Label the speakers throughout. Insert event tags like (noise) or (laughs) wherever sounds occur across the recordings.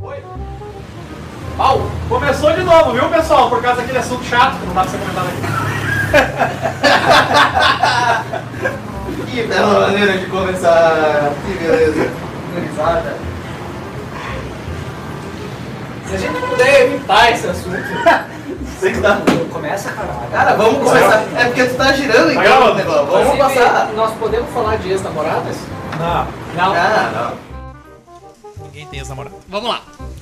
Speaker 1: Oi. Au, começou de novo, viu, pessoal? Por causa daquele assunto chato que não dá pra ser comentado
Speaker 2: aqui. que bela maneira de começar. Que beleza. Risada.
Speaker 3: Se a gente puder evitar esse assunto.
Speaker 2: Sei que dá.
Speaker 3: Começa, cara.
Speaker 2: Cara, vamos começar. É porque tu tá
Speaker 1: Vai,
Speaker 2: girando então,
Speaker 1: garoto.
Speaker 2: negócio. Vamos
Speaker 3: Inclusive,
Speaker 2: passar.
Speaker 3: Nós podemos falar de ex-namoradas?
Speaker 1: Não. É.
Speaker 3: Não.
Speaker 2: Ah,
Speaker 1: Ninguém tem ex-namorado.
Speaker 4: Vamos lá.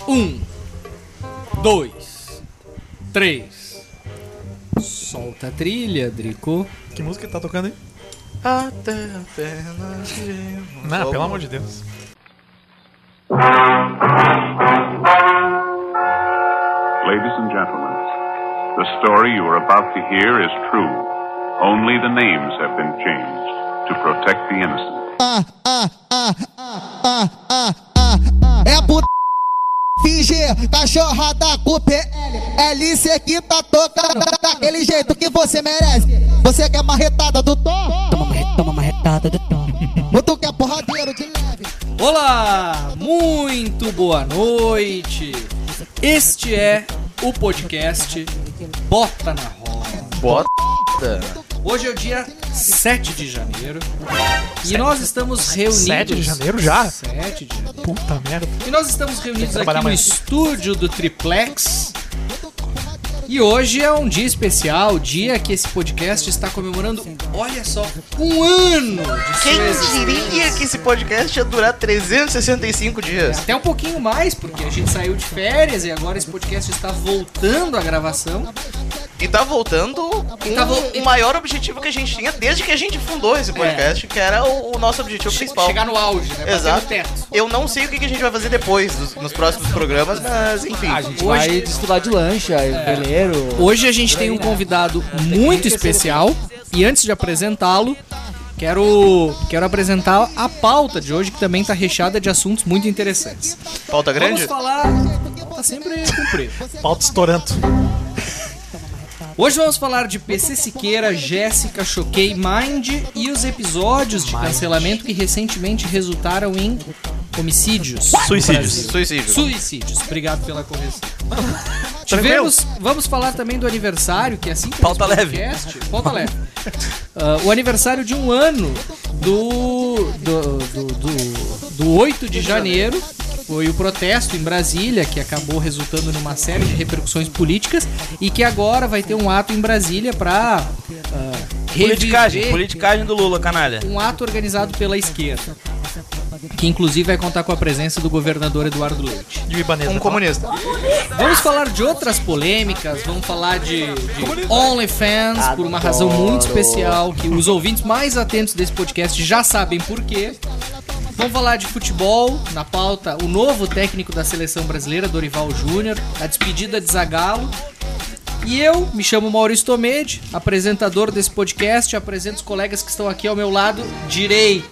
Speaker 4: Um, dois, três. Solta a trilha, Drico.
Speaker 1: Que música que tá tocando aí?
Speaker 5: Até a perna de...
Speaker 1: Não, pelo amor de Deus.
Speaker 6: Ladies and gentlemen, the story you are about to hear is true. Only the names have been changed to protect the innocent.
Speaker 7: É a puta fingir, cachorra da PL. Alice aqui tá tocando daquele jeito que você merece. Você quer marretada do Thor? Toma marretada, toma marretada do Thor. Ou tu quer é porradeiro de leve?
Speaker 4: Olá, muito boa noite. Este é o podcast Bota na Roda.
Speaker 5: Bota.
Speaker 4: Hoje é o dia 7 de janeiro e nós estamos reunidos.
Speaker 1: 7 de janeiro já?
Speaker 4: 7 de janeiro.
Speaker 1: Puta merda.
Speaker 4: E nós estamos reunidos aqui
Speaker 1: trabalhar
Speaker 4: no
Speaker 1: amanhã.
Speaker 4: estúdio do Triplex. E hoje é um dia especial, o dia que esse podcast está comemorando, olha só, um ano de sua
Speaker 5: Quem
Speaker 4: existência.
Speaker 5: diria que esse podcast ia durar 365 dias?
Speaker 4: Até um pouquinho mais, porque a gente saiu de férias e agora esse podcast está voltando à gravação.
Speaker 5: E tá voltando
Speaker 4: E tá
Speaker 5: um-
Speaker 4: vol- É.
Speaker 5: o maior objetivo que a gente tinha desde que a gente fundou esse podcast, que era o, o nosso objetivo principal.
Speaker 4: Chegar no auge, né? Bater
Speaker 5: Exato.
Speaker 4: no teto.
Speaker 5: Eu não sei o que que a gente vai fazer depois, dos- nos próximos programas, mas enfim.
Speaker 4: Ah, Hoje, É.
Speaker 3: desfilar de lancha, veleiro.
Speaker 4: hoje a gente tem um convidado muito especial e antes de apresentá-lo, quero, quero apresentar a pauta de hoje que também está recheada de assuntos muito interessantes.
Speaker 5: Pauta grande?
Speaker 4: Vamos falar. Tá sempre cumprido.
Speaker 1: Pauta estourando.
Speaker 4: Hoje vamos falar de PC Siqueira, Jéssica, Choquei, Mind e os episódios de cancelamento que recentemente resultaram em homicídios. no
Speaker 1: Suicídios.
Speaker 4: Brasil.
Speaker 5: Suicídio.
Speaker 4: Suicídios. Obrigado pela correção. Tivemos, vamos falar também do aniversário, que assim como
Speaker 3: Pauta
Speaker 4: esse podcast, pauta leve. (laughs) Ah, o aniversário de um ano do do, do, do, do 8 de janeiro. Foi o protesto em Brasília, que acabou resultando numa série de repercussões políticas e que agora vai ter um ato em Brasília para
Speaker 8: Politicagem, politicagem do Lula, canalha.
Speaker 4: um ato organizado pela esquerda. Que inclusive vai contar com a presença do governador Eduardo Leite.
Speaker 1: E o Ibanez.
Speaker 5: Um
Speaker 1: né?
Speaker 5: comunista.
Speaker 4: Vamos falar de outras polêmicas, vamos falar de, de OnlyFans por uma razão muito especial que os ouvintes mais atentos desse podcast já sabem por quê. Vamos falar de futebol, na pauta, o novo técnico da seleção brasileira, Dorival Júnior, a despedida de Zagallo. E eu me chamo Maurício Tomedi, apresentador desse podcast, apresento os colegas que estão aqui ao meu lado direito,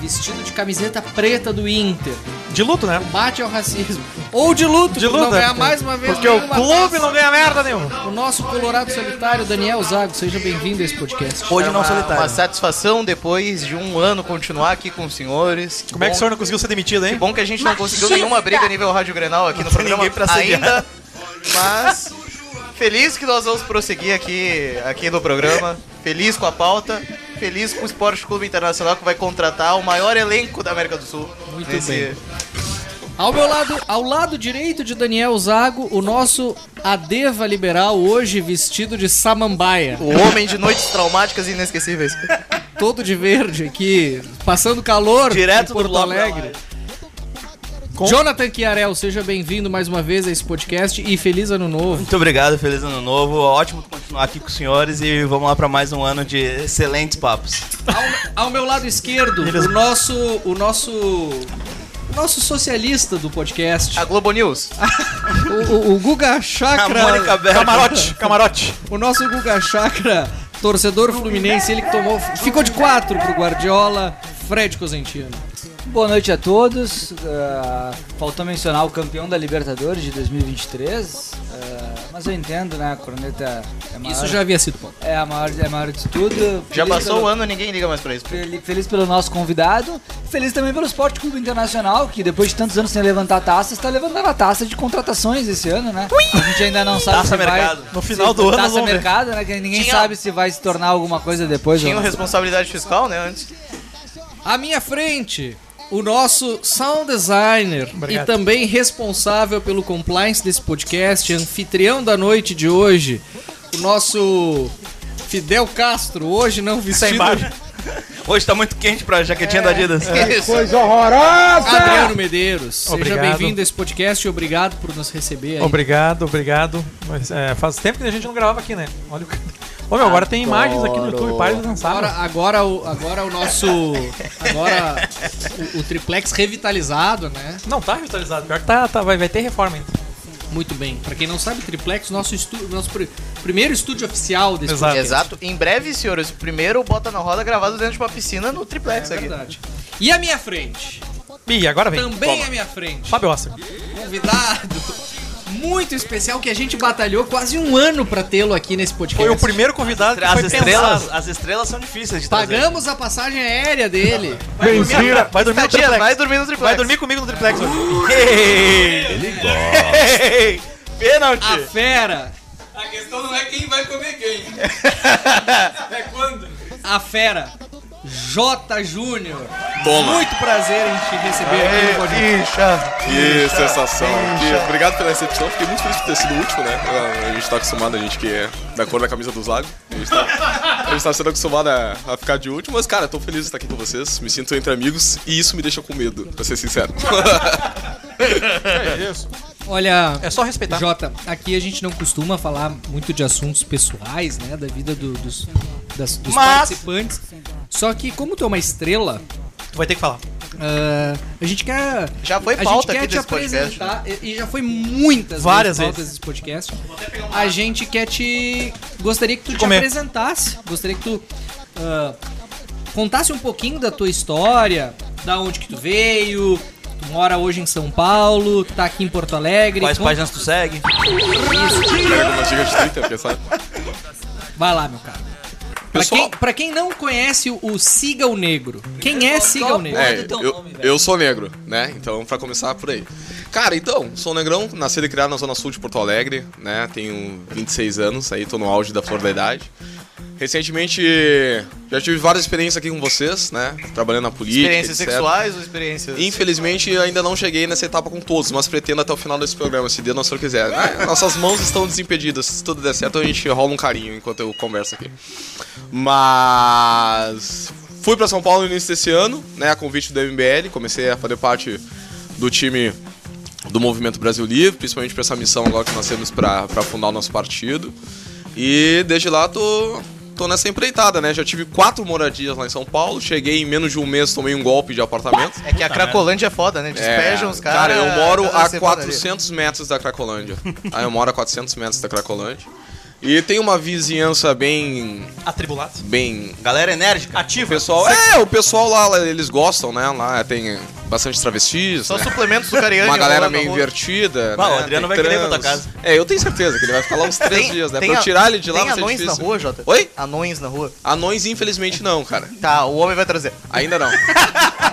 Speaker 4: vestido de camiseta preta do Inter
Speaker 1: De luto, né?
Speaker 4: combate ao racismo. Ou de luto,
Speaker 1: De
Speaker 4: por
Speaker 1: luto,
Speaker 4: não ganhar
Speaker 1: é.
Speaker 4: mais uma vez.
Speaker 1: Porque o
Speaker 4: nenhuma
Speaker 1: clube
Speaker 4: taça.
Speaker 1: não ganha merda nenhuma.
Speaker 4: O nosso Colorado Solitário, Daniel Zago, seja bem-vindo a esse podcast.
Speaker 5: Hoje não solitário. Uma satisfação depois de um ano continuar aqui com os senhores.
Speaker 1: Como é que o
Speaker 5: bom-
Speaker 1: senhor não conseguiu ser demitido, hein?
Speaker 5: Bom que a gente não conseguiu nenhuma briga nível Rádio Grenal aqui no programa
Speaker 1: ninguém pra sediar.
Speaker 5: ainda, mas feliz que nós vamos prosseguir aqui, aqui no programa, feliz com a pauta, feliz com o Esporte Clube Internacional que vai contratar o maior elenco da América do Sul.
Speaker 4: Muito bem. Ao meu lado, ao lado direito de Daniel Zago, o nosso Adeva Liberal, hoje vestido de samambaia.
Speaker 5: O homem de noites traumáticas e inesquecíveis.
Speaker 4: Todo de verde aqui, passando calor
Speaker 8: Direto
Speaker 4: em
Speaker 8: do
Speaker 4: Porto
Speaker 8: bloco da
Speaker 4: Alegre. Jonathan Chiarel, seja bem-vindo mais uma vez a esse podcast e feliz ano novo.
Speaker 8: Muito obrigado, feliz ano novo. Ótimo continuar aqui com os senhores e vamos lá pra mais um ano de excelentes papos.
Speaker 4: Ao, ao meu lado esquerdo, o nosso. O nosso. o Nosso socialista do podcast.
Speaker 5: A Globo News.
Speaker 4: O, o- o Guga
Speaker 8: A
Speaker 4: Chakra.
Speaker 8: Mônica Bergamo.
Speaker 1: Camarote, camarote.
Speaker 4: O nosso Guga Chakra, torcedor fluminense, ele que tomou. Ficou de quatro pro Guardiola, Fred Cosentino.
Speaker 3: Boa noite a todos. Ah, faltou mencionar o campeão da Libertadores de 2023. ah,
Speaker 9: Mas eu entendo, né? A corneta é maior.
Speaker 4: Isso já havia sido bom.
Speaker 9: É a maior, é a maior de tudo.
Speaker 5: Já
Speaker 9: Feliz
Speaker 5: passou
Speaker 9: pelo-
Speaker 5: o ano, ninguém liga mais pra isso.
Speaker 9: fel- Feliz pelo nosso convidado, feliz também pelo Esporte Clube Internacional, que depois de tantos anos sem levantar a taça, está levantando a taça de contratações esse ano, né? A gente ainda não sabe
Speaker 8: Taça
Speaker 9: se
Speaker 8: Mercado.
Speaker 9: vai...
Speaker 8: No final
Speaker 9: se-
Speaker 8: do ano,
Speaker 9: Taça
Speaker 8: vamos ver.
Speaker 9: Mercado, né? Que ninguém
Speaker 5: Tinha-
Speaker 9: sabe se vai se tornar alguma coisa depois. ou
Speaker 5: Tinha um
Speaker 9: não.
Speaker 5: responsabilidade fiscal, né, antes.
Speaker 4: À minha frente, o nosso sound designer e também responsável pelo compliance desse podcast, anfitrião da noite de hoje, o nosso Fidel Castro, hoje não vestido,
Speaker 8: Hoje tá muito quente pra jaquetinha
Speaker 2: É.
Speaker 8: da Adidas.
Speaker 5: Isso.
Speaker 4: Adriano Medeiros. Seja
Speaker 10: Obrigado.
Speaker 4: bem-vindo a esse podcast e obrigado por nos receber aí.
Speaker 10: Obrigado, obrigado. Mas, é, faz tempo que a gente não gravava aqui, né? Olha o cara. Ô meu, agora tem imagens aqui no YouTube, para de dançar.
Speaker 4: Agora, agora, o, agora o nosso. Agora o, o triplex revitalizado, né?
Speaker 10: meu. Não, tá revitalizado. Pior que tá, tá, vai, vai ter reforma ainda.
Speaker 4: Muito bem. Pra quem não sabe, triplex, nosso, estu, nosso pri- primeiro estúdio oficial desse
Speaker 10: Exato.
Speaker 4: podcast.
Speaker 5: Exato. Em breve, senhores, o primeiro Bota na Roda gravado dentro de uma piscina no triplex
Speaker 4: É
Speaker 5: aqui.
Speaker 4: verdade. E à minha frente,
Speaker 10: Ih, agora vem.
Speaker 4: também é-
Speaker 10: Toma.
Speaker 4: à minha frente,
Speaker 10: Fábio Osser.
Speaker 4: convidado muito especial que a gente batalhou quase um ano pra tê-lo aqui nesse podcast.
Speaker 10: Foi o primeiro convidado que
Speaker 8: As
Speaker 10: foi
Speaker 8: estrelas,
Speaker 10: pensado.
Speaker 8: as estrelas são difíceis de trazer.
Speaker 4: Pagamos a passagem aérea
Speaker 10: (laughs)
Speaker 4: dele.
Speaker 10: Mentira. Vai dormir
Speaker 5: Tadinha,
Speaker 10: no triplex.
Speaker 5: vai dormir no triplex.
Speaker 8: Vai dormir comigo no triplex hoje. Ele
Speaker 1: (laughs)
Speaker 8: gosta. Pênalti.
Speaker 4: A fera,
Speaker 3: A questão não é quem vai comer
Speaker 4: (laughs)
Speaker 3: quem. é quando.
Speaker 4: a fera, J. Júnior. Muito prazer em te receber aqui no podcast.
Speaker 11: Que sensação. Que- obrigado pela recepção. Fiquei muito feliz por ter sido útil, né? A gente tá acostumado, a gente que é da cor da camisa dos lagos. A gente tá, a gente tá sendo acostumado a, a ficar de último, mas, cara, tô feliz de estar aqui com vocês. Me sinto entre amigos e isso me deixa com medo, pra ser sincero. (laughs)
Speaker 4: Olha,
Speaker 10: É só respeitar.
Speaker 4: Jota, aqui a gente não costuma falar muito de assuntos pessoais, né? Da vida do- dos, das- dos
Speaker 8: Mas-
Speaker 4: participantes. Só que, como tu é uma estrela,
Speaker 10: Tu vai ter que falar.
Speaker 4: ah, a gente quer.
Speaker 5: Já foi
Speaker 4: a gente
Speaker 5: pauta
Speaker 4: quer
Speaker 5: aqui
Speaker 4: te
Speaker 5: desse podcast. né?
Speaker 4: apresentar. E, e já foi muitas
Speaker 10: Várias
Speaker 4: vezes, pautas
Speaker 10: vezes.
Speaker 4: desse podcast. A gente quer te. Gostaria que tu te
Speaker 10: comer.
Speaker 4: apresentasse. Gostaria que tu. ah, contasse um pouquinho da tua história, da onde que tu veio. Tu mora hoje em São Paulo, tá aqui em Porto Alegre.
Speaker 8: Quais
Speaker 4: Conta-
Speaker 8: páginas tu segue?
Speaker 11: Pega uma dica de Twitter, quer saber?
Speaker 4: Vai lá, meu cara. Pra
Speaker 11: Pessoal-
Speaker 4: quem, pra quem não conhece o- o Siga o Negro, quem é Siga o Negro?
Speaker 11: É, eu, eu sou negro, né? Então, pra começar por aí. Cara, então, sou negrão, nascido e criado na Zona Sul de Porto Alegre, né? Tenho 26 anos, aí tô no auge da flor da idade. Recentemente, já tive várias experiências aqui com vocês, né? Trabalhando na política,
Speaker 5: Experiências
Speaker 11: etc.
Speaker 5: sexuais ou experiências.
Speaker 11: Infelizmente, ainda não cheguei nessa etapa com todos, mas pretendo até o final desse programa, se Deus não senhor quiser. Ah, Nossas mãos estão desimpedidas. Se tudo der certo, a gente rola um carinho enquanto eu converso aqui. Mas. Fui pra São Paulo no início desse ano, né? A convite do MBL. Comecei a fazer parte do time do Movimento Brasil Livre, principalmente pra essa missão agora que nós temos pra pra fundar o nosso partido. E desde lá tô, tô nessa empreitada, né? Já tive quatro moradias lá em São Paulo. Cheguei em menos de um mês, tomei um golpe de apartamento.
Speaker 5: É que a Cracolândia é foda, né? Despejam os caras.
Speaker 11: Cara, eu moro
Speaker 5: cada
Speaker 11: a
Speaker 5: semana
Speaker 11: 400 metros da Cracolândia. ah, eu moro a 400 metros da Cracolândia. E tem uma vizinhança bem.
Speaker 10: Atribulado.
Speaker 11: bem.
Speaker 8: Galera enérgica.
Speaker 11: O pessoal. É, o pessoal lá, lá, eles gostam, né? Lá tem bastante travestis.
Speaker 5: Só
Speaker 11: né?
Speaker 5: suplementos do Cariani.
Speaker 11: Uma galera
Speaker 5: rolando na
Speaker 11: meio
Speaker 5: rua.
Speaker 11: invertida.
Speaker 8: Bah,
Speaker 11: né?
Speaker 8: o Adriano
Speaker 11: Tem
Speaker 8: vai querer
Speaker 11: trans.
Speaker 8: botar casa.
Speaker 11: É, eu tenho certeza que ele vai ficar lá uns três
Speaker 5: Tem-
Speaker 11: dias, né?
Speaker 5: tem
Speaker 11: Pra eu
Speaker 5: a-
Speaker 11: tirar ele de lá
Speaker 5: Tem
Speaker 11: vai ser
Speaker 5: anões na
Speaker 11: difícil.
Speaker 5: rua, Jota?
Speaker 11: Oi?
Speaker 5: Anões na rua?
Speaker 11: Anões, infelizmente, não, cara.
Speaker 5: Tá, o homem vai trazer.
Speaker 11: Ainda não.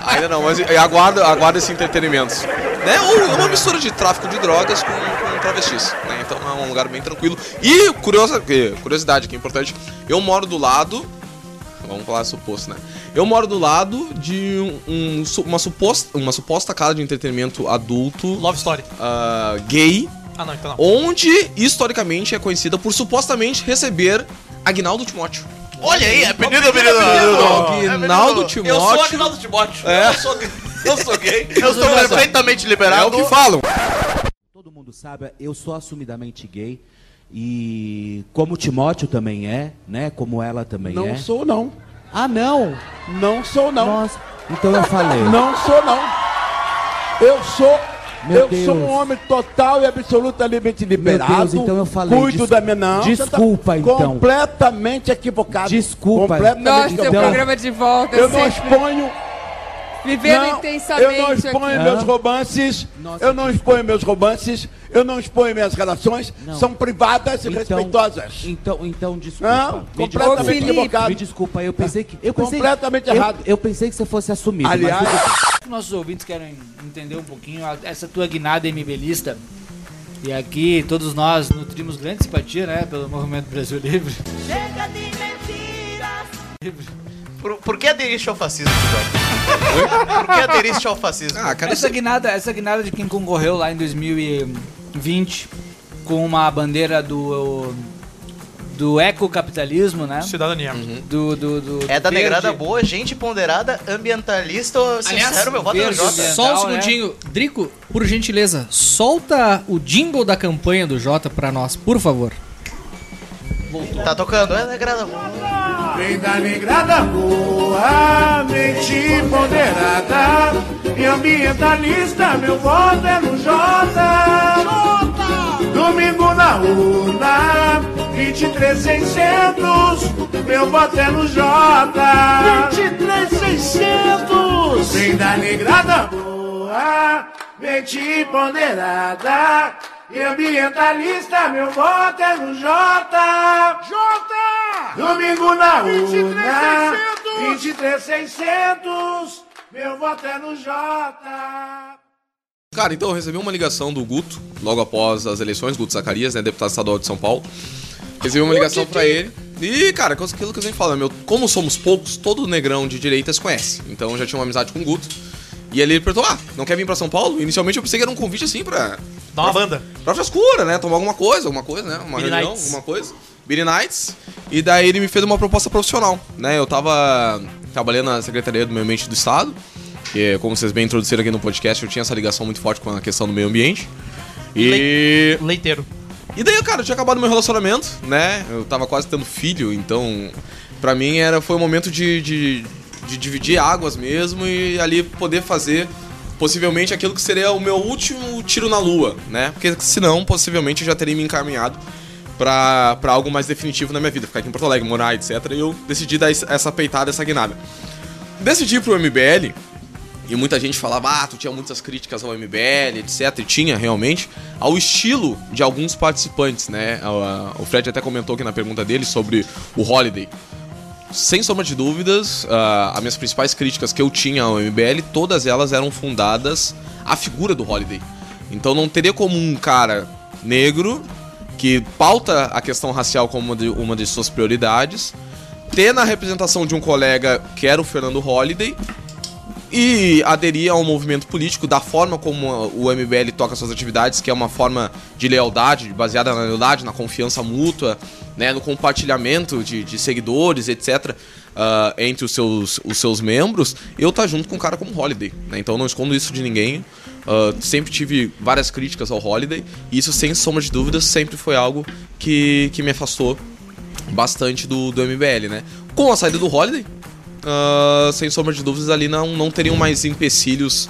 Speaker 11: Ainda não, mas eu aguardo, aguardo esse entretenimento. Né? Ou é uma mistura de tráfico de drogas com, com travestis. né? Então é um lugar bem tranquilo. E curiosa, eh, curiosidade que é importante, eu moro do lado. Vamos falar suposto, né? Eu moro do lado de um- um su- uma, suposta, uma suposta casa de entretenimento adulto
Speaker 10: Love Story.
Speaker 11: ah, gay,
Speaker 10: Ah, não, então não.
Speaker 11: onde historicamente é conhecida por supostamente receber Agnaldo Timóteo.
Speaker 5: Olha aí, é pedido, pedido.
Speaker 11: Agnaldo Timóteo.
Speaker 8: Eu sou Agnaldo Timóteo. Eu sou, eu sou gay.
Speaker 5: Eu estou perfeitamente
Speaker 11: É o
Speaker 5: liberado.
Speaker 11: que falam.
Speaker 2: Todo mundo sabe, eu sou assumidamente gay. E como o Timóteo também é, né? Como ela também é. Não sou, não. Ah, não? Não sou, não. Nossa, então eu falei. Não sou, não. Eu sou. eu sou um homem total e absolutamente liberado. Meu Deus, então eu falei. Cuido da minha não. Desculpa, então.
Speaker 8: então-
Speaker 2: Completamente equivocado. Desculpa. Completamente
Speaker 8: né,
Speaker 2: é
Speaker 3: Nossa, o programa de volta.
Speaker 2: Eu não exponho
Speaker 12: Vivendo
Speaker 13: Não,
Speaker 12: intensamente
Speaker 13: Eu não
Speaker 12: isso
Speaker 13: exponho
Speaker 12: aqui.
Speaker 13: meus romances, eu não exponho meus romances, eu não exponho minhas relações, são privadas e respeitosas.
Speaker 2: Então, então, desculpa.
Speaker 13: Não,
Speaker 2: Me
Speaker 13: completamente
Speaker 2: desculpa.
Speaker 13: equivocado.
Speaker 2: Me desculpa, eu pensei que. Eu pensei,
Speaker 13: Completamente
Speaker 2: eu-
Speaker 13: errado.
Speaker 2: Eu pensei que você fosse assumido.
Speaker 13: Aliás-
Speaker 2: mas tudo bem.
Speaker 9: Acho que nossos ouvintes querem entender um pouquinho a- essa tua guinada MBLista. E aqui todos nós nutrimos grande simpatia, né, pelo movimento Brasil Livre.
Speaker 5: Chega de mentiras. Por, por que aderiste ao fascismo, Jorge? Por que aderiste ao fascismo?
Speaker 11: Ah,
Speaker 9: essa guinada, essa guinada de quem concorreu lá em 2020 com uma bandeira do do ecocapitalismo, né?
Speaker 10: Cidadania.
Speaker 9: Do, do, do,
Speaker 5: É da
Speaker 9: do
Speaker 5: negrada
Speaker 9: verde.
Speaker 5: boa, gente ponderada, ambientalista, ou sincero,
Speaker 4: Aliás,
Speaker 5: meu voto é no
Speaker 4: verde,
Speaker 5: Jota.
Speaker 4: só um segundinho. Drico, por gentileza, solta o jingle da campanha do Jota pra nós, por favor.
Speaker 11: né?
Speaker 5: Tá tocando, é da negrada boa.
Speaker 14: Vem da negrada boa, mente ponderada e ambientalista, meu voto é no Jota. Domingo na urna, 23600, meu voto é no Jota. 23600. Vem da negrada boa, mente ponderada e ambientalista, meu voto é no Jota. Jota! Domingo na urna, 23600, meu voto é no Jota.
Speaker 11: Cara, então eu recebi uma ligação do Guto, logo após as eleições, Guto Zacarias, né, deputado estadual de São Paulo. Recebi uma ligação pra ele. E, cara, com aquilo que eu sempre falo, meu, como somos poucos, todo negrão de direita se conhece. Então eu já tinha uma amizade com o Guto. E ele perguntou: ah, não quer vir pra São Paulo? Inicialmente eu pensei que era um convite assim pra.
Speaker 10: Dar uma banda.
Speaker 11: Pra frescura, né? Tomar alguma coisa, alguma coisa, né? Uma
Speaker 10: Billy
Speaker 11: reunião,
Speaker 10: Nights.
Speaker 11: alguma coisa. Billy Nights. E daí ele me fez uma proposta profissional, né? Eu tava trabalhando na Secretaria do Meio Ambiente do Estado. Que, como vocês bem introduziram aqui no podcast, eu tinha essa ligação muito forte com a questão do meio ambiente. E.
Speaker 10: Leiteiro.
Speaker 11: E daí, cara, eu tinha acabado meu relacionamento, né? Eu tava quase tendo filho, então. Pra mim era, foi o momento de, de, de dividir águas mesmo e ali poder fazer possivelmente aquilo que seria o meu último tiro na lua, né? Porque senão, possivelmente, eu já teria me encaminhado pra, pra algo mais definitivo na minha vida, ficar aqui em Porto Alegre, morar, etc. E eu decidi dar esse- essa peitada, essa guinada. Decidi ir pro MBL, e muita gente falava, ah, tu tinha muitas críticas ao MBL, etc. E tinha realmente, ao estilo de alguns participantes, né? A- a- O Fred até comentou aqui na pergunta dele sobre o Holiday. Sem sombra de dúvidas, ah, as minhas principais críticas que eu tinha ao MBL, todas elas eram fundadas à figura do Holiday. Então não teria como um cara negro que pauta a questão racial como uma de, uma de suas prioridades, ter na representação de um colega que era o Fernando Holiday e aderir ao movimento político da forma como o MBL toca suas atividades, que é uma forma de lealdade, baseada na lealdade, na confiança mútua, né, no compartilhamento de, de seguidores, etc., ah, entre os seus, os seus membros, eu tá junto com um cara como Holiday. Né? Então eu não escondo isso de ninguém. Ah, sempre tive várias críticas ao Holiday, e isso, sem sombra de dúvidas, sempre foi algo que, que me afastou bastante do, do MBL, né? Com a saída do Holiday, ah, sem sombra de dúvidas, ali não, não teriam mais empecilhos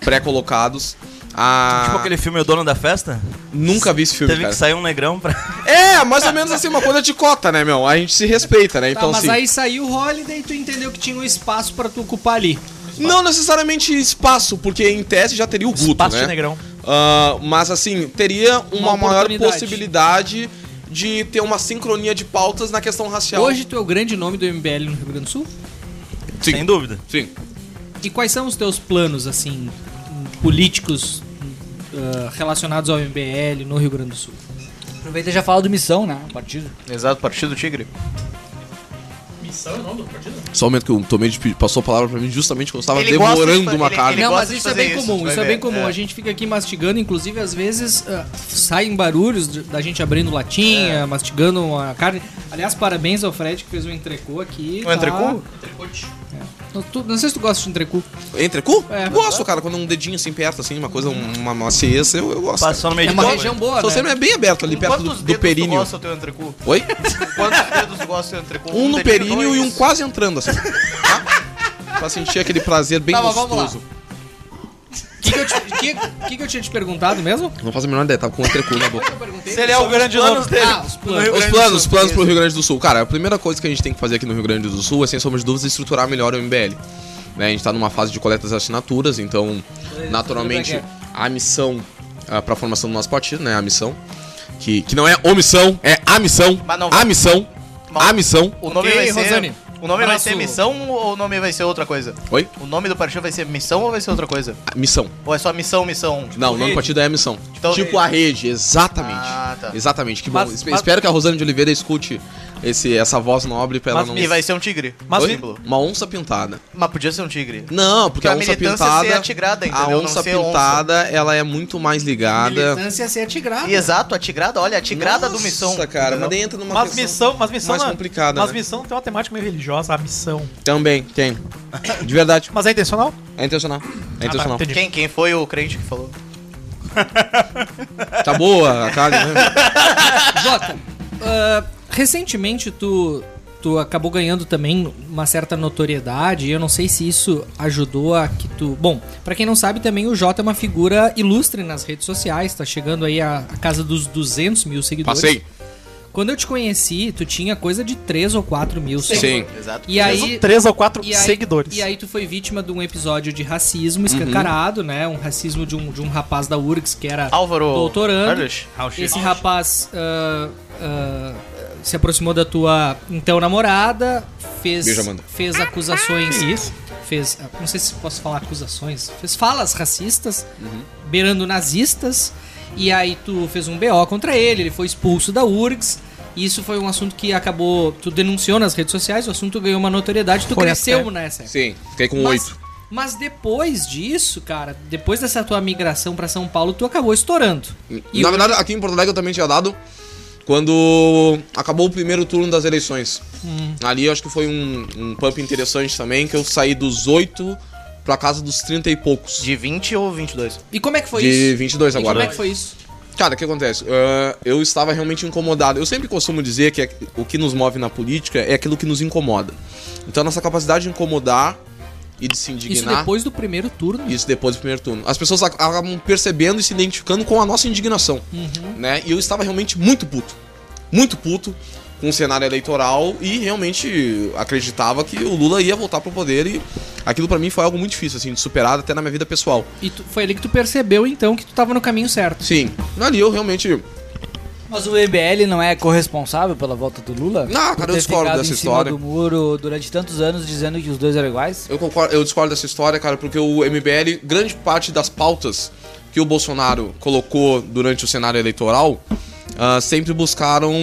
Speaker 11: pré-colocados. A...
Speaker 8: Tipo aquele filme O Dono da Festa?
Speaker 11: Nunca vi esse filme,
Speaker 8: Teve
Speaker 11: cara.
Speaker 8: que sair um negrão pra...
Speaker 11: É, mais ou menos assim, uma coisa de cota, né, meu? A gente se respeita, né?
Speaker 4: Tá,
Speaker 11: Então,
Speaker 4: mas
Speaker 11: assim...
Speaker 4: aí saiu o Holiday e tu entendeu que tinha um espaço pra tu ocupar ali.
Speaker 11: Não necessariamente espaço, porque em tese já teria o Guto,
Speaker 4: Espaço
Speaker 11: né?
Speaker 4: de negrão.
Speaker 11: Ah, mas assim, teria uma,
Speaker 4: Uma
Speaker 11: maior
Speaker 4: oportunidade.
Speaker 11: possibilidade de ter uma sincronia de pautas na questão
Speaker 5: Então.
Speaker 11: racial.
Speaker 4: Hoje tu é o grande nome do MBL no Rio Grande do Sul?
Speaker 11: Sim.
Speaker 8: Sem dúvida.
Speaker 11: Sim.
Speaker 4: E quais são os teus planos, assim, políticos ah, relacionados ao MBL no Rio Grande do Sul?
Speaker 9: Aproveita e já fala do missão, né? Partido.
Speaker 5: Exato, Partido Tigre.
Speaker 10: Missão é o nome do partido?
Speaker 11: Só um momento que o Tomei de- passou a palavra pra mim justamente quando eu estava
Speaker 10: Ele gosta de
Speaker 11: demorando
Speaker 10: fa-
Speaker 11: uma
Speaker 10: ele-
Speaker 11: carne.
Speaker 4: Não, mas isso é bem comum,
Speaker 5: vai
Speaker 4: isso é
Speaker 5: ver,
Speaker 4: bem comum.
Speaker 5: é.
Speaker 4: A gente fica aqui mastigando, inclusive às vezes ah, saem barulhos de- da gente abrindo latinha, mastigando uma carne. Aliás, parabéns ao Fred que fez um entrecô aqui.
Speaker 11: Um
Speaker 4: tá? É.
Speaker 11: entrecô?
Speaker 4: Não, tu- não sei se tu gosta de entrecô.
Speaker 11: Entrecu?
Speaker 4: É.
Speaker 11: Gosto, cara, quando um dedinho assim perto, assim, uma coisa, uma maciez, eu, eu gosto.
Speaker 8: Passou
Speaker 11: cara.
Speaker 8: no meio
Speaker 5: de É uma tudo. região boa,
Speaker 11: Só
Speaker 5: né?
Speaker 11: sempre é bem aberto ali perto do, do
Speaker 5: Tu
Speaker 11: períneo.
Speaker 5: gosta do teu entrecu?
Speaker 10: (laughs)
Speaker 11: Oi?
Speaker 5: Quantos dedos tu gosta do teu entrecu?
Speaker 11: Um no
Speaker 5: dedinho,
Speaker 11: períneo e
Speaker 5: dois?
Speaker 11: um quase
Speaker 10: (laughs)
Speaker 11: entrando, assim. tá? Pra sentir aquele prazer bem
Speaker 4: Tá, mas vamos lá.
Speaker 11: gostoso.
Speaker 4: O que, que eu te- que- que que eu tinha te perguntado mesmo?
Speaker 11: Não faço a menor ideia, tava com o entrecu na boca.
Speaker 4: Se ele é o grande
Speaker 8: plano
Speaker 4: dele. Ah, os planos.
Speaker 11: Os planos, os planos pro Rio Grande do Sul. Cara, a primeira coisa que a gente tem que fazer aqui no Rio Grande do Sul é, sem sombra de dúvidas, estruturar melhor o MBL. né? A gente está numa fase de coleta das assinaturas, então, naturalmente, a missão para a formação do nosso partido, né? A missão. Que, que não é omissão, é a missão. A missão. A missão.
Speaker 5: O nome vai ser. O nome vai ser
Speaker 11: Abraço.
Speaker 5: missão ou o nome vai ser outra coisa?
Speaker 11: Oi?
Speaker 5: O nome do partido vai ser missão ou vai ser outra coisa?
Speaker 11: A Missão.
Speaker 5: Ou é só missão, missão?
Speaker 11: Não, o nome do partido é a missão.
Speaker 5: Então-
Speaker 11: tipo a rede, exatamente.
Speaker 5: tá.
Speaker 11: Exatamente, que bom.
Speaker 5: Mas-
Speaker 11: Es-
Speaker 5: mas-
Speaker 11: Espero que a Rosane de Oliveira escute esse, essa voz nobre pra ela
Speaker 5: Mas-
Speaker 11: não.
Speaker 5: E vai ser um tigre.
Speaker 11: Mas
Speaker 5: Mas-
Speaker 11: uma onça pintada.
Speaker 5: Mas podia ser um tigre.
Speaker 11: Não, porque
Speaker 5: a
Speaker 11: a onça
Speaker 5: militância
Speaker 11: pintada.
Speaker 5: ser atigrada,
Speaker 11: a
Speaker 5: entendeu? Não
Speaker 11: onça
Speaker 5: ser onça.
Speaker 11: pintada, ela é muito mais ligada.
Speaker 4: Militância ser atigrada.
Speaker 5: Exato, atigrada, olha, atigrada do
Speaker 11: Nossa,
Speaker 5: missão.
Speaker 11: cara,
Speaker 5: entendeu?
Speaker 11: mas daí entra numa
Speaker 10: Mas
Speaker 11: questão
Speaker 10: missão, mas missão
Speaker 11: mais
Speaker 10: é-
Speaker 11: complicada,
Speaker 10: Mas
Speaker 11: né?
Speaker 10: missão tem uma temática meio religiosa, a missão.
Speaker 11: Também, tem. De verdade.
Speaker 10: Mas é intencional?
Speaker 11: É intencional.
Speaker 10: Ah, tá.
Speaker 11: É intencional.
Speaker 10: entendi.
Speaker 5: quem, quem foi o crente que falou?
Speaker 11: Tá boa a carne, né?
Speaker 4: Jota, ah, recentemente tu, tu acabou ganhando também uma certa notoriedade. e Eu não sei se isso ajudou a que tu. Bom, pra quem não sabe, também o Jota é uma figura ilustre nas redes sociais. Tá chegando aí a, a casa dos 200 mil seguidores.
Speaker 11: Passei.
Speaker 4: Quando eu te conheci, tu tinha coisa de 3 ou 4 mil
Speaker 10: Sim.
Speaker 4: seguidores.
Speaker 10: Sim. Exato.
Speaker 4: E aí,
Speaker 10: Mesmo um três ou quatro
Speaker 4: e aí-
Speaker 10: seguidores.
Speaker 4: E aí tu foi vítima de um episódio de racismo escancarado, né? Um racismo de um, de um rapaz da URGS que era
Speaker 5: Álvaro
Speaker 4: doutorando.
Speaker 5: Carlos?
Speaker 4: Esse rapaz ah, ah, se aproximou da tua então namorada, fez,
Speaker 11: Beijo, Amanda.
Speaker 4: fez acusações.
Speaker 10: Que isso?
Speaker 4: Fez. ah, Não sei se posso falar acusações. Fez falas racistas,
Speaker 11: Uhum.
Speaker 4: beirando nazistas. E aí tu fez um BO contra ele, ele foi expulso da URGS. e Isso foi um assunto que acabou. Tu denunciou nas redes sociais, o assunto ganhou uma notoriedade, tu
Speaker 11: Foi
Speaker 4: cresceu
Speaker 11: até-
Speaker 4: nessa.
Speaker 11: Sim, fiquei com
Speaker 4: Mas-
Speaker 11: oito.
Speaker 4: Mas depois disso, cara, depois dessa tua migração pra São Paulo, tu acabou estourando. E
Speaker 11: Na
Speaker 4: hoje-
Speaker 11: verdade, aqui em Porto Alegre eu também tinha dado quando acabou o primeiro turno das eleições.
Speaker 4: Hum.
Speaker 11: Ali eu acho que foi um, um pump interessante também, que eu saí dos oito pra casa dos 30 e poucos.
Speaker 5: De 20 ou 22?
Speaker 4: E como é que foi
Speaker 11: De
Speaker 4: isso?
Speaker 11: 22
Speaker 4: E
Speaker 11: agora.
Speaker 4: como é que foi isso?
Speaker 11: Cara, o que acontece? Ah, eu estava realmente incomodado. Eu sempre costumo dizer que é o que nos move na política é aquilo que nos incomoda. Então a nossa capacidade de incomodar e de se
Speaker 4: Isso
Speaker 11: indignar.
Speaker 4: depois do primeiro turno.
Speaker 11: Isso depois do primeiro turno. As pessoas ac- acabam percebendo e se identificando com a nossa indignação.
Speaker 4: Uhum.
Speaker 11: Né? E eu estava realmente muito puto. Muito puto com o cenário eleitoral e realmente acreditava que o Lula ia voltar pro poder e aquilo pra mim foi algo muito difícil, assim, de superar até na minha vida pessoal.
Speaker 4: E tu- foi ali que tu percebeu então que tu tava no caminho certo.
Speaker 11: Sim. Ali eu realmente.
Speaker 9: Mas o EBL não é corresponsável pela volta do Lula?
Speaker 11: Não,
Speaker 9: Por
Speaker 11: cara, eu
Speaker 9: ter
Speaker 11: discordo
Speaker 9: ficado
Speaker 11: dessa
Speaker 9: em cima
Speaker 11: história.
Speaker 9: do muro durante tantos anos dizendo que os dois eram iguais?
Speaker 11: Eu, concordo, eu discordo dessa história, cara, porque o MBL, grande parte das pautas que o Bolsonaro colocou durante o cenário eleitoral, ah, sempre buscaram,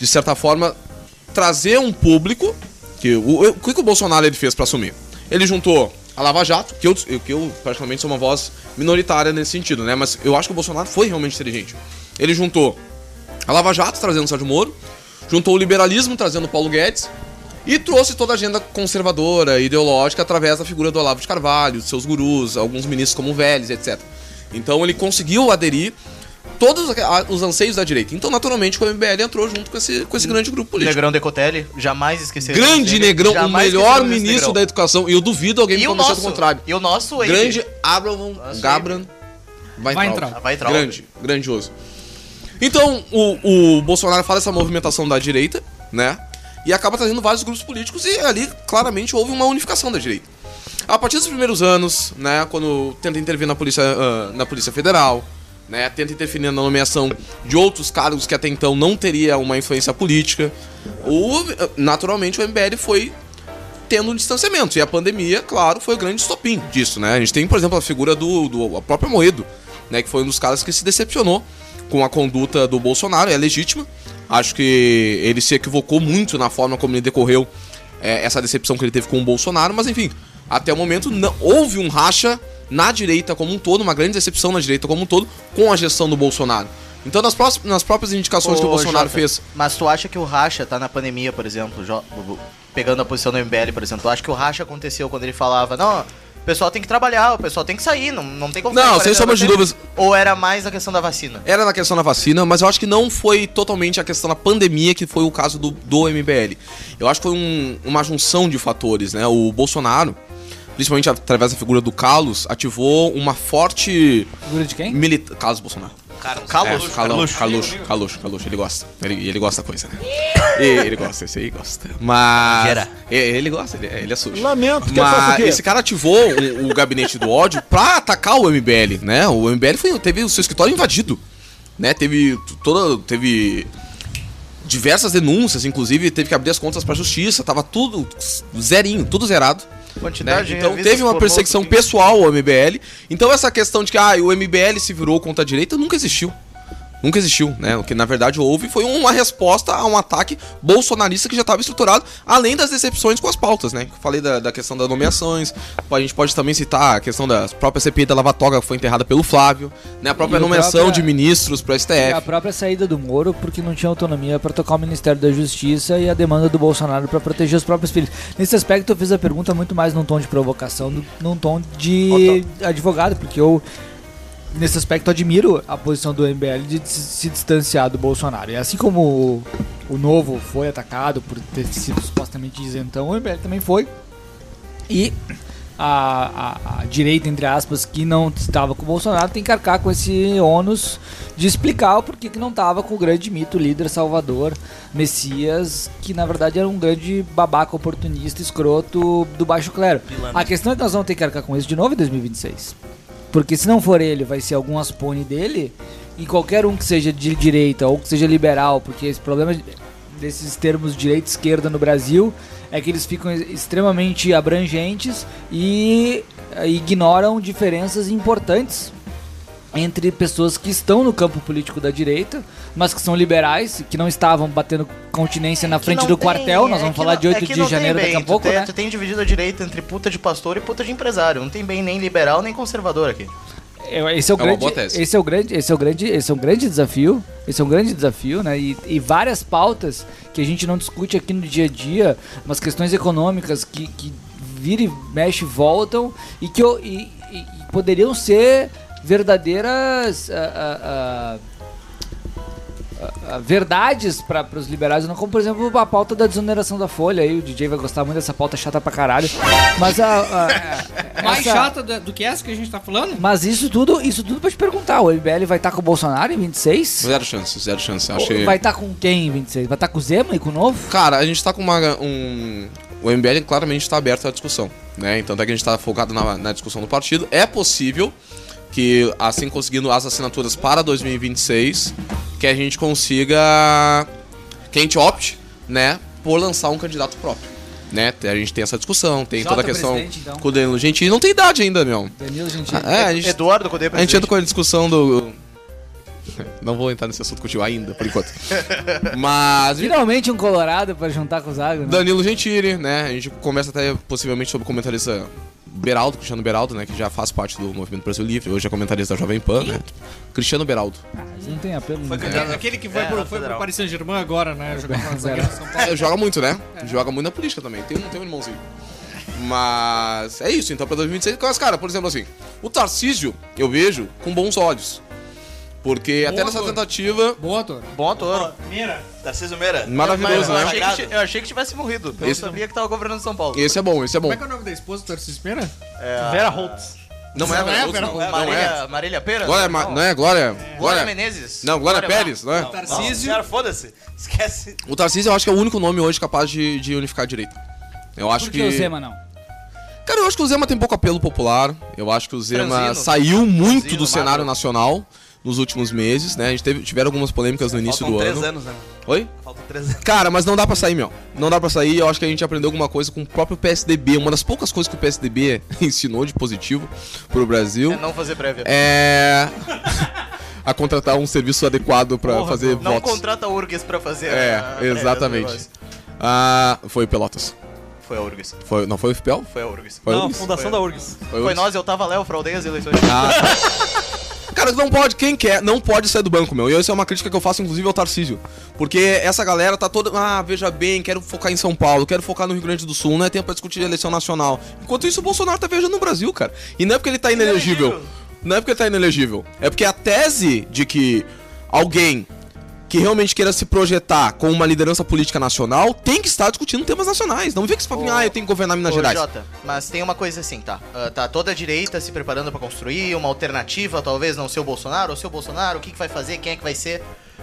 Speaker 11: de certa forma, trazer um público. Que, o, o que, que o Bolsonaro ele fez pra assumir? Ele juntou a Lava Jato, que eu, eu- que eu praticamente sou uma voz minoritária nesse sentido, né? Mas eu acho que o Bolsonaro foi realmente inteligente. Ele juntou a Lava Jato, trazendo o Sérgio Moro, juntou o liberalismo, trazendo o Paulo Guedes, e trouxe toda a agenda conservadora, ideológica, através da figura do Olavo de Carvalho, de seus gurus, alguns ministros como Vélez, etc. Então ele conseguiu aderir todos a- os anseios da direita. Então, naturalmente, o MBL entrou junto com esse, com esse grande grupo político.
Speaker 5: Hum. Negrão Decotelli, jamais esquecer.
Speaker 11: Grande Negrão, o melhor ministro da
Speaker 5: da
Speaker 11: educação. E eu duvido alguém me
Speaker 5: E o
Speaker 11: convencer do
Speaker 5: nosso?
Speaker 11: contrário.
Speaker 5: E o nosso, ele?
Speaker 11: Grande Abraão Gabran vai entrar.
Speaker 5: Weintraub. Weintraub.
Speaker 11: Grande, grandioso. Então, o, o Bolsonaro faz essa movimentação da direita, né? E acaba trazendo vários grupos políticos e ali claramente houve uma unificação da direita. A partir dos primeiros anos, né, quando tenta intervir na polícia, ah, na polícia Federal, né, tenta interferir na nomeação de outros cargos que até então não teria uma influência política, o, naturalmente o MBL foi tendo um distanciamento. E a pandemia, claro, foi o grande estopim disso, né? A gente tem, por exemplo, a figura do, do a própria Moedo, né? Que foi um dos caras que se decepcionou com a conduta do Bolsonaro, é legítima. Acho que ele se equivocou muito na forma como ele decorreu é, essa decepção que ele teve com o Bolsonaro, mas enfim, até o momento não, houve um racha na direita como um todo, uma grande decepção na direita como um todo, com a gestão do Bolsonaro. Então, nas, próxim- nas próprias indicações que o
Speaker 5: Ô,
Speaker 11: Bolsonaro
Speaker 5: Jota,
Speaker 11: fez.
Speaker 5: Mas tu acha que o Racha tá na pandemia, por exemplo, jo- bu- bu- pegando a posição do MBL, por exemplo, tu acha que o Racha aconteceu quando ele falava, não, o pessoal tem que trabalhar, o pessoal tem que sair, não, não tem como...
Speaker 11: Não,
Speaker 5: ficar em
Speaker 11: sem
Speaker 5: quarentena
Speaker 11: sombra de
Speaker 5: sempre"?
Speaker 11: dúvidas.
Speaker 5: Ou era mais a questão da vacina?
Speaker 11: Era na questão da vacina, mas eu acho que não foi totalmente a questão da pandemia que foi o caso do, do MBL. Eu acho que foi um- uma junção de fatores, né? O Bolsonaro, principalmente através da figura do Carlos, ativou uma forte.
Speaker 9: Figura de quem?
Speaker 11: Milita...
Speaker 5: É,
Speaker 11: Carlos Bolsonaro.
Speaker 5: Carlos.
Speaker 11: Caluxo, Caluxo, Caluxo, Caluxo, Ele gosta. Ele, ele gosta da coisa, né? E ele gosta, esse aí gosta. Mas.
Speaker 8: Gera.
Speaker 11: e- Ele gosta, ele, ele é sujo.
Speaker 12: Lamento que eu faça o
Speaker 11: Mas
Speaker 12: quê?
Speaker 11: esse cara ativou o, o gabinete do ódio pra atacar o MBL, né? O MBL foi, teve o seu escritório invadido, né? Teve t- toda, teve diversas denúncias, inclusive teve que abrir as contas pra justiça, tava tudo zerinho, tudo zerado.
Speaker 5: Quantidade de
Speaker 11: Então
Speaker 5: revistas
Speaker 11: teve uma
Speaker 5: pornô
Speaker 11: perseguição pessoal ao MBL. Então essa questão de que ah, o MBL se virou contra a direita nunca existiu. Nunca existiu, né? O que na verdade houve foi uma resposta a um ataque bolsonarista que já estava estruturado, além das decepções com as pautas, né? Eu Falei da, da questão das nomeações, a gente pode também citar a questão da própria CPI da Lava Toga que foi enterrada pelo Flávio, né? A própria
Speaker 9: E o
Speaker 11: nomeação
Speaker 9: próprio-
Speaker 11: de ministros
Speaker 9: E
Speaker 11: pro
Speaker 9: a
Speaker 11: STF.
Speaker 9: própria saída do Moro, porque não tinha autonomia para tocar o Ministério da Justiça e a demanda do Bolsonaro para proteger os próprios filhos. Nesse aspecto, eu fiz a pergunta muito mais num tom de provocação, do- num tom de advogado, porque eu, nesse aspecto, admiro a posição do MBL de se- se distanciar do Bolsonaro. E assim como o, o Novo foi atacado por ter sido supostamente isentão, o MBL também foi. E a, a- a direita, entre aspas, que não estava com o Bolsonaro, tem que arcar com esse ônus de explicar o porquê que não estava com o grande mito, líder, salvador, Messias, que na verdade era um grande babaca oportunista, escroto do baixo clero.
Speaker 4: Pilantra.
Speaker 9: A questão é que nós vamos ter que arcar com isso de novo em 2026. Porque se não for ele, vai ser algum aspone dele, e qualquer um que seja de direita ou que seja liberal, porque esse problema desses termos direita e esquerda no Brasil é que eles ficam ex- extremamente abrangentes e eh, ignoram diferenças importantes entre pessoas que estão no campo político da direita, mas que são liberais, que não estavam batendo continência na frente
Speaker 5: É não
Speaker 9: do
Speaker 5: tem,
Speaker 9: quartel, nós
Speaker 5: é
Speaker 9: vamos
Speaker 5: que
Speaker 9: falar
Speaker 5: não-
Speaker 9: de
Speaker 5: é
Speaker 9: 8
Speaker 5: que
Speaker 9: de
Speaker 5: não tem
Speaker 9: janeiro
Speaker 5: bem,
Speaker 9: daqui a
Speaker 5: tu
Speaker 9: pouco,
Speaker 5: tem,
Speaker 9: né?
Speaker 5: Tu tem dividido a direita entre puta de pastor e puta de empresário. Não tem bem nem liberal nem conservador aqui.
Speaker 9: É, Esse é, o grande, esse é o grande, esse é o grande, esse é um grande desafio. Esse é um grande desafio, né? E, e várias pautas que a gente não discute aqui no dia a dia, mas questões econômicas que, que vira e mexe voltam e que eu- e- e- e poderiam ser verdadeiras ah, ah, ah, ah, ah, verdades para os liberais, não como por exemplo a pauta da desoneração da folha. Aí o DJ vai gostar muito dessa pauta chata pra caralho. Mas a,
Speaker 4: (laughs) (laughs)
Speaker 9: a-
Speaker 4: Mais
Speaker 9: essa-
Speaker 4: chata da- do que essa que a gente tá falando?
Speaker 9: mas isso tudo, isso tudo pra te perguntar. O MBL vai estar com o Bolsonaro em 26?
Speaker 11: Zero chance, zero chance. Acho que-
Speaker 9: Vai estar com quem em 26? Vai estar com o Zema e com o Novo?
Speaker 11: Cara, a gente tá com uma, um. O MBL claramente está aberto à discussão. Né? Então, até que a gente está focado na, na discussão do partido. É possível que, assim conseguindo as assinaturas para 2026, que a gente consiga. que a gente opte, né? Por lançar um candidato próprio. Né? A gente tem essa discussão, tem
Speaker 5: Já
Speaker 11: toda a
Speaker 5: tá
Speaker 11: questão
Speaker 5: presidente, então?
Speaker 11: com o Danilo Gentili. Não tem idade ainda, meu.
Speaker 9: Danilo Gentili.
Speaker 11: Ah, é, a gente-
Speaker 5: Eduardo Cudê,
Speaker 11: A gente
Speaker 5: presidente.
Speaker 11: entra com a discussão do. (laughs) Não vou entrar nesse assunto contigo ainda, por
Speaker 5: (laughs)
Speaker 11: enquanto. Mas.
Speaker 9: Finalmente um Colorado pra juntar com o Zago, né?
Speaker 11: Danilo Gentili, né? A gente conversa até possivelmente sobre o comentarista Beraldo, Cristiano Beraldo, né? Que já faz parte do Movimento Brasil Livre, hoje é comentarista da Jovem Pan, né? Cristiano Beraldo.
Speaker 9: Mas Não tem apelo nenhum.
Speaker 4: Aquele- Aquele que foi,
Speaker 9: É,
Speaker 4: pro,
Speaker 9: na
Speaker 4: foi pro
Speaker 9: Federal.
Speaker 4: Paris Saint-Germain agora, né? Jogar uma zaga no São Paulo.
Speaker 11: É, joga muito, né? Joga muito na política também. Tem um, tem um irmãozinho. Mas é isso, então pra 2026, mas, cara, por exemplo assim, o Tarcísio eu vejo com bons olhos. Porque até nessa tentativa.
Speaker 4: Bom ator.
Speaker 5: Bom ator.
Speaker 3: Mira.
Speaker 5: Tarcísio Meira.
Speaker 11: Maravilhoso,
Speaker 5: eu,
Speaker 11: né?
Speaker 5: achei que, ti- eu achei que tivesse morrido. Eu
Speaker 11: Esse-
Speaker 5: sabia que tava governando São Paulo.
Speaker 11: Esse é bom, esse é bom.
Speaker 4: Como é que é o nome da esposa do Tarcísio Pena?
Speaker 5: É,
Speaker 11: Vera
Speaker 5: Holtz.
Speaker 11: Não é Vera Holtz, não. Não é.
Speaker 5: Marília, Marília Pera?
Speaker 11: Glória, Ma- não é Glória? Glória,
Speaker 5: Menezes?
Speaker 11: Não, Glória, Pérez, não é?
Speaker 5: Tarcísio. Cara, foda-se. Esquece.
Speaker 11: O Tarcísio eu acho que é o único nome hoje capaz de, de unificar a direita. Eu acho
Speaker 9: Por
Speaker 11: que.
Speaker 9: que o Zema não?
Speaker 11: Cara, eu acho que o Zema tem pouco apelo popular. Eu acho que o Zema
Speaker 9: Franzino.
Speaker 11: saiu muito do cenário nacional nos últimos meses, né? A gente teve, tiveram algumas polêmicas no início
Speaker 5: Faltam
Speaker 11: do
Speaker 5: três
Speaker 11: ano.
Speaker 5: anos, né?
Speaker 11: Oi?
Speaker 5: Faltam três anos.
Speaker 11: Cara, mas não dá pra sair, meu. Não dá pra sair. Eu acho que a gente aprendeu alguma coisa com o próprio PSDB. Uma das poucas coisas que o PSDB (laughs) ensinou de positivo pro Brasil.
Speaker 5: É não fazer prévia.
Speaker 11: É. (laughs) a contratar um serviço adequado pra
Speaker 5: Porra,
Speaker 11: fazer
Speaker 5: Não
Speaker 11: votos.
Speaker 5: contrata a URGS pra fazer
Speaker 11: É,
Speaker 5: a- a-
Speaker 11: exatamente. Ah, foi o Pelotas.
Speaker 5: Foi a URGS.
Speaker 11: Foi, não foi o FPEL?
Speaker 5: Foi a URGS.
Speaker 11: Foi a
Speaker 5: Não,
Speaker 11: URGS?
Speaker 5: fundação da URGS.
Speaker 11: Foi a
Speaker 5: Foi,
Speaker 11: URGS.
Speaker 5: nós, eu tava lá, eu fraudei as eleições.
Speaker 11: Cara, não pode, quem quer, não pode sair do banco, meu. E isso é uma crítica que eu faço, inclusive, ao Tarcísio. Porque essa galera tá toda. Ah, veja bem, quero focar em São Paulo, quero focar no Rio Grande do Sul, não é tempo pra discutir eleição nacional. Enquanto isso, o Bolsonaro tá viajando no Brasil, cara. E não é porque ele tá inelegível. Não é porque ele tá inelegível. É porque a tese de que alguém que realmente queira se projetar com uma liderança política nacional tem que estar discutindo temas nacionais. Não vê que você fala, assim, ah, eu tenho que governar Minas
Speaker 5: Ô,
Speaker 11: Gerais.
Speaker 5: Jota, mas tem uma coisa assim, tá? Ah, tá toda a direita se preparando pra construir uma alternativa, talvez não ser o Bolsonaro, ou ser o Bolsonaro, o que, que vai fazer, quem é que vai ser.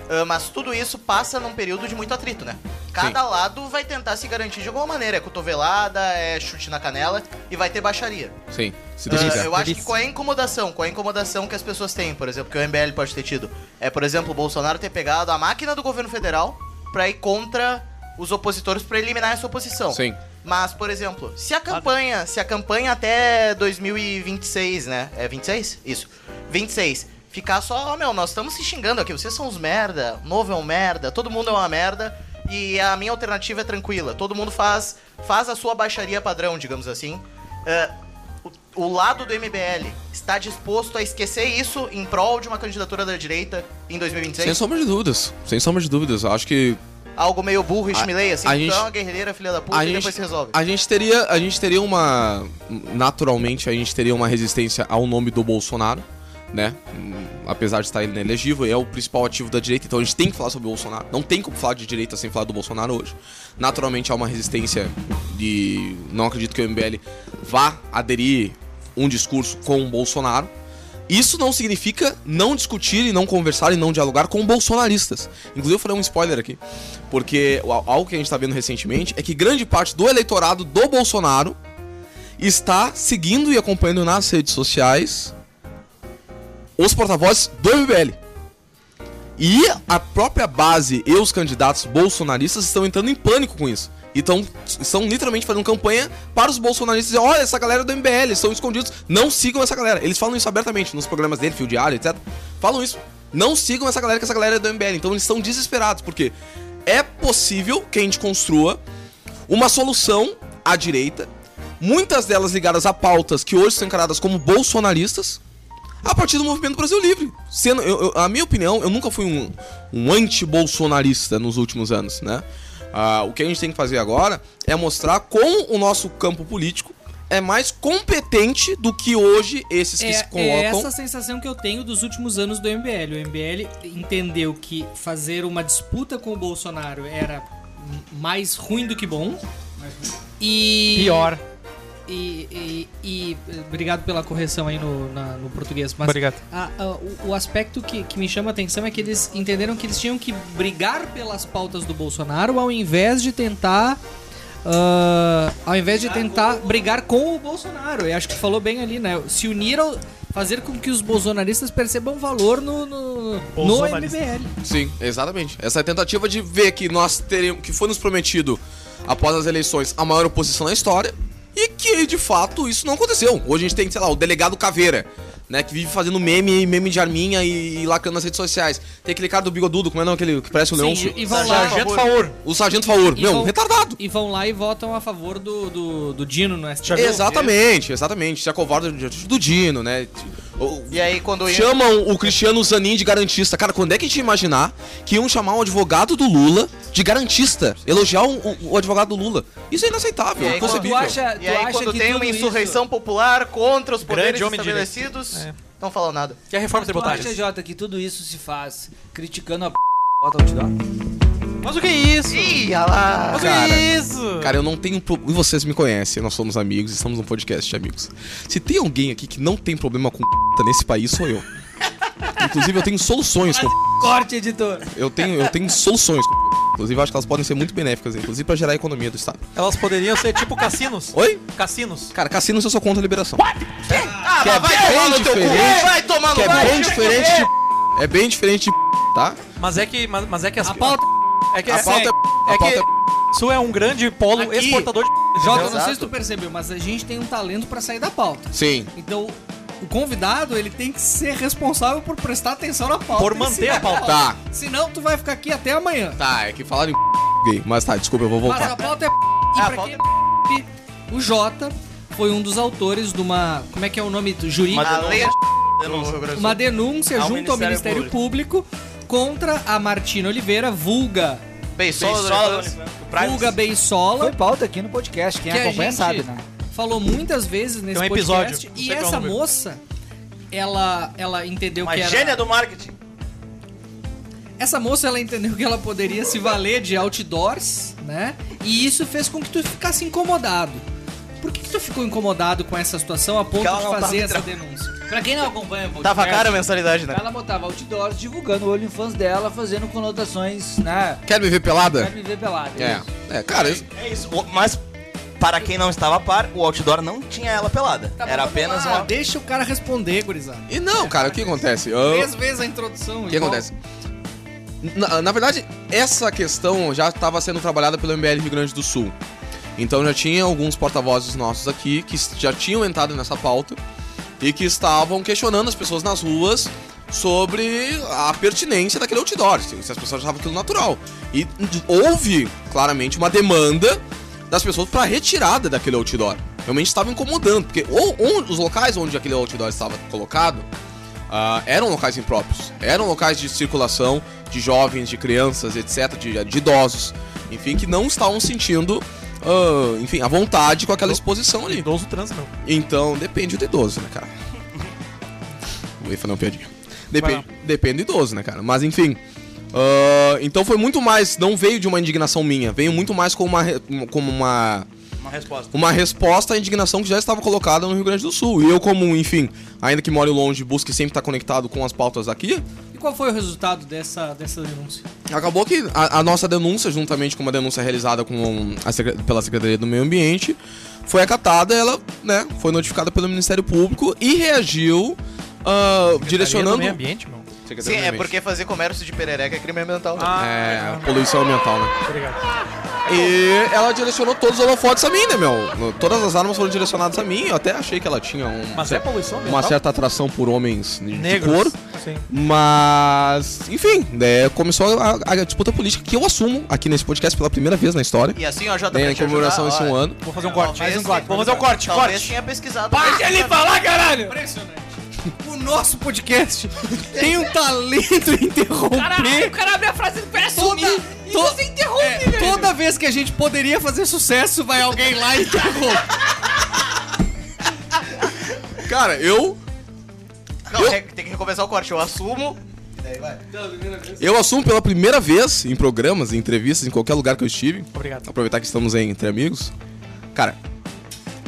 Speaker 5: Ah, mas tudo isso passa num período de muito atrito, né? Cada lado vai tentar se garantir de alguma maneira. É cotovelada, é chute na canela e vai ter baixaria.
Speaker 11: Sim, se
Speaker 5: Ah,
Speaker 11: Deus quiser.
Speaker 5: eu acho que qual é a incomodação? Qual é a incomodação que as pessoas têm, por exemplo, que o MBL pode ter tido? É, por exemplo, o Bolsonaro ter pegado a máquina do governo federal pra ir contra os opositores pra eliminar essa oposição.
Speaker 11: Sim.
Speaker 5: Mas, por exemplo, se a campanha, se a campanha até 2026, né? É 26? Isso. 26. Ficar só, ó, meu, nós estamos se xingando aqui, vocês são uns merda, o novo é um merda, todo mundo é uma merda. E a minha alternativa é tranquila. Todo mundo faz faz a sua baixaria padrão, digamos assim. É, o lado do MBL está disposto a esquecer isso em prol de uma candidatura da direita em 2026?
Speaker 11: Sem sombra de dúvidas. Sem sombra de dúvidas. Acho que
Speaker 5: Algo meio burro e
Speaker 11: A-
Speaker 5: Schmiley, assim,
Speaker 11: a
Speaker 5: tu
Speaker 11: gente-
Speaker 5: é uma guerrilheira, filha da puta, e depois se resolve.
Speaker 11: A gente teria, a gente teria uma naturalmente a gente teria uma resistência ao nome do Bolsonaro, né? Hum, Apesar de estar ele inelegível, é o principal ativo da direita, então a gente tem que falar sobre o Bolsonaro. Não tem como falar de direita sem falar do Bolsonaro hoje. Naturalmente há uma resistência de não acredito que o MBL vá aderir um discurso com o Bolsonaro. Isso não significa não discutir e não conversar e não dialogar com bolsonaristas. Inclusive, eu falei um spoiler aqui. Porque o- algo que a gente está vendo recentemente é que grande parte do eleitorado do Bolsonaro está seguindo e acompanhando nas redes sociais os porta-vozes do MBL. E a própria base e os candidatos bolsonaristas estão entrando em pânico com isso. Então, estão literalmente fazendo campanha para os bolsonaristas. Olha, essa galera é do MBL, estão escondidos. Não sigam essa galera. Eles falam isso abertamente nos programas dele, Fio Diário, etc. Falam isso. Não sigam essa galera, que essa galera é do MBL. Então, eles estão desesperados, porque é possível que a gente construa uma solução à direita, muitas delas ligadas a pautas que hoje são encaradas como bolsonaristas, a partir do movimento Brasil Livre. Sendo, eu- eu- a minha opinião, eu nunca fui um, um anti-bolsonarista nos últimos anos, né? Ah, o que a gente tem que fazer agora é mostrar como o nosso campo político é mais competente do que hoje esses que
Speaker 4: É- É
Speaker 11: se colocam.
Speaker 4: essa a sensação que eu tenho dos últimos anos do MBL. O MBL entendeu que fazer uma disputa com o Bolsonaro era m- mais ruim do que bom. E.
Speaker 10: Pior.
Speaker 4: E, e- e- obrigado pela correção aí no, na- no português. Mas
Speaker 10: Obrigado.
Speaker 4: a- a- o, o aspecto que, que me chama a atenção é que eles entenderam que eles tinham que brigar pelas pautas do Bolsonaro ao invés de tentar. ah, ao invés de tentar brigar com o Bolsonaro, eu acho que falou bem ali, né? Se unir ao. fazer com que os bolsonaristas percebam valor no, no, no
Speaker 11: Bolsonarista.
Speaker 4: MBL.
Speaker 11: Sim, exatamente. Essa é a tentativa de ver que nós teremos, que foi nos prometido após as eleições a maior oposição na história e que de fato isso não aconteceu. Hoje a gente tem, sei lá, o delegado Caveira, né, que vive fazendo meme, meme de arminha e, e lacrando nas redes sociais. Tem aquele cara do bigodudo, como é não aquele que parece o
Speaker 4: Sim,
Speaker 11: Leão?
Speaker 4: e- e vão lá-
Speaker 10: é
Speaker 4: Sargento Faur.
Speaker 11: O Sargento Faur.
Speaker 4: E
Speaker 11: Meu,
Speaker 4: vão-
Speaker 11: retardado.
Speaker 4: E vão lá e votam a favor do, do, do Dino no STF.
Speaker 11: Exatamente, exatamente. Se acovarda diante do Dino, né?
Speaker 5: E aí quando entra-
Speaker 11: Chamam o Cristiano Zanin de garantista. Cara, quando é que a gente ia imaginar que iam chamar um advogado do Lula de garantista? Elogiar o, o- o advogado do Lula. Isso é inaceitável,
Speaker 5: E aí, quando,
Speaker 11: inconcebível.
Speaker 5: e aí, quando tem uma insurreição popular contra os
Speaker 11: Grande
Speaker 5: poderes
Speaker 11: homem de direito.
Speaker 5: estabelecidos, não falam nada.
Speaker 10: Que é a reforma
Speaker 9: Tu acha, Jota, que tudo isso se faz criticando a p... bota outdoor?
Speaker 10: Mas o que é isso?
Speaker 5: Ih, olha lá.
Speaker 10: Mas o que
Speaker 11: Cara,
Speaker 10: é isso?
Speaker 11: Cara, eu não tenho. Pro... E vocês me conhecem, nós somos amigos, estamos num podcast de amigos. Se tem alguém aqui que não tem problema com nesse país, sou eu. Inclusive, eu tenho soluções com
Speaker 9: Corte, editor.
Speaker 11: Eu tenho, eu tenho soluções. com- Inclusive, eu acho que elas podem ser muito benéficas, inclusive pra gerar a economia do Estado.
Speaker 10: Elas poderiam ser tipo cassinos.
Speaker 11: Oi?
Speaker 10: Cassinos.
Speaker 11: Cara, cassinos eu sou contra a liberação.
Speaker 5: Ah,
Speaker 11: Que é
Speaker 5: mas
Speaker 11: bem diferente.
Speaker 5: Vai tomar
Speaker 11: Que
Speaker 5: no
Speaker 11: é
Speaker 5: cu.
Speaker 11: bem diferente de. p***. É bem diferente de. p***, Tá?
Speaker 10: Mas é que, mas, mas é que as... A pauta (laughs) é que,
Speaker 11: A pauta é-
Speaker 10: é,
Speaker 11: a pauta
Speaker 10: que Isso é um grande polo
Speaker 4: Aqui.
Speaker 10: exportador de... p***,
Speaker 4: Jota,
Speaker 10: entendeu?
Speaker 4: não sei se tu percebeu, mas a gente tem um talento pra sair da pauta.
Speaker 11: Sim.
Speaker 4: Então, o convidado, ele tem que ser responsável por prestar atenção na pauta.
Speaker 10: Por
Speaker 4: e
Speaker 10: manter
Speaker 4: seguir
Speaker 10: a pauta.
Speaker 11: Tá.
Speaker 4: Senão, tu vai ficar aqui até amanhã.
Speaker 11: Tá, é que falaram em. p***, gay. Mas tá, desculpa, eu vou
Speaker 4: Mas a
Speaker 11: voltar.
Speaker 4: pauta é... p***, E pra quem é p***, o Jota foi um dos autores de uma... Como é que é o nome do jurídico?
Speaker 5: A lei é
Speaker 4: Uma denúncia
Speaker 5: Ao
Speaker 4: junto ao
Speaker 5: Ministério
Speaker 4: Ministério Público. contra a Martina Oliveira, vulga...
Speaker 5: Beisola,
Speaker 4: Beisola, Vulga Beisola.
Speaker 9: Foi pauta aqui no podcast, quem
Speaker 4: que a
Speaker 9: acompanha
Speaker 4: gente
Speaker 9: sabe, né?
Speaker 4: Falou muitas vezes nesse
Speaker 9: Tem um
Speaker 4: podcast.
Speaker 9: episódio, não
Speaker 4: E
Speaker 9: sei qual
Speaker 4: essa
Speaker 9: número.
Speaker 4: moça, ela, ela entendeu
Speaker 12: Uma
Speaker 4: que era.
Speaker 12: gênia
Speaker 4: do marketing. Essa moça, ela entendeu que ela poderia se valer de outdoors, né? E isso fez com que tu ficasse incomodado. Por que, que tu ficou incomodado com essa situação a ponto
Speaker 12: Porque ela
Speaker 4: de
Speaker 12: não
Speaker 4: fazer
Speaker 12: tava
Speaker 4: essa
Speaker 12: tra-
Speaker 4: denúncia? Pra quem não acompanha o podcast...
Speaker 8: Tá
Speaker 5: Tava cara a mensalidade, né?
Speaker 9: Ela botava outdoors divulgando o OnlyFans dela, fazendo conotações, né?
Speaker 11: Quer me ver pelada?
Speaker 9: Quer me ver pelada.
Speaker 11: É. É, cara, isso...
Speaker 8: É isso. O- Mas, para quem não estava a par, o outdoor não tinha ela pelada. Era
Speaker 4: Ah,
Speaker 8: apenas uma...
Speaker 4: Deixa o cara responder, gurizada.
Speaker 11: E não, cara, o que acontece? Eu-
Speaker 4: Três vezes a introdução.
Speaker 11: O que
Speaker 4: igual.
Speaker 11: acontece? Na, na verdade, essa questão já estava sendo trabalhada pelo MBL Rio Grande do Sul. Então já tinha alguns porta-vozes nossos aqui que s- já tinham entrado nessa pauta e que estavam questionando as pessoas nas ruas sobre a pertinência daquele outdoor, se se as pessoas achavam aquilo natural. E d- houve claramente uma demanda das pessoas para retirada daquele outdoor. Realmente estava incomodando, porque o- on- os locais onde aquele outdoor estava colocado ah, eram locais impróprios, eram locais de circulação de jovens, de crianças, etc, de, de idosos, enfim, que não estavam sentindo, ah, enfim, à vontade com aquela exposição ali.
Speaker 10: Idoso trans não.
Speaker 11: Então depende do idoso, né, cara? (laughs) Vou fazer uma piadinha. Depende, depende do idoso, né, cara? Mas enfim. ah, então foi muito mais, não veio de uma indignação minha, veio muito mais como uma, re- como uma
Speaker 8: Uma resposta.
Speaker 11: uma resposta à indignação que já estava colocada no Rio Grande do Sul. E eu, como, enfim, ainda que moro longe, busque sempre estar conectado com as pautas aqui,
Speaker 4: E qual foi o resultado dessa, dessa denúncia?
Speaker 11: acabou que a, a nossa denúncia, juntamente com uma denúncia realizada com um, a secre- pela Secretaria do Meio Ambiente, foi acatada, ela né, foi notificada pelo Ministério Público e reagiu ah, direcionando...
Speaker 5: do Meio
Speaker 10: é Ambiente, meu.
Speaker 5: Sim, é porque fazer comércio de perereca é crime ambiental.
Speaker 11: É, poluição ambiental, né?
Speaker 10: Obrigado.
Speaker 11: E ela direcionou todos os holofotes a mim, né, meu? No- Todas as armas foram direcionadas a mim. Eu até achei que ela tinha um-
Speaker 10: Mas é poluição
Speaker 11: uma
Speaker 10: ambiental?
Speaker 11: certa atração por homens de
Speaker 10: Negros.
Speaker 11: cor.
Speaker 10: Sim.
Speaker 11: Mas, enfim, né, começou a, a disputa política que eu assumo aqui nesse podcast pela primeira vez na história.
Speaker 5: E assim, ó, Jota,
Speaker 11: Né,
Speaker 5: pra
Speaker 11: em
Speaker 5: te
Speaker 11: comemoração
Speaker 5: ajudar,
Speaker 11: esse um
Speaker 5: ó,
Speaker 11: ano.
Speaker 10: Vou fazer um corte,
Speaker 5: Talvez
Speaker 10: mais um corte.
Speaker 5: tenha-
Speaker 10: Vou fazer um corte,
Speaker 5: Talvez
Speaker 10: corte.
Speaker 5: tenha pesquisado.
Speaker 10: Para ele falar, caralho!
Speaker 4: Impressionante.
Speaker 10: O nosso podcast
Speaker 4: tem um
Speaker 11: (laughs)
Speaker 4: talento em interromper. Caralho, o cara abre a frase do pé toda, e você interrompe, velho. Toda vez que a gente poderia fazer sucesso, vai alguém lá e interrompe.
Speaker 11: Cara, eu,
Speaker 5: Não, re- tem que recomeçar o corte. Eu assumo. E daí vai.
Speaker 11: eu assumo pela primeira vez em programas, em entrevistas, em qualquer lugar que eu estive.
Speaker 10: Obrigado.
Speaker 11: Aproveitar que estamos aí entre amigos. Cara,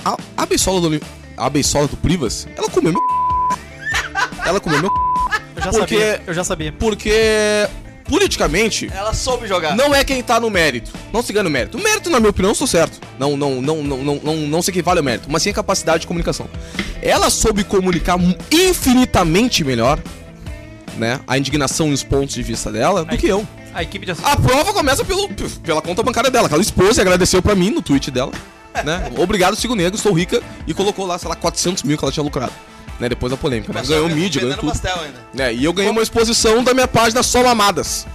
Speaker 11: a, a beisola do, Oli- a beisola do Privas, ela comeu meu c****. Ela comeu meu c****.
Speaker 10: Eu já
Speaker 11: Porque-
Speaker 10: sabia. Eu já sabia.
Speaker 11: Porque politicamente
Speaker 8: Ela soube jogar.
Speaker 11: não é quem tá no mérito. Não se ganha o mérito. O mérito, na minha opinião, eu sou certo. Não, não, não, não, não, não, não se equivale ao mérito, mas sim a capacidade de comunicação. Ela soube comunicar mu- infinitamente melhor, né? A indignação e os pontos de vista dela do que eu.
Speaker 10: A equipe de assistência.
Speaker 11: A prova começa pelo, p- pela conta bancária dela. que Ela expôs e agradeceu pra mim no tweet dela.
Speaker 10: (laughs)
Speaker 11: Né? Obrigado, Sigo Negro, estou rica. E colocou lá, sei lá, 400 mil que ela tinha lucrado. Né? Depois da polêmica. né?
Speaker 8: Passou
Speaker 11: Ganhou
Speaker 8: vendendo-
Speaker 11: mídia, ganhou
Speaker 8: vendendo
Speaker 11: tudo.
Speaker 8: pastel ainda.
Speaker 11: É, e eu ganhei uma exposição da minha página Só Mamadas.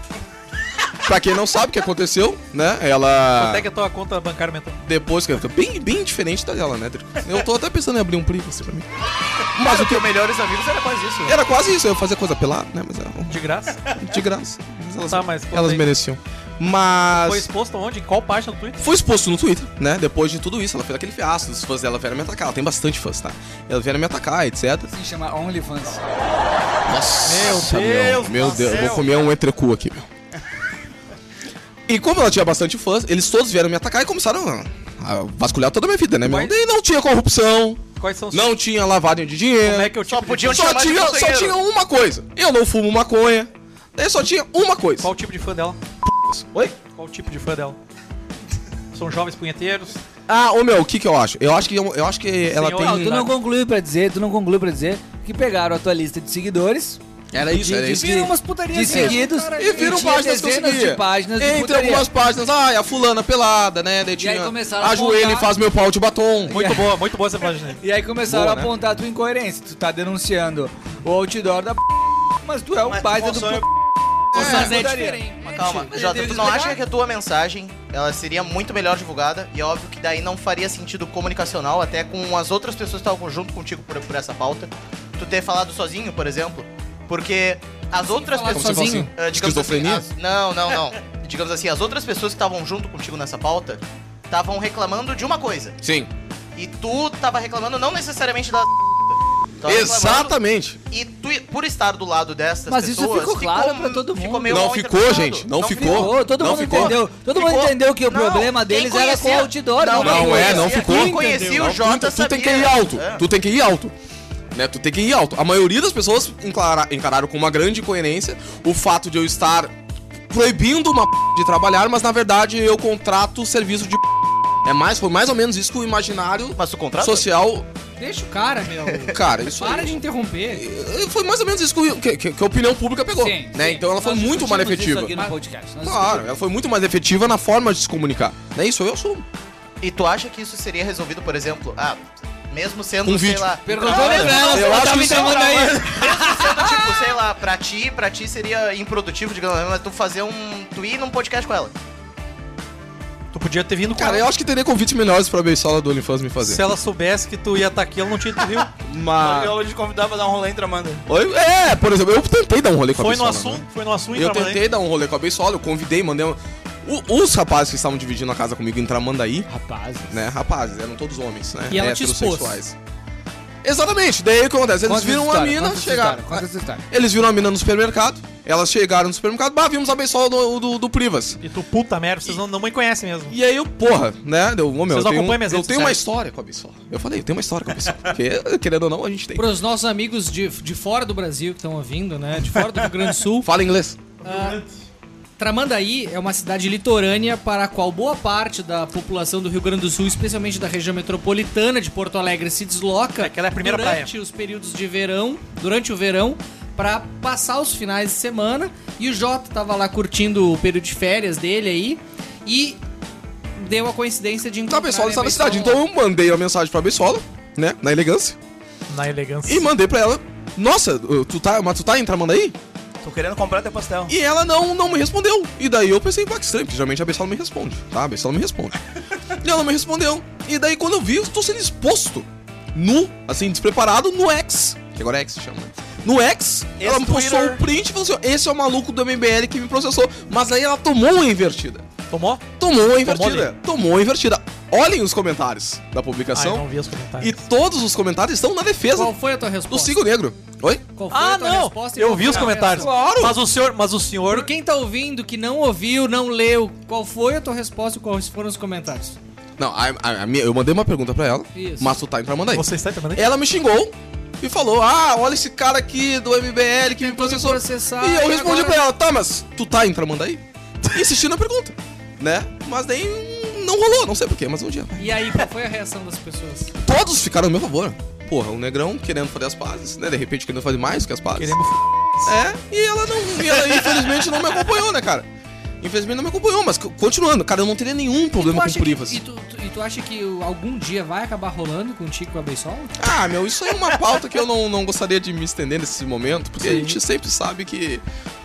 Speaker 11: pra quem não sabe o que aconteceu, né? Ela.
Speaker 10: Quanto é que é a tua conta bancária mental?
Speaker 11: Depois que. Bem, bem diferente da dela, né? Eu tô até pensando em abrir um privacy
Speaker 10: (laughs)
Speaker 11: pra mim. Mas o que eu
Speaker 5: Melhores amigos era quase isso.
Speaker 11: Era quase isso, eu fazia coisa pelada, né? Mas era-
Speaker 10: De graça?
Speaker 11: De graça. Mas elas,
Speaker 10: Tá, mas conta
Speaker 11: elas
Speaker 10: aí.
Speaker 11: mereciam. Mas.
Speaker 10: Foi exposto onde? Em qual página do Twitter?
Speaker 11: Foi exposto no Twitter, né? Depois de tudo isso, ela fez aquele fiasco, os fãs dela vieram me atacar. Ela tem bastante fãs, tá? Ela vieram me atacar, etc.
Speaker 9: Se chama OnlyFans.
Speaker 11: Nossa,
Speaker 9: Meu Deus
Speaker 11: Meu
Speaker 9: do
Speaker 11: Deus, eu
Speaker 9: céu,
Speaker 11: vou comer um entrecu aqui, meu. E como ela tinha bastante fãs, eles todos vieram me atacar e começaram a- a vasculhar toda a minha vida, né, meu?
Speaker 10: Mas-
Speaker 11: E não tinha corrupção,
Speaker 10: Quais são os.
Speaker 11: não tinha lavagem de dinheiro.
Speaker 10: Como é que eu tipo
Speaker 5: podiam
Speaker 10: de...
Speaker 11: só,
Speaker 5: chamar de
Speaker 11: tinha, só
Speaker 5: maconheiro.
Speaker 11: tinha uma coisa. Eu não fumo maconha. Daí só tinha uma coisa.
Speaker 10: Qual o tipo de fã dela?
Speaker 11: Oi?
Speaker 10: Qual o tipo de fã dela? São jovens punheteiros.
Speaker 11: Ah, ô meu, o que que eu acho? Eu acho que, eu, eu acho que ela
Speaker 10: Senhor,
Speaker 11: tem...
Speaker 10: não,
Speaker 9: Tu não concluiu pra dizer, tu não concluiu pra dizer que pegaram a tua lista de seguidores.
Speaker 11: Era isso,
Speaker 9: de,
Speaker 11: era
Speaker 9: de-
Speaker 11: isso.
Speaker 9: De,
Speaker 11: que-
Speaker 9: umas putarias
Speaker 11: de
Speaker 9: seguidos.
Speaker 11: E viram
Speaker 9: tinha
Speaker 11: páginas que eu
Speaker 9: dezenas
Speaker 11: seguia.
Speaker 9: de páginas de
Speaker 11: Entre
Speaker 9: putaria.
Speaker 11: algumas páginas, ai, a fulana pelada, né? Daí tinha,
Speaker 9: começaram a
Speaker 11: ajoelha e
Speaker 9: montar.
Speaker 11: faz meu pau de batom.
Speaker 10: Muito boa, muito boa essa página.
Speaker 9: E aí começaram
Speaker 11: Boa,
Speaker 9: a
Speaker 11: né?
Speaker 9: apontar a tua incoerência. Tu tá denunciando o outdoor da p... Mas tu é um baita do... p-
Speaker 4: Mas é
Speaker 9: putaria.
Speaker 4: diferente.
Speaker 5: Mas calma,
Speaker 4: Mas
Speaker 5: Jota,
Speaker 4: eles
Speaker 5: tu não acha
Speaker 4: pegaram.
Speaker 5: que a tua mensagem ela seria muito melhor divulgada? E é óbvio que daí não faria sentido comunicacional, até com as outras pessoas que estavam junto contigo por, por essa pauta. Tu ter falado sozinho, por exemplo. Porque as outras
Speaker 4: falar
Speaker 5: pessoas.
Speaker 4: sozinho?
Speaker 5: Ah, digamos
Speaker 11: Esquizofrenia?
Speaker 5: assim, as- não, não, não. (laughs) digamos assim, as outras pessoas que estavam junto contigo nessa pauta estavam reclamando de uma coisa.
Speaker 11: Sim,
Speaker 5: E tu tava reclamando não necessariamente da. (laughs) Tava reclamando-
Speaker 11: exatamente.
Speaker 5: E tu, por estar do lado dessas
Speaker 9: Mas isso
Speaker 5: pessoas.
Speaker 9: ficou claro pra todo mundo.
Speaker 5: ficou meio
Speaker 11: Não
Speaker 5: mal
Speaker 11: ficou,
Speaker 5: interpretado.
Speaker 11: gente, não, ficou.
Speaker 9: Ficou, todo
Speaker 11: não
Speaker 9: mundo
Speaker 11: ficou.
Speaker 9: entendeu. Todo mundo
Speaker 5: Ficou.
Speaker 9: entendeu que o
Speaker 5: Não,
Speaker 9: problema
Speaker 5: quem
Speaker 9: deles era com o
Speaker 5: conhecia-
Speaker 9: outdoor.
Speaker 5: Não,
Speaker 11: Não
Speaker 5: quem
Speaker 11: é, não
Speaker 5: conhecia-
Speaker 11: ficou.
Speaker 5: Quem conhecia o
Speaker 11: Não,
Speaker 5: Jota
Speaker 11: tu, tu tem que
Speaker 5: sabia.
Speaker 11: ir alto,
Speaker 5: É.
Speaker 11: tu tem que ir alto. Né? Tu tem que ir alto. A maioria das pessoas enclara- encararam com uma grande incoerência o fato de eu estar proibindo uma p... de trabalhar, mas na verdade eu contrato o serviço de p... É mais, foi mais ou menos isso que o imaginário social.
Speaker 4: Deixa o cara, meu.
Speaker 11: Cara, isso
Speaker 4: Para
Speaker 11: aí-
Speaker 4: de interromper.
Speaker 11: Foi mais ou menos isso que, o- que- que- que a opinião pública pegou.
Speaker 4: Sim,
Speaker 11: né? Então ela foi muito Ah, mais efetiva. Claro, ela foi muito mais efetiva na forma de se comunicar. É isso, eu assumo.
Speaker 5: E tu acha que isso seria resolvido, por exemplo, ah, mesmo sendo,
Speaker 11: Um
Speaker 5: sei
Speaker 11: vídeo.
Speaker 5: lá...
Speaker 11: Perguntou
Speaker 5: Não,
Speaker 11: pra
Speaker 5: mesmo
Speaker 11: ela,
Speaker 5: não,
Speaker 11: eu
Speaker 5: não,
Speaker 11: acho
Speaker 5: tá me
Speaker 11: isso é
Speaker 5: chamando
Speaker 11: não,
Speaker 5: aí.
Speaker 11: mas-
Speaker 5: Mesmo sendo, tipo, sei lá, pra ti, pra ti seria improdutivo, digamos, mas tu fazer um... Tu ir num podcast com ela.
Speaker 10: Tu podia ter vindo com
Speaker 11: Cara,
Speaker 10: ela.
Speaker 11: eu acho que teria convites melhores pra Beisola do OnlyFans me fazer.
Speaker 4: é
Speaker 11: Ah.
Speaker 10: Se ela soubesse que tu ia estar aqui, ela não tinha te (laughs) viu.
Speaker 11: Mas-
Speaker 10: Ela te convidava a dar um rolê entre Amanda.
Speaker 11: Oi? É, por exemplo, eu tentei dar um rolê com a
Speaker 10: Foi no
Speaker 11: Beisola.
Speaker 10: assunto,
Speaker 11: né?
Speaker 10: foi no assunto
Speaker 11: Eu
Speaker 10: entre Amanda.
Speaker 11: tentei dar um rolê com a Beisola, eu convidei, mandei um... O- Os rapazes que estavam dividindo a casa comigo em Tramandaí.
Speaker 4: Rapazes.
Speaker 11: Né, rapazes, eram todos homens, né?
Speaker 4: E ela te expôs.
Speaker 11: heterossexuais. Exatamente, daí o que acontece? Eles
Speaker 4: Conta
Speaker 11: viram
Speaker 4: essa
Speaker 11: uma
Speaker 4: história,
Speaker 11: mina
Speaker 4: conta essa
Speaker 11: chegar.
Speaker 4: história, conta essa história.
Speaker 11: Eles viram a mina no supermercado, elas chegaram no supermercado, bah, vimos a Beisola do, do, do Privas.
Speaker 10: E tu, puta merda, vocês não, não me conhecem mesmo.
Speaker 11: E aí eu, porra, né? Deu, ô, meu,
Speaker 10: Vocês
Speaker 11: eu
Speaker 10: não
Speaker 11: tenho,
Speaker 10: acompanham minhas
Speaker 11: eu
Speaker 10: redes
Speaker 11: tenho uma
Speaker 10: sociais.
Speaker 11: história com a Beisola. Eu falei, eu tenho uma história com a Beisola. Porque, (laughs) querendo ou não, a gente tem.
Speaker 4: Para os nossos amigos de, de fora do Brasil que estão ouvindo, né? De fora do Rio Grande do Sul.
Speaker 11: Fala inglês.
Speaker 4: Ah, Tramandaí é uma cidade litorânea para a qual boa parte da população do Rio Grande do Sul, especialmente da região metropolitana de Porto Alegre, se desloca
Speaker 10: é a primeira
Speaker 4: durante os períodos de verão, durante o verão, para passar os finais de semana. E o Jota tava lá curtindo o período de férias dele aí e deu a coincidência de encontrar
Speaker 11: A Beisola está na cidade.
Speaker 4: Então
Speaker 11: Então eu mandei uma mensagem pra Beisola, né? Na elegância.
Speaker 10: Na elegância.
Speaker 11: E mandei pra ela. Nossa, tu tá, mas tu tá em Tramandaí?
Speaker 8: Tô querendo comprar teu pastel.
Speaker 11: E ela não, não me respondeu. E daí eu pensei, bah, que estranho, porque geralmente a Bessola me responde, tá? A Bessola me responde.
Speaker 10: (laughs)
Speaker 11: e ela não me respondeu. E daí quando eu vi, eu tô sendo exposto, nu, assim, despreparado, no X. Que agora é X, se chama, né? No X, ela me postou
Speaker 10: Ex-Twitter.
Speaker 11: um print e falou assim, ó, esse é o maluco do MBL que me processou. Mas aí ela tomou uma invertida.
Speaker 10: Tomou?
Speaker 11: Tomou uma
Speaker 10: Tomou
Speaker 11: invertida.
Speaker 10: ali.
Speaker 11: Tomou uma invertida. Olhem os comentários da publicação.
Speaker 10: Ai, Ah, não vi os comentários.
Speaker 11: um E todos os comentários estão na defesa
Speaker 4: Qual foi a tua resposta?
Speaker 11: do Sigo Negro. Oi?
Speaker 4: Qual foi
Speaker 10: Ah,
Speaker 4: a tua
Speaker 10: não!
Speaker 4: resposta e
Speaker 10: Eu
Speaker 4: qual
Speaker 10: vi
Speaker 4: foi
Speaker 10: os
Speaker 4: a
Speaker 10: comentários.
Speaker 4: reação?
Speaker 10: Mas o senhor, mas o
Speaker 4: Por
Speaker 10: senhor.
Speaker 4: quem tá ouvindo que não ouviu, não leu, qual foi a tua resposta e quais foram os comentários?
Speaker 11: Não, a- a- a minha- eu mandei uma pergunta pra ela,
Speaker 4: Isso.
Speaker 11: mas tu tá em Tramandaí.
Speaker 10: Você está em Tramandaí?
Speaker 11: Ela me xingou e falou, ah, olha esse cara aqui do MBL que me processou. e eu
Speaker 4: e
Speaker 11: respondi
Speaker 4: agora-
Speaker 11: pra ela, tá, mas tu tá em Tramandaí? Insistindo na pergunta, né? Mas nem... não rolou, não sei porquê, mas um dia.
Speaker 4: E aí, qual foi a reação das pessoas?
Speaker 11: Todos ficaram a meu favor. Porra, um negrão querendo fazer as pazes, né? De repente querendo fazer mais que as pazes.
Speaker 10: Querendo
Speaker 11: É, e ela não... E ela infelizmente não me acompanhou, né, cara? Infelizmente não me acompanhou, mas c- continuando, cara, eu não teria nenhum problema com
Speaker 4: acha que-
Speaker 11: privas.
Speaker 4: e, tu, tu- e tu acha que o- algum dia vai acabar rolando contigo com a Beisola?
Speaker 11: Ah, meu, isso aí é uma pauta que eu não, não gostaria de me estender nesse momento, porque a
Speaker 4: Sim.
Speaker 11: gente sempre sabe que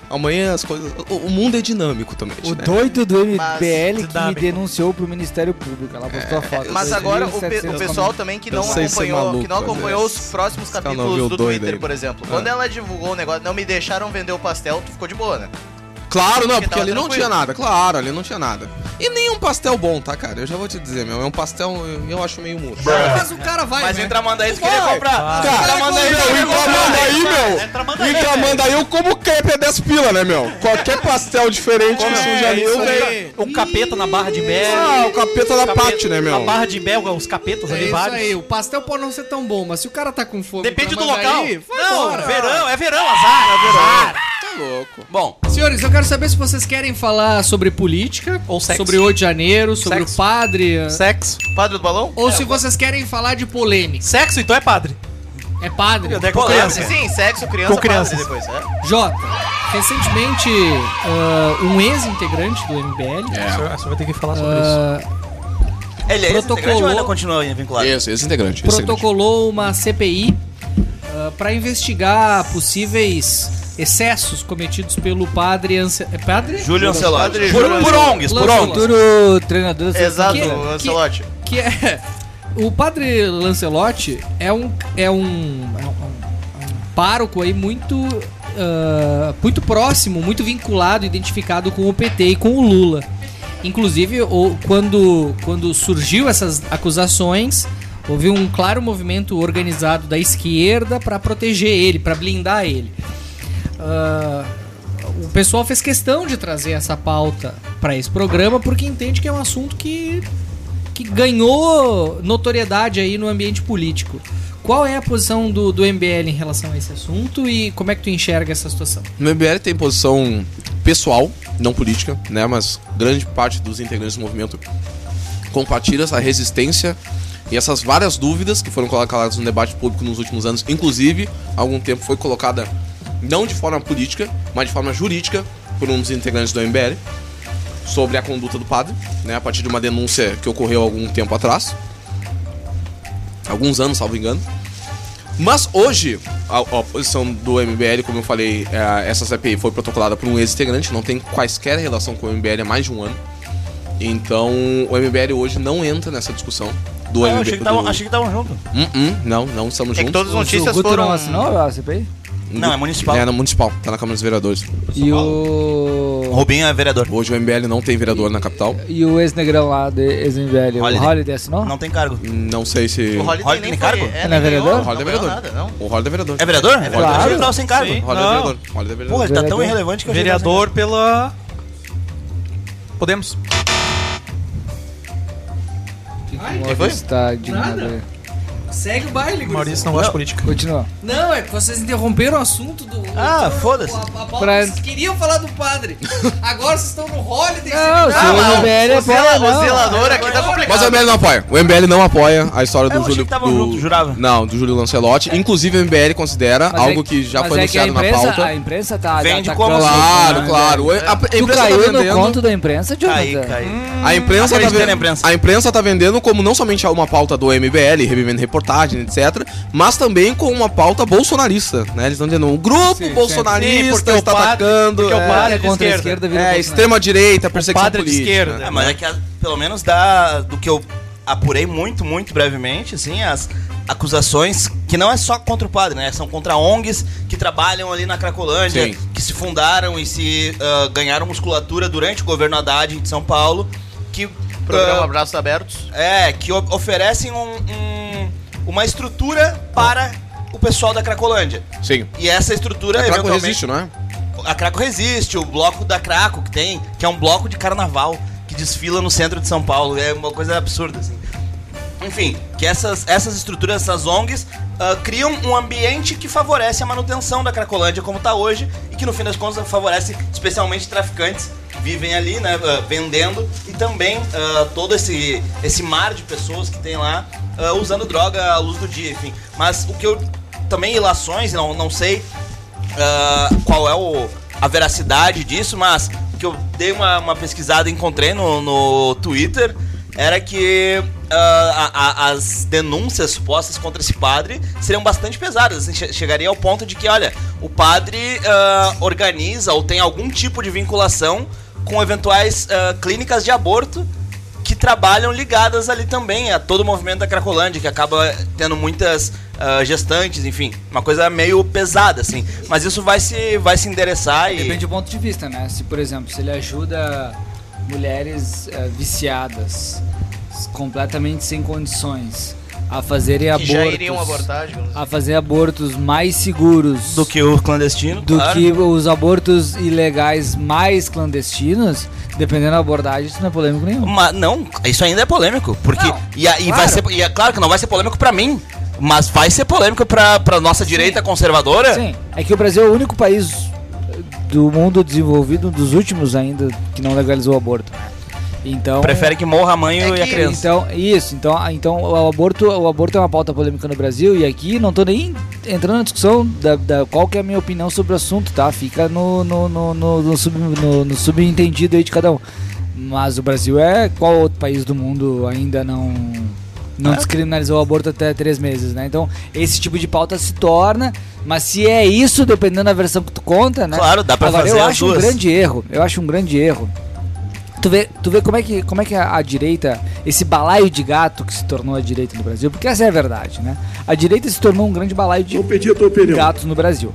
Speaker 11: amanhã as coisas. O, o mundo é dinâmico também.
Speaker 9: O
Speaker 11: né?
Speaker 9: doido do MBL que me
Speaker 11: dinâmico.
Speaker 9: denunciou pro Ministério Público. Ela postou a foto.
Speaker 5: Mas agora o, pe- o
Speaker 9: 2.700
Speaker 5: pessoal também que
Speaker 11: Eu
Speaker 5: não
Speaker 11: sei ser
Speaker 5: acompanhou, que não
Speaker 11: maluco,
Speaker 5: acompanhou
Speaker 11: às
Speaker 5: os próximos
Speaker 11: Os caras não
Speaker 5: capítulos
Speaker 11: vê o
Speaker 5: do
Speaker 11: doido
Speaker 5: Twitter,
Speaker 11: aí.
Speaker 5: por exemplo.
Speaker 11: Ah.
Speaker 5: Quando ela divulgou o negócio, não me deixaram vender o pastel, tu ficou de boa, né?
Speaker 11: Claro, não, porque
Speaker 5: tava
Speaker 11: ali não
Speaker 5: tranquilo.
Speaker 11: tinha nada, claro, ali não tinha nada. E nem um pastel bom, tá, cara? Eu já vou te dizer, meu, é um pastel, eu, eu acho meio murcho.
Speaker 4: É. Mas o cara vai,
Speaker 8: Mas
Speaker 4: né?
Speaker 8: entra manda aí, tu queria comprar.
Speaker 11: Cara,
Speaker 8: Entra manda aí,
Speaker 11: meu,
Speaker 8: queria comprar.
Speaker 11: Tramandaí,
Speaker 8: É
Speaker 11: meu!
Speaker 8: Tramandaí,
Speaker 11: Em Tramandaí eu como crepe é 10 pila, né, meu? Qualquer pastel diferente
Speaker 10: Como
Speaker 11: que
Speaker 10: é,
Speaker 11: suja ali,
Speaker 10: isso
Speaker 11: eu
Speaker 10: aí.
Speaker 11: venho.
Speaker 10: O Um capeta na barra de mel.
Speaker 11: Ah, o capeta da
Speaker 10: Capeta-
Speaker 11: Pátio, né, meu?
Speaker 10: A barra de mel, os capetas
Speaker 4: É
Speaker 10: ali
Speaker 4: isso
Speaker 10: vários.
Speaker 4: aí, o pastel pode não ser tão bom, mas se o cara tá com fome...
Speaker 10: Depende
Speaker 4: pra
Speaker 10: do
Speaker 4: mandar
Speaker 10: local.
Speaker 4: aí, vai
Speaker 10: Não,
Speaker 4: embora.
Speaker 10: verão, é verão, azar, é verão.
Speaker 11: Tá louco.
Speaker 8: Bom,
Speaker 4: Senhores, eu quero saber se vocês querem falar sobre política, ou
Speaker 10: sexo.
Speaker 4: sobre o 8 de janeiro, sobre o padre... eh,
Speaker 10: Sexo.
Speaker 5: Padre do balão?
Speaker 4: Ou se vocês querem falar de polêmica.
Speaker 10: Sexo, então é padre.
Speaker 4: É padre.
Speaker 10: Onde é que eu criança.
Speaker 5: Sim, sexo, criança,
Speaker 10: Com crianças.
Speaker 5: padre depois, é.
Speaker 4: Jota, recentemente ah, um ex-integrante do
Speaker 11: É.
Speaker 4: MBL
Speaker 10: Você vai ter que falar sobre
Speaker 4: ah,
Speaker 8: Ele é ex-integrante ou ainda
Speaker 4: protocolou,
Speaker 8: continua vinculado?
Speaker 11: Isso, esse integrante. esse integrante.
Speaker 4: protocolou uma CPI para ah, investigar possíveis excessos cometidos pelo padre Ance... é padre?
Speaker 8: Júlio Ancelotti.
Speaker 4: Padre
Speaker 8: Por-
Speaker 11: um,
Speaker 4: Júlio
Speaker 8: por
Speaker 4: Ancelotti.
Speaker 8: ONGs, por
Speaker 4: Lancelotti.
Speaker 8: ONGs.
Speaker 9: Futuro treinador da
Speaker 5: Exato,
Speaker 4: Que-
Speaker 5: Ancelotti.
Speaker 4: que é o padre Lancelotti é um é um, é um, é um pároco aí muito ah, muito próximo, muito vinculado, identificado com o PT e com o Lula. Inclusive, o- quando quando surgiu essas acusações, houve um claro movimento organizado da esquerda para proteger ele, para blindar ele. Ah, o pessoal fez questão de trazer essa pauta para esse programa porque entende que é um assunto que que ganhou notoriedade aí no ambiente político. Qual é a posição do, do MBL em relação a esse assunto e como é que tu enxerga essa situação?
Speaker 11: No MBL tem posição pessoal, não política, né? Mas grande parte dos integrantes do movimento compartilha essa resistência e essas várias dúvidas que foram colocadas no debate público nos últimos anos, inclusive, há algum tempo foi colocada não de forma política, mas de forma jurídica por um dos integrantes do MBL sobre a conduta do padre, né? A partir de uma denúncia que ocorreu há algum tempo atrás. Alguns anos, salvo engano. Mas hoje, a, a posição do MBL, como eu falei, é, essa CPI foi protocolada por um ex-integrante, não tem quaisquer relação com o MBL há mais de um ano. Então, o MBL hoje não entra nessa discussão do
Speaker 12: Ah, eu
Speaker 11: MBL.
Speaker 12: achei que estavam achei que
Speaker 10: um
Speaker 12: estavam junto.
Speaker 11: Hum, hum, não, não
Speaker 5: É
Speaker 11: estamos juntos.
Speaker 9: o Guto não assinou a CPI?
Speaker 11: Não, é municipal. É, na municipal, tá na Câmara dos Vereadores.
Speaker 9: E o.
Speaker 8: um,
Speaker 11: Rubinho é vereador. Hoje o MBL não tem vereador na capital.
Speaker 9: E o ex-negrão lá, do ex-MBL, o
Speaker 11: Holiday.
Speaker 9: Holiday assinou?
Speaker 11: Não tem cargo. Não sei se.
Speaker 9: O Holiday
Speaker 11: tem cargo?
Speaker 9: é, Não é nem vereador? ganhou,
Speaker 11: O Holiday é
Speaker 9: não
Speaker 11: vereador.
Speaker 9: ganhou
Speaker 11: O Holiday é vereador.
Speaker 12: É vereador? É vereador
Speaker 11: Claro.
Speaker 12: geral sem cargo.
Speaker 11: Sim,
Speaker 12: Não.
Speaker 11: Holiday é vereador. Holiday é vereador.
Speaker 12: Porra, ele tá tão irrelevante que eu achei
Speaker 10: Vereador pela. Podemos.
Speaker 9: Quem foi? Está indignado
Speaker 4: Nada.
Speaker 9: aí.
Speaker 4: Segue o baile, gurizada.
Speaker 10: Maurício não gosta de política.
Speaker 9: Continua.
Speaker 4: Não, é que vocês interromperam o assunto do.
Speaker 12: Ah, foda-se.
Speaker 9: Pra-
Speaker 4: Vocês queriam falar do
Speaker 9: (laughs)
Speaker 4: padre. Agora vocês estão no holiday.
Speaker 9: Não,
Speaker 4: sem-
Speaker 9: se o
Speaker 4: mas
Speaker 9: MBL é bola, não.
Speaker 5: tá
Speaker 11: Mas o MBL não apoia. O MBL não apoia a história do Júlio.
Speaker 12: tavam
Speaker 11: do...
Speaker 12: juntos, jurava.
Speaker 11: Não, do Júlio Lancelotti. Inclusive, o MBL considera
Speaker 9: Mas
Speaker 11: algo
Speaker 9: é-
Speaker 11: que já
Speaker 9: mas
Speaker 11: foi
Speaker 9: é que a
Speaker 11: anunciado
Speaker 9: imprensa,
Speaker 11: na pauta.
Speaker 9: A imprensa tá.
Speaker 11: Vende
Speaker 9: tá
Speaker 11: como
Speaker 9: cravando,
Speaker 11: Claro,
Speaker 10: assim?
Speaker 9: né?
Speaker 11: claro. A- a
Speaker 9: Tu
Speaker 11: imprensa tá
Speaker 9: caiu
Speaker 11: vendendo.
Speaker 9: no conto da imprensa, Jonathan?
Speaker 11: A imprensa, tá
Speaker 9: Acreditei
Speaker 11: ven-
Speaker 9: na
Speaker 11: a imprensa tá vendendo como não somente uma pauta do MBL, revivendo reportagem, etc., mas também com uma pauta bolsonarista, né? Eles estão dizendo, o grupo
Speaker 12: sim,
Speaker 9: Sim,
Speaker 12: porque
Speaker 11: bolsonarista
Speaker 12: o
Speaker 11: está
Speaker 12: padre-
Speaker 11: atacando...
Speaker 12: porque o padre é de
Speaker 11: contra a
Speaker 12: esquerda.
Speaker 11: esquerda É, extrema-direita, perseguição
Speaker 12: padre de
Speaker 11: política.
Speaker 12: esquerda, né?
Speaker 8: Ah, mas é que a- pelo menos dá do que eu apurei muito, muito brevemente, assim, as acusações que não é só contra o padre, né? São contra ONGs que trabalham ali na Cracolândia,
Speaker 11: Sim.
Speaker 8: que se fundaram e se ah, ganharam musculatura durante o governo Haddad de São Paulo, que
Speaker 5: Programa
Speaker 8: ah,
Speaker 5: Abraços Abertos.
Speaker 8: é, que o- oferecem um- um- uma estrutura para o pessoal da Cracolândia.
Speaker 11: Sim.
Speaker 8: E essa estrutura
Speaker 11: A Craco
Speaker 8: É, eventualmente-
Speaker 11: resiste, não é?
Speaker 8: a Craco resiste, o bloco da Craco que tem, que é um bloco de carnaval que desfila no centro de São Paulo, é uma coisa absurda assim. Enfim, que essas, essas estruturas, essas ONGs, ah, criam um ambiente que favorece a manutenção da Cracolândia como está hoje e que no fim das contas favorece especialmente traficantes que vivem ali, né, ah, vendendo e também ah, todo esse, esse mar de pessoas que tem lá ah, usando droga à luz do dia, enfim. Mas o que eu também ilações, não, não sei ah, qual é o- a veracidade disso, mas o que eu dei uma, uma pesquisada e encontrei no, no Twitter era que ah, a- a- as denúncias supostas contra esse padre seriam bastante pesadas. assim, che- chegaria ao ponto de que, olha, o padre ah, organiza ou tem algum tipo de vinculação com eventuais ah, clínicas de aborto que trabalham ligadas ali também a todo o movimento da Cracolândia, que acaba tendo muitas ah, gestantes, enfim, uma coisa meio pesada, assim. Mas isso vai se, vai se endereçar e.
Speaker 9: Depende do ponto de vista, né? Se, por exemplo, se ele ajuda mulheres eh, viciadas, s- completamente sem condições, a fazerem
Speaker 5: Que
Speaker 9: é abortos...
Speaker 5: já iriam abortar, digamos. assim.
Speaker 9: A fazer abortos mais seguros...
Speaker 8: Do que o clandestino,
Speaker 9: Do
Speaker 8: claro.
Speaker 9: que os abortos ilegais mais clandestinos, dependendo da abordagem, isso não é polêmico nenhum.
Speaker 8: Mas não, isso ainda é polêmico, porque e, a- e vai ser e é claro que não vai ser polêmico pra mim, mas vai ser polêmico pra pra nossa direita conservadora.
Speaker 9: Sim, é que o Brasil é o único país eh, do mundo desenvolvido, um dos últimos ainda, que não legalizou o aborto. Então
Speaker 8: Prefere que morra a mãe e a criança.
Speaker 9: Então, isso, então, ah, então o aborto, o aborto é uma pauta polêmica no Brasil e aqui não tô nem entrando na discussão da, da- qual que é a minha opinião sobre o assunto, tá? Fica no, no, no, no- no sub- no- no subentendido aí de cada um. Mas o Brasil é qual outro país do mundo ainda não não
Speaker 8: É.
Speaker 9: descriminalizou o aborto até três meses, né? Então, esse tipo de pauta se torna, mas se é isso, dependendo da versão que tu conta, né?
Speaker 8: Claro, dá pra
Speaker 9: Agora,
Speaker 8: fazer
Speaker 9: eu
Speaker 8: as
Speaker 9: acho um
Speaker 8: duas.
Speaker 9: grande erro, eu acho um grande erro Tu vê, tu vê como é que, como é que a, a direita, esse balaio de gato que se tornou a direita no Brasil, porque essa é a verdade, né? A direita se tornou um grande balaio de gatos no Brasil.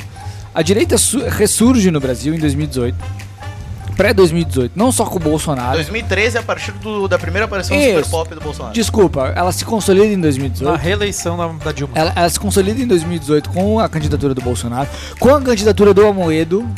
Speaker 9: A direita su- ressurge no Brasil em 2018, pré-2018, não só com o Bolsonaro.
Speaker 5: 2013 é a partir do- da primeira aparição do Super
Speaker 9: Ah, Isso.
Speaker 5: Pop do Bolsonaro.
Speaker 9: Desculpa, ela se consolida em 2018.
Speaker 10: Na reeleição da, da Dilma.
Speaker 9: Ela, ela se consolida em 2018 com a candidatura do Bolsonaro, com a candidatura do Amoedo,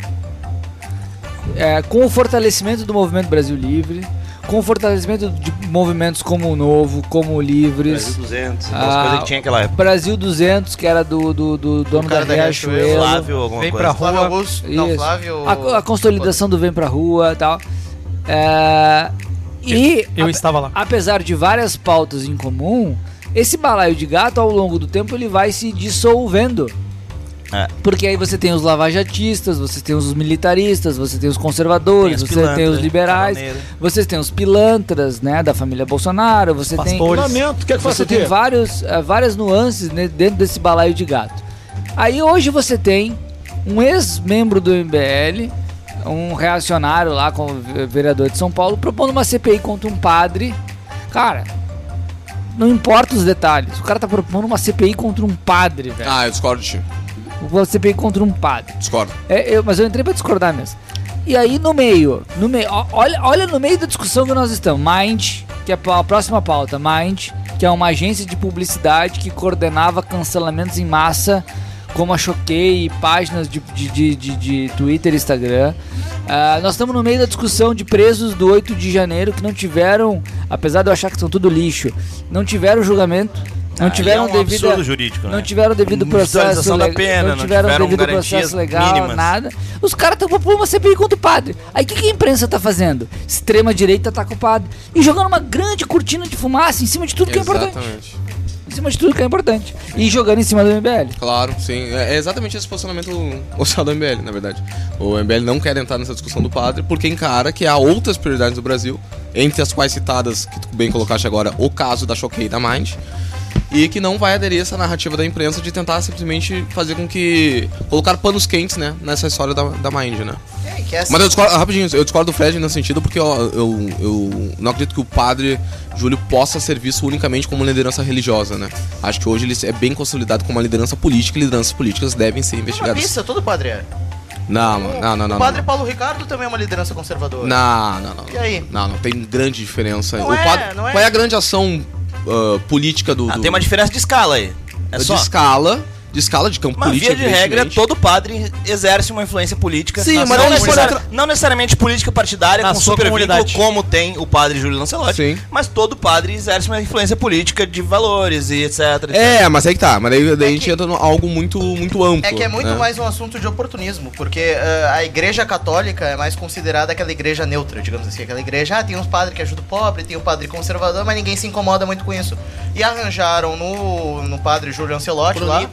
Speaker 9: é, com o fortalecimento do Movimento Brasil Livre, com o fortalecimento de movimentos como o Novo, como o Livres. Ah,
Speaker 8: Brasil 200, aquelas coisas que tinha naquela época.
Speaker 9: Brasil 200, que era do, do, do dono da,
Speaker 8: cara da
Speaker 9: Riachuelo.
Speaker 8: Riachuelo, Flávio, alguma Vem coisa. pra Rua.
Speaker 5: Flávio Augusto, não,
Speaker 9: Isso.
Speaker 5: Flávio-
Speaker 9: A, a consolidação do Vem Pra Rua e tal. É, e...
Speaker 10: Eu
Speaker 9: ape-
Speaker 10: estava lá.
Speaker 9: Apesar de várias pautas em comum, esse balaio de gato, ao longo do tempo, ele vai se dissolvendo.
Speaker 12: É.
Speaker 9: Porque aí você tem os lavajatistas, você tem os militaristas, você tem os conservadores,
Speaker 12: Tem os
Speaker 9: você tem
Speaker 12: pilantras,
Speaker 9: os liberais,
Speaker 12: caroneiro.
Speaker 9: vocês tem os pilantras, né, da família Bolsonaro, você
Speaker 12: Os
Speaker 9: tem
Speaker 12: pastores. Lamento, quer que faça
Speaker 9: você
Speaker 12: o quê?
Speaker 9: tem vários, eh, várias nuances né, dentro desse balaio de gato. Aí hoje você tem um ex-membro do MBL, um reacionário lá como ve- vereador de São Paulo, propondo uma CPI contra um padre. Cara, não importa os detalhes. O cara tá propondo uma CPI contra um padre, velho.
Speaker 11: Ah, eu discordo de ti.
Speaker 9: Uma CPI contra um padre.
Speaker 11: Discordo.
Speaker 9: É, eu- mas eu entrei pra discordar mesmo. E aí no meio, no meio, ó- olha, olha no meio da discussão que nós estamos. Mind, que é a pa- a próxima pauta, Mind, que é uma agência de publicidade que coordenava cancelamentos em massa, como a Choquei e páginas de, de, de, de- de Twitter e Instagram. Ah, nós estamos no meio da discussão de presos do 8 de janeiro que não tiveram, apesar de eu achar que são tudo lixo, não tiveram julgamento, não
Speaker 12: Ali
Speaker 9: tiveram
Speaker 12: é um
Speaker 9: devida-
Speaker 12: absurdo jurídico,
Speaker 9: não
Speaker 12: né?
Speaker 9: tiveram devido processo,
Speaker 12: Individualização da
Speaker 9: le-
Speaker 12: pena,
Speaker 9: não
Speaker 12: não
Speaker 9: tiveram,
Speaker 12: tiveram
Speaker 9: devido
Speaker 12: garantias
Speaker 9: processo legal,
Speaker 12: mínimas.
Speaker 9: nada. Os caras estão propondo uma CPI contra o padre. Aí o que, que a imprensa tá fazendo? Extrema direita ataca o padre. E jogando uma grande cortina de fumaça em cima de tudo que é importante.
Speaker 11: Exatamente.
Speaker 9: Em cima de tudo que é importante. E jogando em cima do MBL.
Speaker 11: Claro, sim. É é exatamente esse posicionamento (laughs) oficial do MBL, na verdade. O MBL não quer entrar nessa discussão do padre porque encara que há outras prioridades do Brasil, entre as quais citadas, que tu bem colocaste agora, o caso da Choquei e da Mind, e que não vai aderir a essa narrativa da imprensa de tentar simplesmente fazer com que. colocar panos quentes, né, nessa história da, da Mind, né?
Speaker 5: que é
Speaker 11: Mas eu discordo, rapidinho, eu discordo do Fred nesse sentido porque ó, eu, eu não acredito que o padre Júlio possa ser visto unicamente como uma liderança religiosa, né? Acho que hoje ele é bem consolidado como uma liderança política e lideranças políticas devem ser
Speaker 5: é Uma
Speaker 11: investigadas.
Speaker 5: pista, todo padre é.
Speaker 11: Não, mano, não, não,
Speaker 5: O
Speaker 11: não.
Speaker 5: padre
Speaker 11: não.
Speaker 5: Paulo Ricardo também é uma liderança conservadora.
Speaker 11: Não, não, não.
Speaker 5: E aí?
Speaker 11: Não, não tem grande diferença.
Speaker 5: Não
Speaker 11: o
Speaker 5: é,
Speaker 11: padre,
Speaker 5: não é.
Speaker 11: Qual é a grande ação ah, política do,
Speaker 8: Ah,
Speaker 11: do-
Speaker 8: tem uma diferença de escala aí. É
Speaker 11: de
Speaker 8: só.
Speaker 11: escala, de escala de campo
Speaker 8: Mas
Speaker 11: político.
Speaker 8: via de regra,
Speaker 11: evidentemente.
Speaker 8: todo padre exerce uma influência política.
Speaker 11: Sim,
Speaker 8: na
Speaker 11: mas
Speaker 8: sua
Speaker 11: não
Speaker 8: comunidade.
Speaker 11: necessari-
Speaker 8: não necessariamente política partidária
Speaker 12: Na
Speaker 8: com
Speaker 12: sua
Speaker 8: super vínculo,
Speaker 12: comunidade.
Speaker 8: como tem o padre Júlio Lancelotti. Mas todo padre exerce uma influência política de valores e etc. etc.
Speaker 11: É, mas aí que tá. Mas aí daí a gente entra em algo muito, muito amplo.
Speaker 5: É que é muito
Speaker 11: né?
Speaker 5: mais um assunto de oportunismo, porque eh, a igreja católica é mais considerada aquela igreja neutra, digamos assim. Aquela igreja, ah, tem uns padres que ajudam o pobre, tem o padre conservador, mas ninguém se incomoda muito com isso. E arranjaram no, no padre Júlio Ancelotti lá.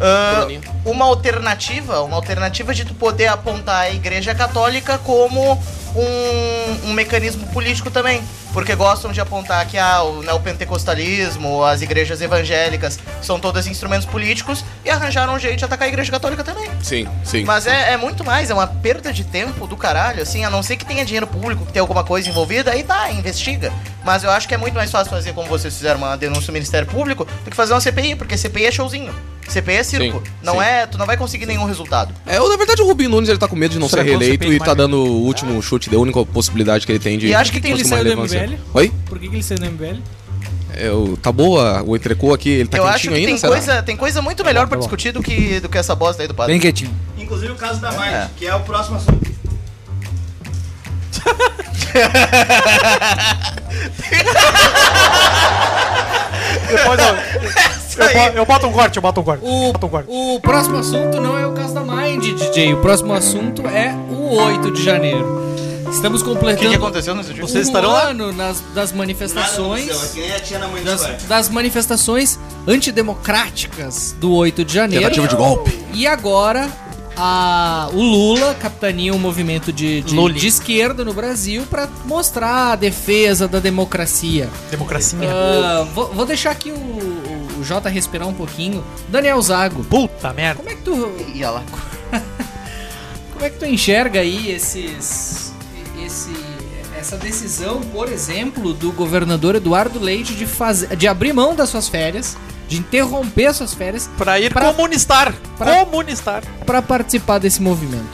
Speaker 5: ah, uma alternativa, uma alternativa de tu poder apontar a igreja católica como um, um mecanismo político também. Porque gostam de apontar que ah, o neopentecostalismo, as igrejas evangélicas são todas instrumentos políticos e arranjaram um jeito de atacar a igreja católica também.
Speaker 11: Sim, sim.
Speaker 5: Mas é, é muito mais, é uma perda de tempo do caralho, assim, a não ser que tenha dinheiro público, que tenha alguma coisa envolvida, aí tá, investiga. Mas eu acho que é muito mais fácil fazer como vocês fizeram uma denúncia no Ministério Público do que fazer uma CPI, porque CPI é showzinho. CPI é circo.
Speaker 11: Sim,
Speaker 5: não
Speaker 11: sim.
Speaker 5: é, tu não vai conseguir nenhum resultado.
Speaker 11: É, ou na verdade o Rubinho Nunes ele tá com medo de não
Speaker 5: Será
Speaker 11: ser
Speaker 5: que não
Speaker 11: reeleito
Speaker 5: se
Speaker 11: e
Speaker 5: pede
Speaker 11: tá dando o último chute, da única possibilidade que ele tem de.
Speaker 15: E acho que tem
Speaker 11: conseguir
Speaker 15: ele saiu
Speaker 11: uma
Speaker 15: do MBL?
Speaker 11: relevância. Oi?
Speaker 15: Por que, que ele saiu do MBL?
Speaker 11: Eu, tá boa o entrecô aqui, ele tá
Speaker 5: eu acho
Speaker 11: quentinho
Speaker 5: que
Speaker 11: ainda,
Speaker 5: tem
Speaker 11: será?
Speaker 5: coisa, tem coisa muito melhor pra
Speaker 11: bom.
Speaker 5: discutir do que, do que essa bosta aí do padre.
Speaker 11: Bem quietinho.
Speaker 15: Inclusive o caso da Mind, que é o próximo assunto.
Speaker 10: Depois eu, eu, bo- eu boto um corte, eu boto um corte.
Speaker 4: O,
Speaker 10: boto um corte.
Speaker 4: o próximo assunto não é o caso da Mind, DJ. O próximo assunto é o 8 de janeiro. Estamos completando.
Speaker 5: O que que aconteceu nesse dia?
Speaker 4: Vocês
Speaker 5: Vocês
Speaker 4: estarão
Speaker 5: estarão
Speaker 4: um
Speaker 5: lá?
Speaker 4: ano nas, das manifestações.
Speaker 8: Nada aconteceu, é que nem a tia na mãe do Square.
Speaker 4: das, das manifestações antidemocráticas do 8 de janeiro.
Speaker 8: Tentativa de golpe.
Speaker 4: E agora a- o Lula capitania um movimento de, de,
Speaker 10: Lully.
Speaker 4: de esquerda no Brasil para mostrar a defesa da democracia.
Speaker 10: Democracia.
Speaker 4: Ah, vou, vou deixar aqui o, o, o Jota respirar um pouquinho. Daniel Zago.
Speaker 10: Puta merda.
Speaker 4: Como é que tu.
Speaker 5: Ih, olha lá.
Speaker 4: Como é que tu enxerga aí esses. Esse, essa decisão, por exemplo, do governador Eduardo Leite de, fazer, de abrir mão das suas férias, de interromper suas férias.
Speaker 10: Pra ir comunistar! comunistar!
Speaker 4: Pra participar desse movimento.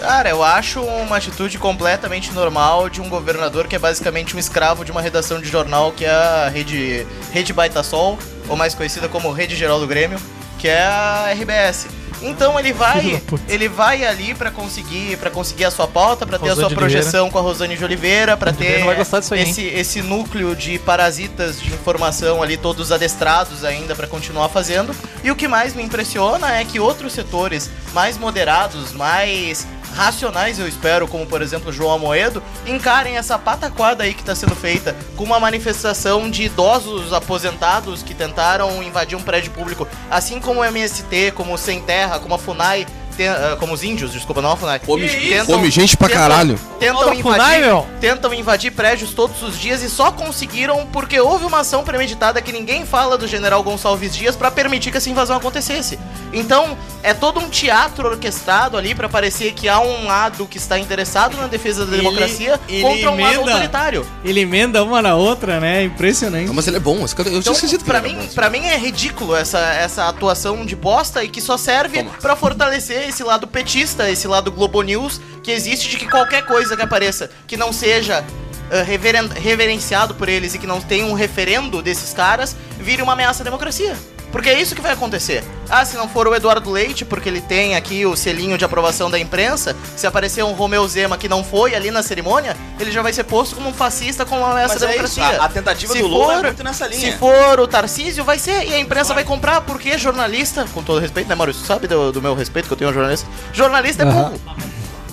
Speaker 5: Cara, eu acho uma atitude completamente normal de um governador que é basicamente um escravo de uma redação de jornal que é a Rede, Rede Baita Sol, ou mais conhecida como Rede Geral do Grêmio, que é a RBS. Então ele
Speaker 15: Filho (laughs) da
Speaker 5: vai,
Speaker 15: puta.
Speaker 5: ele vai ali pra conseguir, para conseguir a sua pauta, pra ter a
Speaker 15: Rosane
Speaker 5: sua
Speaker 15: de
Speaker 5: projeção
Speaker 15: Oliveira.
Speaker 5: com a Rosane de Oliveira, pra ter
Speaker 15: Oliveira vai gostar disso aí,
Speaker 5: esse, esse núcleo de parasitas de informação ali todos adestrados ainda pra continuar fazendo. E o que mais me impressiona é que outros setores mais moderados, mais racionais, eu espero, como por exemplo João Amoedo, encarem essa pataquada aí que tá sendo feita com uma manifestação de idosos aposentados que tentaram invadir um prédio público, assim como o MST, como o Sem Terra, como a FUNAI, te- ah, como os índios, desculpa, não a FUNAI.
Speaker 11: Come- come gente pra caralho.
Speaker 5: Tentam
Speaker 11: Fala da
Speaker 5: invadir,
Speaker 11: FUNAI, meu.
Speaker 5: tentam invadir prédios todos os dias e só conseguiram porque houve uma ação premeditada que ninguém fala do general Gonçalves Dias pra permitir que essa invasão acontecesse. Então, é todo um teatro orquestrado ali pra parecer que há um lado que está interessado na defesa da democracia contra um lado autoritário.
Speaker 4: Ele emenda uma na outra, né? Impressionante.
Speaker 16: mas ele é bom. Esse cara, eu tinha
Speaker 5: Então,
Speaker 16: esquecido que
Speaker 5: pra
Speaker 16: ele era
Speaker 5: mim,
Speaker 16: bom.
Speaker 5: pra mim é ridículo essa, essa atuação de bosta e que só serve pra fortalecer esse lado petista, esse lado Globo News que existe de que qualquer coisa que apareça que não seja ah, reveren- reverenciado por eles e que não tenha um referendo desses caras, vire uma ameaça à democracia. Porque é isso que vai acontecer. Ah, se não for o Eduardo Leite, porque ele tem aqui o selinho de aprovação da imprensa, se aparecer um Romeu Zema que não foi ali na cerimônia, ele já vai ser posto como um fascista com uma ameaça
Speaker 8: Mas
Speaker 5: à
Speaker 8: é
Speaker 5: democracia.
Speaker 8: isso, a- a tentativa do Lula é muito nessa linha.
Speaker 5: Se for o Tarcísio, vai ser. E a imprensa vai comprar, porque jornalista, com todo respeito, né, Maurício? Sabe do, do meu respeito que eu tenho ao jornalista? Jornalista é
Speaker 9: Aham.
Speaker 5: burro.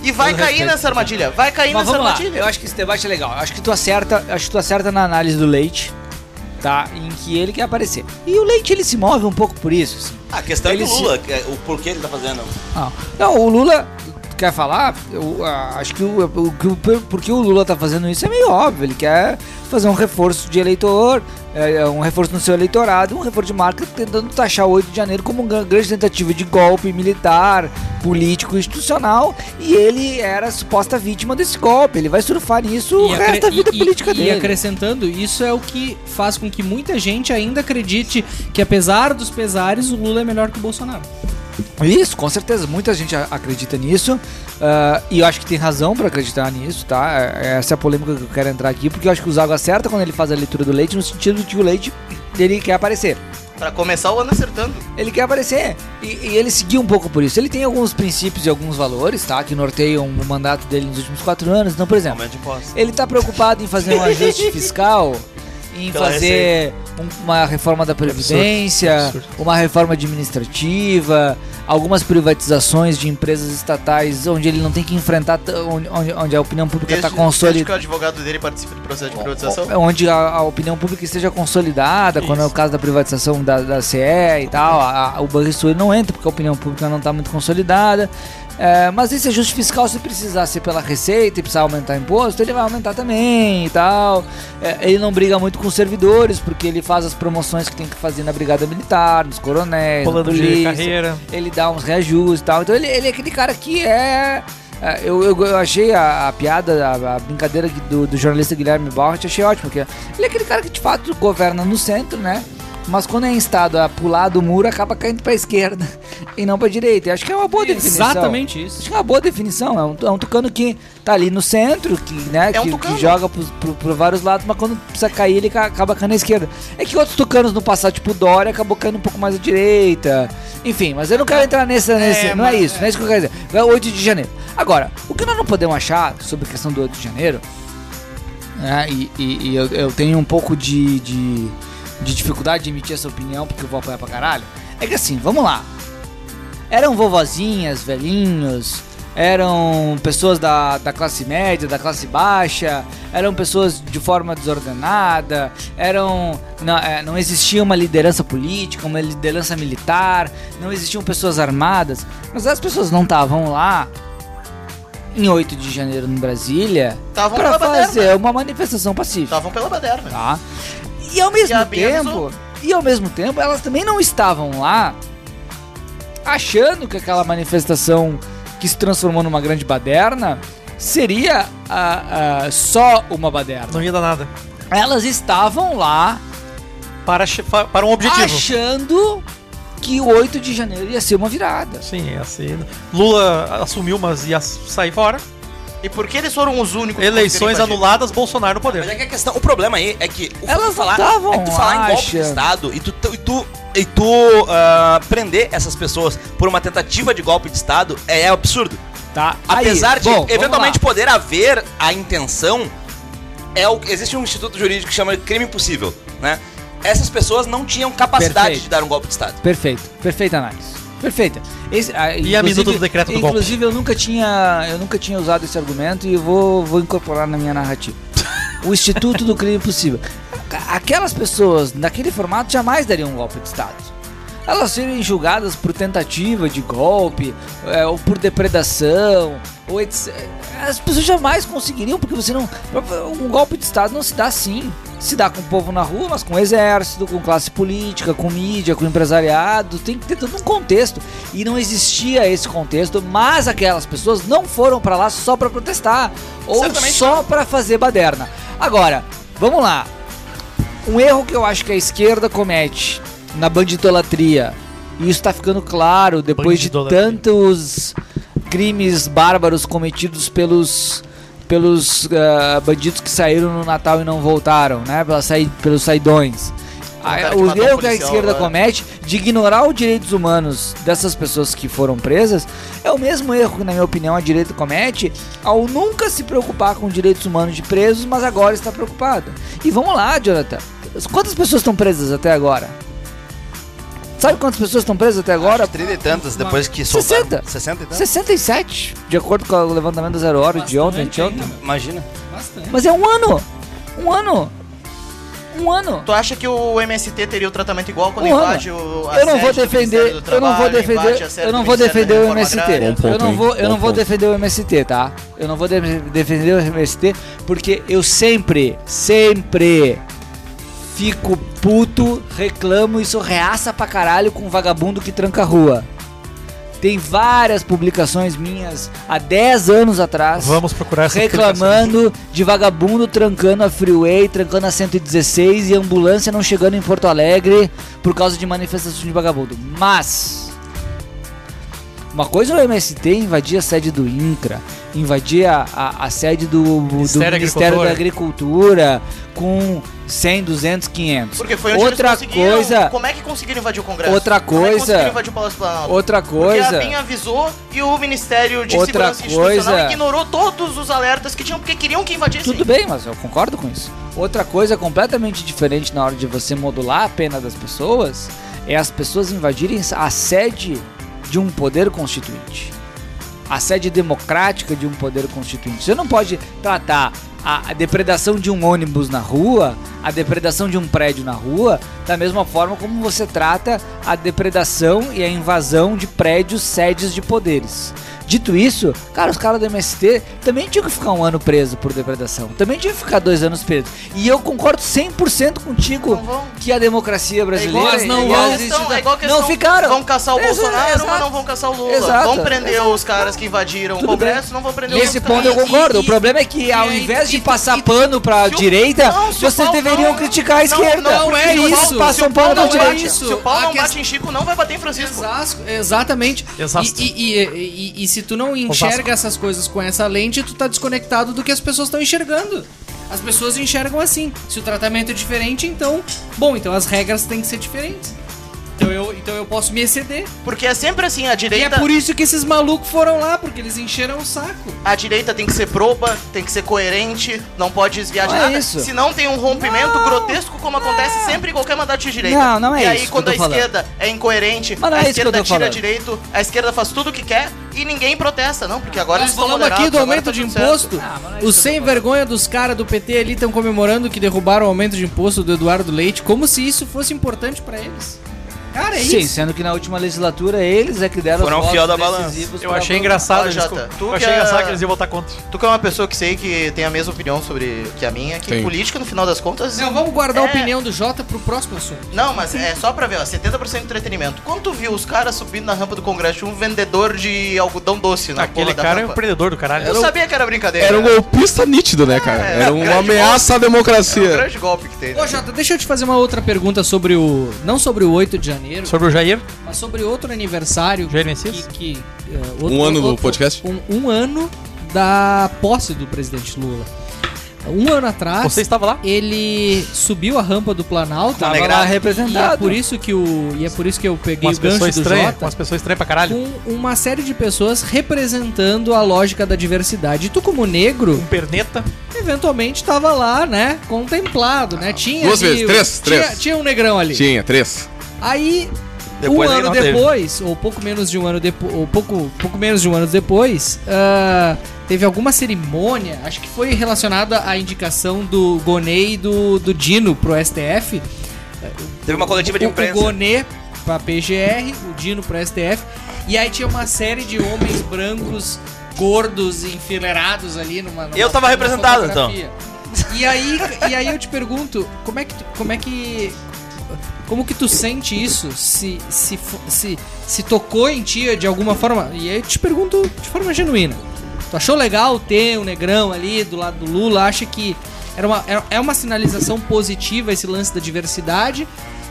Speaker 5: E vai
Speaker 9: Todo
Speaker 5: cair
Speaker 9: respeito.
Speaker 5: nessa armadilha. Vai cair
Speaker 9: Mas
Speaker 5: nessa
Speaker 9: vamos lá.
Speaker 5: armadilha.
Speaker 9: Eu acho que esse debate é legal. Eu Acho que tu acerta, acho que tu acerta na análise do Leite, tá? Em que ele quer aparecer. E o Leite ele se move um pouco por isso. assim.
Speaker 8: A questão é
Speaker 9: Ele
Speaker 8: do
Speaker 9: se-
Speaker 8: Lula, que é o porquê ele tá fazendo.
Speaker 9: Não, Ah. Não, o Lula quer falar, eu ah, acho que o, o, que o- porque o Lula tá fazendo isso é meio óbvio, ele quer fazer um reforço de eleitor, é, é, um reforço no seu eleitorado, um reforço de marca, tentando taxar o 8 de janeiro como uma grande tentativa de golpe militar, político, institucional, e ele era a suposta vítima desse golpe, ele vai surfar nisso o
Speaker 4: E
Speaker 9: resto da
Speaker 4: acre-
Speaker 9: vida
Speaker 4: e-
Speaker 9: política
Speaker 4: e
Speaker 9: dele.
Speaker 4: acrescentando, isso é o que faz com que muita gente ainda acredite que, apesar dos pesares, o Lula é melhor que o Bolsonaro.
Speaker 9: Isso, com certeza. Muita gente a- acredita nisso. ah, e eu acho que tem razão pra acreditar nisso, tá? É- Essa é a polêmica que eu quero entrar aqui, porque eu acho que o Zago acerta quando ele faz a leitura do leite, no sentido de que o leite ele quer aparecer.
Speaker 5: Pra começar o ano acertando.
Speaker 9: Ele quer aparecer. E, e ele seguiu um pouco por isso. Ele tem alguns princípios e alguns valores, tá? Que norteiam o mandato dele nos últimos quatro anos. Então, por exemplo, ele tá preocupado em fazer um ajuste fiscal, em
Speaker 12: Pela
Speaker 9: fazer um- uma reforma da Previdência, uma reforma administrativa, algumas privatizações de empresas estatais onde ele não tem que enfrentar, t- onde, onde- onde a opinião pública tá está
Speaker 5: desde que
Speaker 9: consolidada.
Speaker 5: o advogado dele participe do processo de privatização.
Speaker 9: É Onde a, a opinião pública esteja consolidada, quando é o caso da privatização da, da CE e tal, a- a- o Banrisul não entra porque a opinião pública não está muito consolidada. É, mas esse ajuste fiscal, se precisar ser pela receita e precisar aumentar imposto, ele vai aumentar também e tal. É, ele não briga muito com os servidores, porque ele faz as promoções que tem que fazer na Brigada Militar, nos coronéis, na
Speaker 10: Plano de
Speaker 9: polícia,
Speaker 10: carreira.
Speaker 9: ele dá uns reajustes e tal. Então ele, ele é aquele cara que é. é, Eu, eu, eu achei a, a piada, a, a brincadeira que- do, do jornalista Guilherme Barret, achei ótimo, porque ele é aquele cara que de fato governa no centro, né? Mas quando é instado a pular do muro, acaba caindo pra esquerda (laughs) e não pra direita. Eu acho que é uma boa definição.
Speaker 4: Exatamente isso.
Speaker 9: Acho que é uma boa definição. É um, é um tucano que tá ali no centro, que, né,
Speaker 4: É um
Speaker 9: que,
Speaker 4: tucano.
Speaker 9: que joga pros- pro- por vários lados, mas quando precisa cair, ele ca- acaba caindo à esquerda. É que outros tucanos no passado, tipo o Dória, acabou caindo um pouco mais à direita. Enfim, mas eu não quero entrar nessa. nesse, não é isso, não é isso que eu quero dizer. Vai 8 de janeiro. Agora, o que nós não podemos achar sobre a questão do 8 de janeiro né? E, e- e eu, eu tenho um pouco de, de, de dificuldade de emitir essa opinião, porque eu vou apoiar pra caralho. É que assim, vamos lá. Eram vovozinhas, velhinhos, eram pessoas da, da classe média, da classe baixa, eram pessoas de forma desordenada, eram. Não, é, não existia uma liderança política, uma liderança militar, não existiam pessoas armadas. Mas as pessoas não estavam lá em 8 de janeiro em Brasília
Speaker 5: Estavam
Speaker 9: pra
Speaker 5: pela baderna.
Speaker 9: fazer uma manifestação pacífica.
Speaker 5: Estavam pela baderna.
Speaker 9: Tá? E ao mesmo
Speaker 5: E a Benzo?
Speaker 9: tempo, e ao mesmo tempo, elas também não estavam lá achando que aquela manifestação que se transformou numa grande baderna seria ah, ah, só uma baderna. Não ia dar nada. Elas estavam lá
Speaker 10: Para, che- fa- para um objetivo.
Speaker 9: achando que o 8 de janeiro ia ser uma virada.
Speaker 10: Sim, é assim. Lula assumiu, mas ia sair fora.
Speaker 5: E por que eles foram os únicos? que
Speaker 12: Eleições
Speaker 5: conseguiram
Speaker 12: anuladas, Bolsonaro no
Speaker 8: Mas é
Speaker 12: poder.
Speaker 8: que a questão, o problema aí é que o
Speaker 12: Elas
Speaker 8: tu falar,
Speaker 12: não tavam,
Speaker 8: é tu falar em golpe
Speaker 12: acha.
Speaker 8: de Estado e tu, tu- e tu, e tu ah, prender essas pessoas por uma tentativa de golpe de Estado é, absurdo.
Speaker 9: Tá.
Speaker 8: Apesar
Speaker 12: Aí,
Speaker 8: de
Speaker 12: bom, vamos
Speaker 8: eventualmente
Speaker 12: lá.
Speaker 8: poder haver a intenção, é o, existe um instituto jurídico que chama crime impossível, né? Essas pessoas não tinham capacidade
Speaker 9: Perfeito.
Speaker 8: de dar um golpe de Estado.
Speaker 9: Perfeito, perfeita análise. Perfeita. Esse, ah,
Speaker 8: E a minuta do decreto do golpe.
Speaker 9: Inclusive, eu nunca tinha, eu nunca tinha usado esse argumento e vou, vou incorporar na minha narrativa. O Instituto do Crime Possível. Ca- Aquelas pessoas, naquele formato, jamais dariam um golpe de Estado. Elas serem julgadas por tentativa de golpe, é, ou por depredação, ou etc. As pessoas jamais conseguiriam, porque você não. Um golpe de Estado não se dá assim. Se dá com o povo na rua, mas com o exército, com classe política, com mídia, com empresariado. Tem que ter todo um contexto. E não existia esse contexto, mas aquelas pessoas não foram pra lá só pra protestar ou só pra fazer baderna. Agora, vamos lá. Um erro que eu acho que a esquerda comete na banditolatria, e isso tá ficando claro depois de
Speaker 12: Bandidolatria.
Speaker 9: tantos crimes bárbaros cometidos pelos pelos ah, bandidos que saíram no Natal e não voltaram, né? Pelas saí- pelos saidões. A-
Speaker 12: Vontade de
Speaker 9: o
Speaker 12: matar um
Speaker 9: erro que a
Speaker 12: policial
Speaker 9: esquerda
Speaker 12: agora.
Speaker 9: comete de ignorar os direitos humanos dessas pessoas que foram presas é o mesmo erro que, na minha opinião, a direita comete ao nunca se preocupar com os direitos humanos de presos, mas agora está preocupada. E vamos lá, Jonathan. Quantas pessoas estão presas até agora? Sabe quantas pessoas estão presas até agora?
Speaker 12: Trinta e tantas, depois que soltaram.
Speaker 9: 60.
Speaker 12: 60 e tantas?
Speaker 9: 67, de acordo com o levantamento da Zero Hora de ontem, de ontem.
Speaker 12: Imagina.
Speaker 9: Mas é um ano! Um ano! Um ano!
Speaker 5: Tu acha que o MST teria o tratamento igual quando
Speaker 9: Um ano.
Speaker 5: invade o a
Speaker 9: eu não
Speaker 5: sede
Speaker 9: vou
Speaker 5: do Ministério
Speaker 9: defender,
Speaker 5: do
Speaker 9: eu não vou
Speaker 5: Trabalho, invade a
Speaker 9: defender,
Speaker 5: sede
Speaker 9: eu
Speaker 5: do
Speaker 9: não
Speaker 5: Ministério
Speaker 9: vou
Speaker 5: da
Speaker 9: defender o
Speaker 5: Reforma
Speaker 9: MST.
Speaker 5: Agrária?
Speaker 9: Eu não vou, eu não vou defender o MST, tá? Eu não vou de- defender o MST porque eu sempre, sempre fico puto, reclamo e sou reaça pra caralho com um vagabundo que tranca a rua. Tem várias publicações minhas há 10 anos atrás.
Speaker 10: Vamos procurar essas
Speaker 9: Reclamando de vagabundo trancando a freeway, trancando a 116 e ambulância não chegando em Porto Alegre por causa de manifestações de vagabundo. Mas. Uma coisa é o MST invadir a sede do INCRA, invadir a, a- a sede do, do
Speaker 12: Ministério da
Speaker 9: Ministério da
Speaker 12: Agricultura.
Speaker 9: Agricultura com 100, 200, 500.
Speaker 5: Porque foi onde
Speaker 9: Outra
Speaker 5: eles conseguiram-
Speaker 9: coisa.
Speaker 5: Como é que conseguiram invadir o Congresso?
Speaker 9: Outra
Speaker 5: Como é que
Speaker 9: coisa-
Speaker 5: conseguiram invadir o Palácio Planalto?
Speaker 9: Outra
Speaker 5: Porque a
Speaker 9: coisa.
Speaker 5: BIM avisou e o Ministério de
Speaker 9: Outra
Speaker 5: Segurança Institucional
Speaker 9: coisa-
Speaker 5: ignorou todos os alertas que tinham, porque queriam que invadissem.
Speaker 9: Tudo bem, mas eu concordo com isso. Outra coisa completamente diferente na hora de você modular a pena das pessoas é as pessoas invadirem a sede de um poder constituinte. A sede democrática de um poder constituinte. Você não pode tratar a a depredação de um ônibus na rua, a depredação de um prédio na rua, da mesma forma como você trata a depredação e a invasão de prédios, sedes de poderes. Dito isso, cara, os caras do MST também tinham que ficar um ano preso por depredação. Também tinham que ficar dois anos preso. E eu concordo 100% contigo que a democracia brasileira...
Speaker 5: Mas
Speaker 9: e
Speaker 5: não
Speaker 9: as
Speaker 5: vão. É Questão, é igual questão,
Speaker 9: Não ficaram.
Speaker 5: Vão caçar o
Speaker 9: Exa-
Speaker 5: Bolsonaro, mas
Speaker 9: exato.
Speaker 5: não vão caçar o Lula.
Speaker 9: Exato,
Speaker 5: vão prender
Speaker 9: exato.
Speaker 5: os caras que invadiram
Speaker 9: Tudo
Speaker 5: o Congresso, não vão prender
Speaker 9: Nesse
Speaker 5: os outros
Speaker 9: ponto eu
Speaker 5: também.
Speaker 9: concordo. o problema é que ao invés de passar pano pra direita, vocês deveriam criticar a esquerda.
Speaker 5: Não, não é
Speaker 9: Porque eles
Speaker 5: isso.
Speaker 9: Passam
Speaker 5: Se o Paulo
Speaker 9: pano pra
Speaker 5: não é
Speaker 9: direita.
Speaker 5: bate- Se o Paulo
Speaker 4: A
Speaker 5: não bate
Speaker 4: questão-
Speaker 5: em Chico, não vai bater em Francisco.
Speaker 4: Exatamente.
Speaker 5: Exato.
Speaker 4: E, e- e- e- e se tu não enxerga essas coisas com essa lente, tu tá desconectado do que as pessoas estão enxergando. As pessoas enxergam assim. Se o tratamento é diferente, então. Bom, então as regras têm que ser diferentes. Então eu, então eu posso me exceder.
Speaker 5: Porque é sempre assim, a direita.
Speaker 4: E é por isso que esses malucos foram lá, porque eles encheram o saco.
Speaker 5: A direita tem que ser proba, tem que ser coerente, não pode desviar de
Speaker 4: Não é
Speaker 5: nada.
Speaker 4: isso.
Speaker 5: Se não tem um rompimento grotesco, como acontece sempre em qualquer mandato de direita.
Speaker 9: Não, não é
Speaker 5: E aí,
Speaker 9: isso que eu
Speaker 5: quando
Speaker 9: tô
Speaker 5: a
Speaker 9: falando.
Speaker 5: esquerda é incoerente,
Speaker 9: Mas não é
Speaker 5: a
Speaker 9: isso que eu
Speaker 5: esquerda
Speaker 9: tô
Speaker 5: tira
Speaker 9: falando.
Speaker 5: direito, a esquerda faz tudo o que quer e ninguém protesta, não, porque agora
Speaker 4: Nós
Speaker 5: eles estão
Speaker 4: falamos aqui do
Speaker 5: moderados, agora
Speaker 4: aumento
Speaker 5: tá
Speaker 4: de
Speaker 5: tudo certo.
Speaker 4: imposto. Os sem vergonha dos caras do PT ali estão comemorando que derrubaram o aumento de imposto do Eduardo Leite, como se isso fosse importante pra eles. Cara, é
Speaker 9: Sim,
Speaker 4: isso.
Speaker 9: sendo que na última legislatura eles é que deram
Speaker 10: Foram
Speaker 9: os votos
Speaker 10: fiel da
Speaker 9: decisivos
Speaker 10: balança. Eu
Speaker 9: pra
Speaker 10: achei
Speaker 9: avançar.
Speaker 10: engraçado
Speaker 5: Ah,
Speaker 10: eles
Speaker 5: Jota,
Speaker 10: co-
Speaker 5: tu
Speaker 10: eu
Speaker 5: que
Speaker 10: achei
Speaker 5: é-
Speaker 10: engraçado que eles iam votar contra.
Speaker 5: Tu que é uma pessoa que sei que tem a mesma opinião sobre que a minha, que
Speaker 10: Sim.
Speaker 5: política, no final das contas.
Speaker 4: Não, vamos guardar
Speaker 5: é-
Speaker 4: a opinião do Jota pro próximo assunto.
Speaker 5: Não, mas é só pra ver, ó, 70% de entretenimento. Quando tu viu os caras subindo na rampa do Congresso, tinha um vendedor de algodão doce na
Speaker 10: Aquele
Speaker 5: porra da
Speaker 10: cara é um
Speaker 5: rampa.
Speaker 10: empreendedor do caralho.
Speaker 5: Eu sabia que era brincadeira.
Speaker 11: Era um golpista nítido, né, cara? Era
Speaker 5: um
Speaker 11: uma
Speaker 5: grande É
Speaker 11: ameaça à democracia.
Speaker 5: um grande golpe que tem.
Speaker 4: Ô, Jota, deixa eu te fazer uma outra pergunta sobre o. Não sobre o 8 de janeiro.
Speaker 10: Sobre o Jair?
Speaker 4: Mas sobre outro aniversário. Jair
Speaker 10: Messias?
Speaker 4: Que, que, eh, outro-
Speaker 11: Um ano do
Speaker 4: outro-
Speaker 11: podcast?
Speaker 4: Um, um ano da posse do presidente Lula. Um ano atrás,
Speaker 10: Você estava lá?
Speaker 4: Ele subiu a rampa do Planalto,
Speaker 10: Tava lá
Speaker 4: e
Speaker 10: representado.
Speaker 4: E é por isso que o e é por isso que eu
Speaker 10: Com
Speaker 4: peguei
Speaker 10: as
Speaker 4: o gancho do
Speaker 10: pessoas estranhas,
Speaker 4: Jota
Speaker 10: com as pessoas estranhas pra caralho.
Speaker 4: com uma série de pessoas representando a lógica da diversidade. E tu, como negro. Um
Speaker 10: perneta.
Speaker 4: Eventualmente tava lá, né? Contemplado, né? Tinha.
Speaker 11: Ah, Duas
Speaker 4: ali
Speaker 11: vezes,
Speaker 4: o-
Speaker 11: três,
Speaker 4: tinha-
Speaker 11: três.
Speaker 4: Tinha um negrão ali.
Speaker 11: Tinha, três.
Speaker 4: Aí,
Speaker 11: Depois
Speaker 4: um
Speaker 11: aí
Speaker 4: ano
Speaker 11: não teve.
Speaker 4: depois, ou pouco menos de um ano depois, ou pouco, pouco menos de um ano depois, ah, teve alguma cerimônia, acho que foi relacionada à indicação do Gonê e do, do Dino pro STF.
Speaker 8: Teve uma coletiva de
Speaker 4: O-
Speaker 8: imprensa.
Speaker 4: O Gonê pra PGR, o Dino pro STF. E aí tinha uma série de homens brancos, gordos, enfileirados ali numa. numa-
Speaker 8: Eu tava
Speaker 4: numa
Speaker 8: representado, então.
Speaker 4: fotografia. E aí, e aí eu te pergunto, como é que tu- como é que como que tu sente isso? Se se fo- se, se tocou em ti de alguma forma? E aí eu te pergunto de forma genuína. Tu achou legal ter um negrão ali do lado do Lula? Acha que era uma, era- é uma sinalização positiva esse lance da diversidade?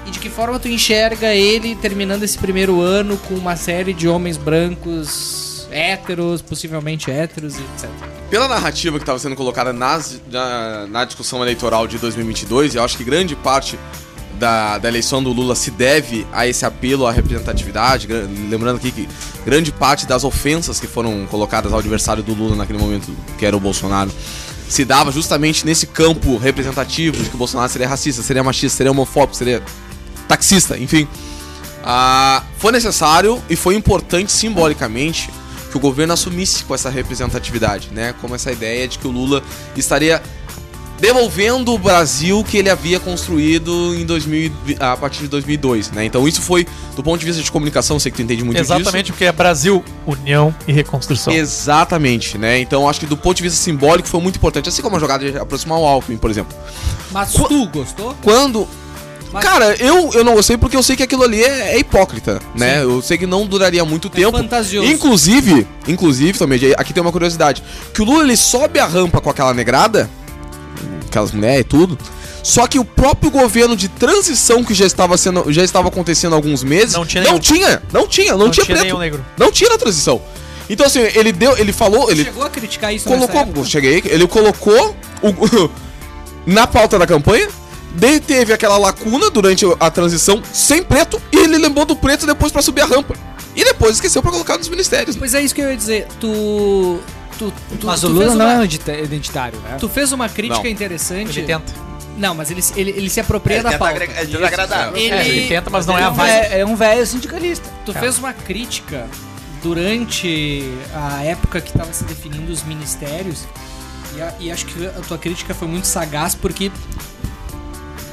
Speaker 4: E de que forma tu enxerga ele terminando esse primeiro ano com uma série de homens brancos, héteros, possivelmente héteros, etc.
Speaker 11: Pela narrativa que estava sendo colocada nas- na, na discussão eleitoral de 2022, eu acho que grande parte da, da eleição do Lula se deve a esse apelo à representatividade. Gran- Lembrando aqui que grande parte das ofensas que foram colocadas ao adversário do Lula naquele momento, que era o Bolsonaro, se dava justamente nesse campo representativo de que o Bolsonaro seria racista, seria machista, seria homofóbico, seria taxista, enfim. Ah, foi necessário e foi importante simbolicamente que o governo assumisse com essa representatividade, né? Como essa ideia de que o Lula estaria devolvendo o Brasil que ele havia construído em 2000, e- a partir de 2002, né? Então isso foi do ponto de vista de comunicação, sei que tu entende muito disso.
Speaker 10: Exatamente, porque é Brasil, União e Reconstrução.
Speaker 11: Exatamente, né? Então acho que do ponto de vista simbólico foi muito importante, assim como a jogada de aproximar o Alckmin, por exemplo.
Speaker 4: Mas tu gostou?
Speaker 11: Quando. Cara, eu, eu não gostei porque eu sei que aquilo ali é, é hipócrita, né? Eu sei que não duraria muito tempo.
Speaker 4: fantasioso.
Speaker 11: Inclusive, inclusive, também, aqui tem uma curiosidade: que o Lula ele sobe a rampa com aquela negrada, aquelas mulheres e tudo. Só que o próprio governo de transição que já estava, sendo, já estava acontecendo há alguns meses. Não tinha, não
Speaker 10: nenhum.
Speaker 11: tinha, não tinha, não,
Speaker 10: Não
Speaker 11: tinha,
Speaker 10: tinha
Speaker 11: preto.
Speaker 10: nenhum negro.
Speaker 11: Não tinha na transição. Então, assim, ele deu, ele falou, ele
Speaker 4: Chegou a criticar isso nessa
Speaker 11: colocou, cheguei, ele colocou o- (laughs) na pauta da campanha, daí teve aquela lacuna durante a transição sem preto e ele lembrou do preto depois pra subir a rampa. E depois esqueceu pra colocar nos ministérios. né?
Speaker 4: Pois é isso que eu ia dizer. Tu. tu, tu
Speaker 9: Mas
Speaker 4: tu
Speaker 9: o Lula
Speaker 4: fez
Speaker 9: não
Speaker 4: uma-
Speaker 9: é um dita- identitário, né?
Speaker 4: Tu fez uma crítica
Speaker 9: Não.
Speaker 4: interessante.
Speaker 9: Ele tenta.
Speaker 4: Não, mas ele, se- ele, ele se
Speaker 8: É,
Speaker 4: apropria
Speaker 9: Ele
Speaker 4: da
Speaker 9: tenta
Speaker 4: pauta.
Speaker 9: agregar- ele tenta agradar.
Speaker 4: Ele,
Speaker 9: É, ele tenta, mas não é a vibe. É- é um velho sindicalista.
Speaker 4: Tu
Speaker 9: É.
Speaker 4: fez uma crítica durante a época que tava se definindo os ministérios. E, a- e acho que a tua crítica foi muito sagaz, porque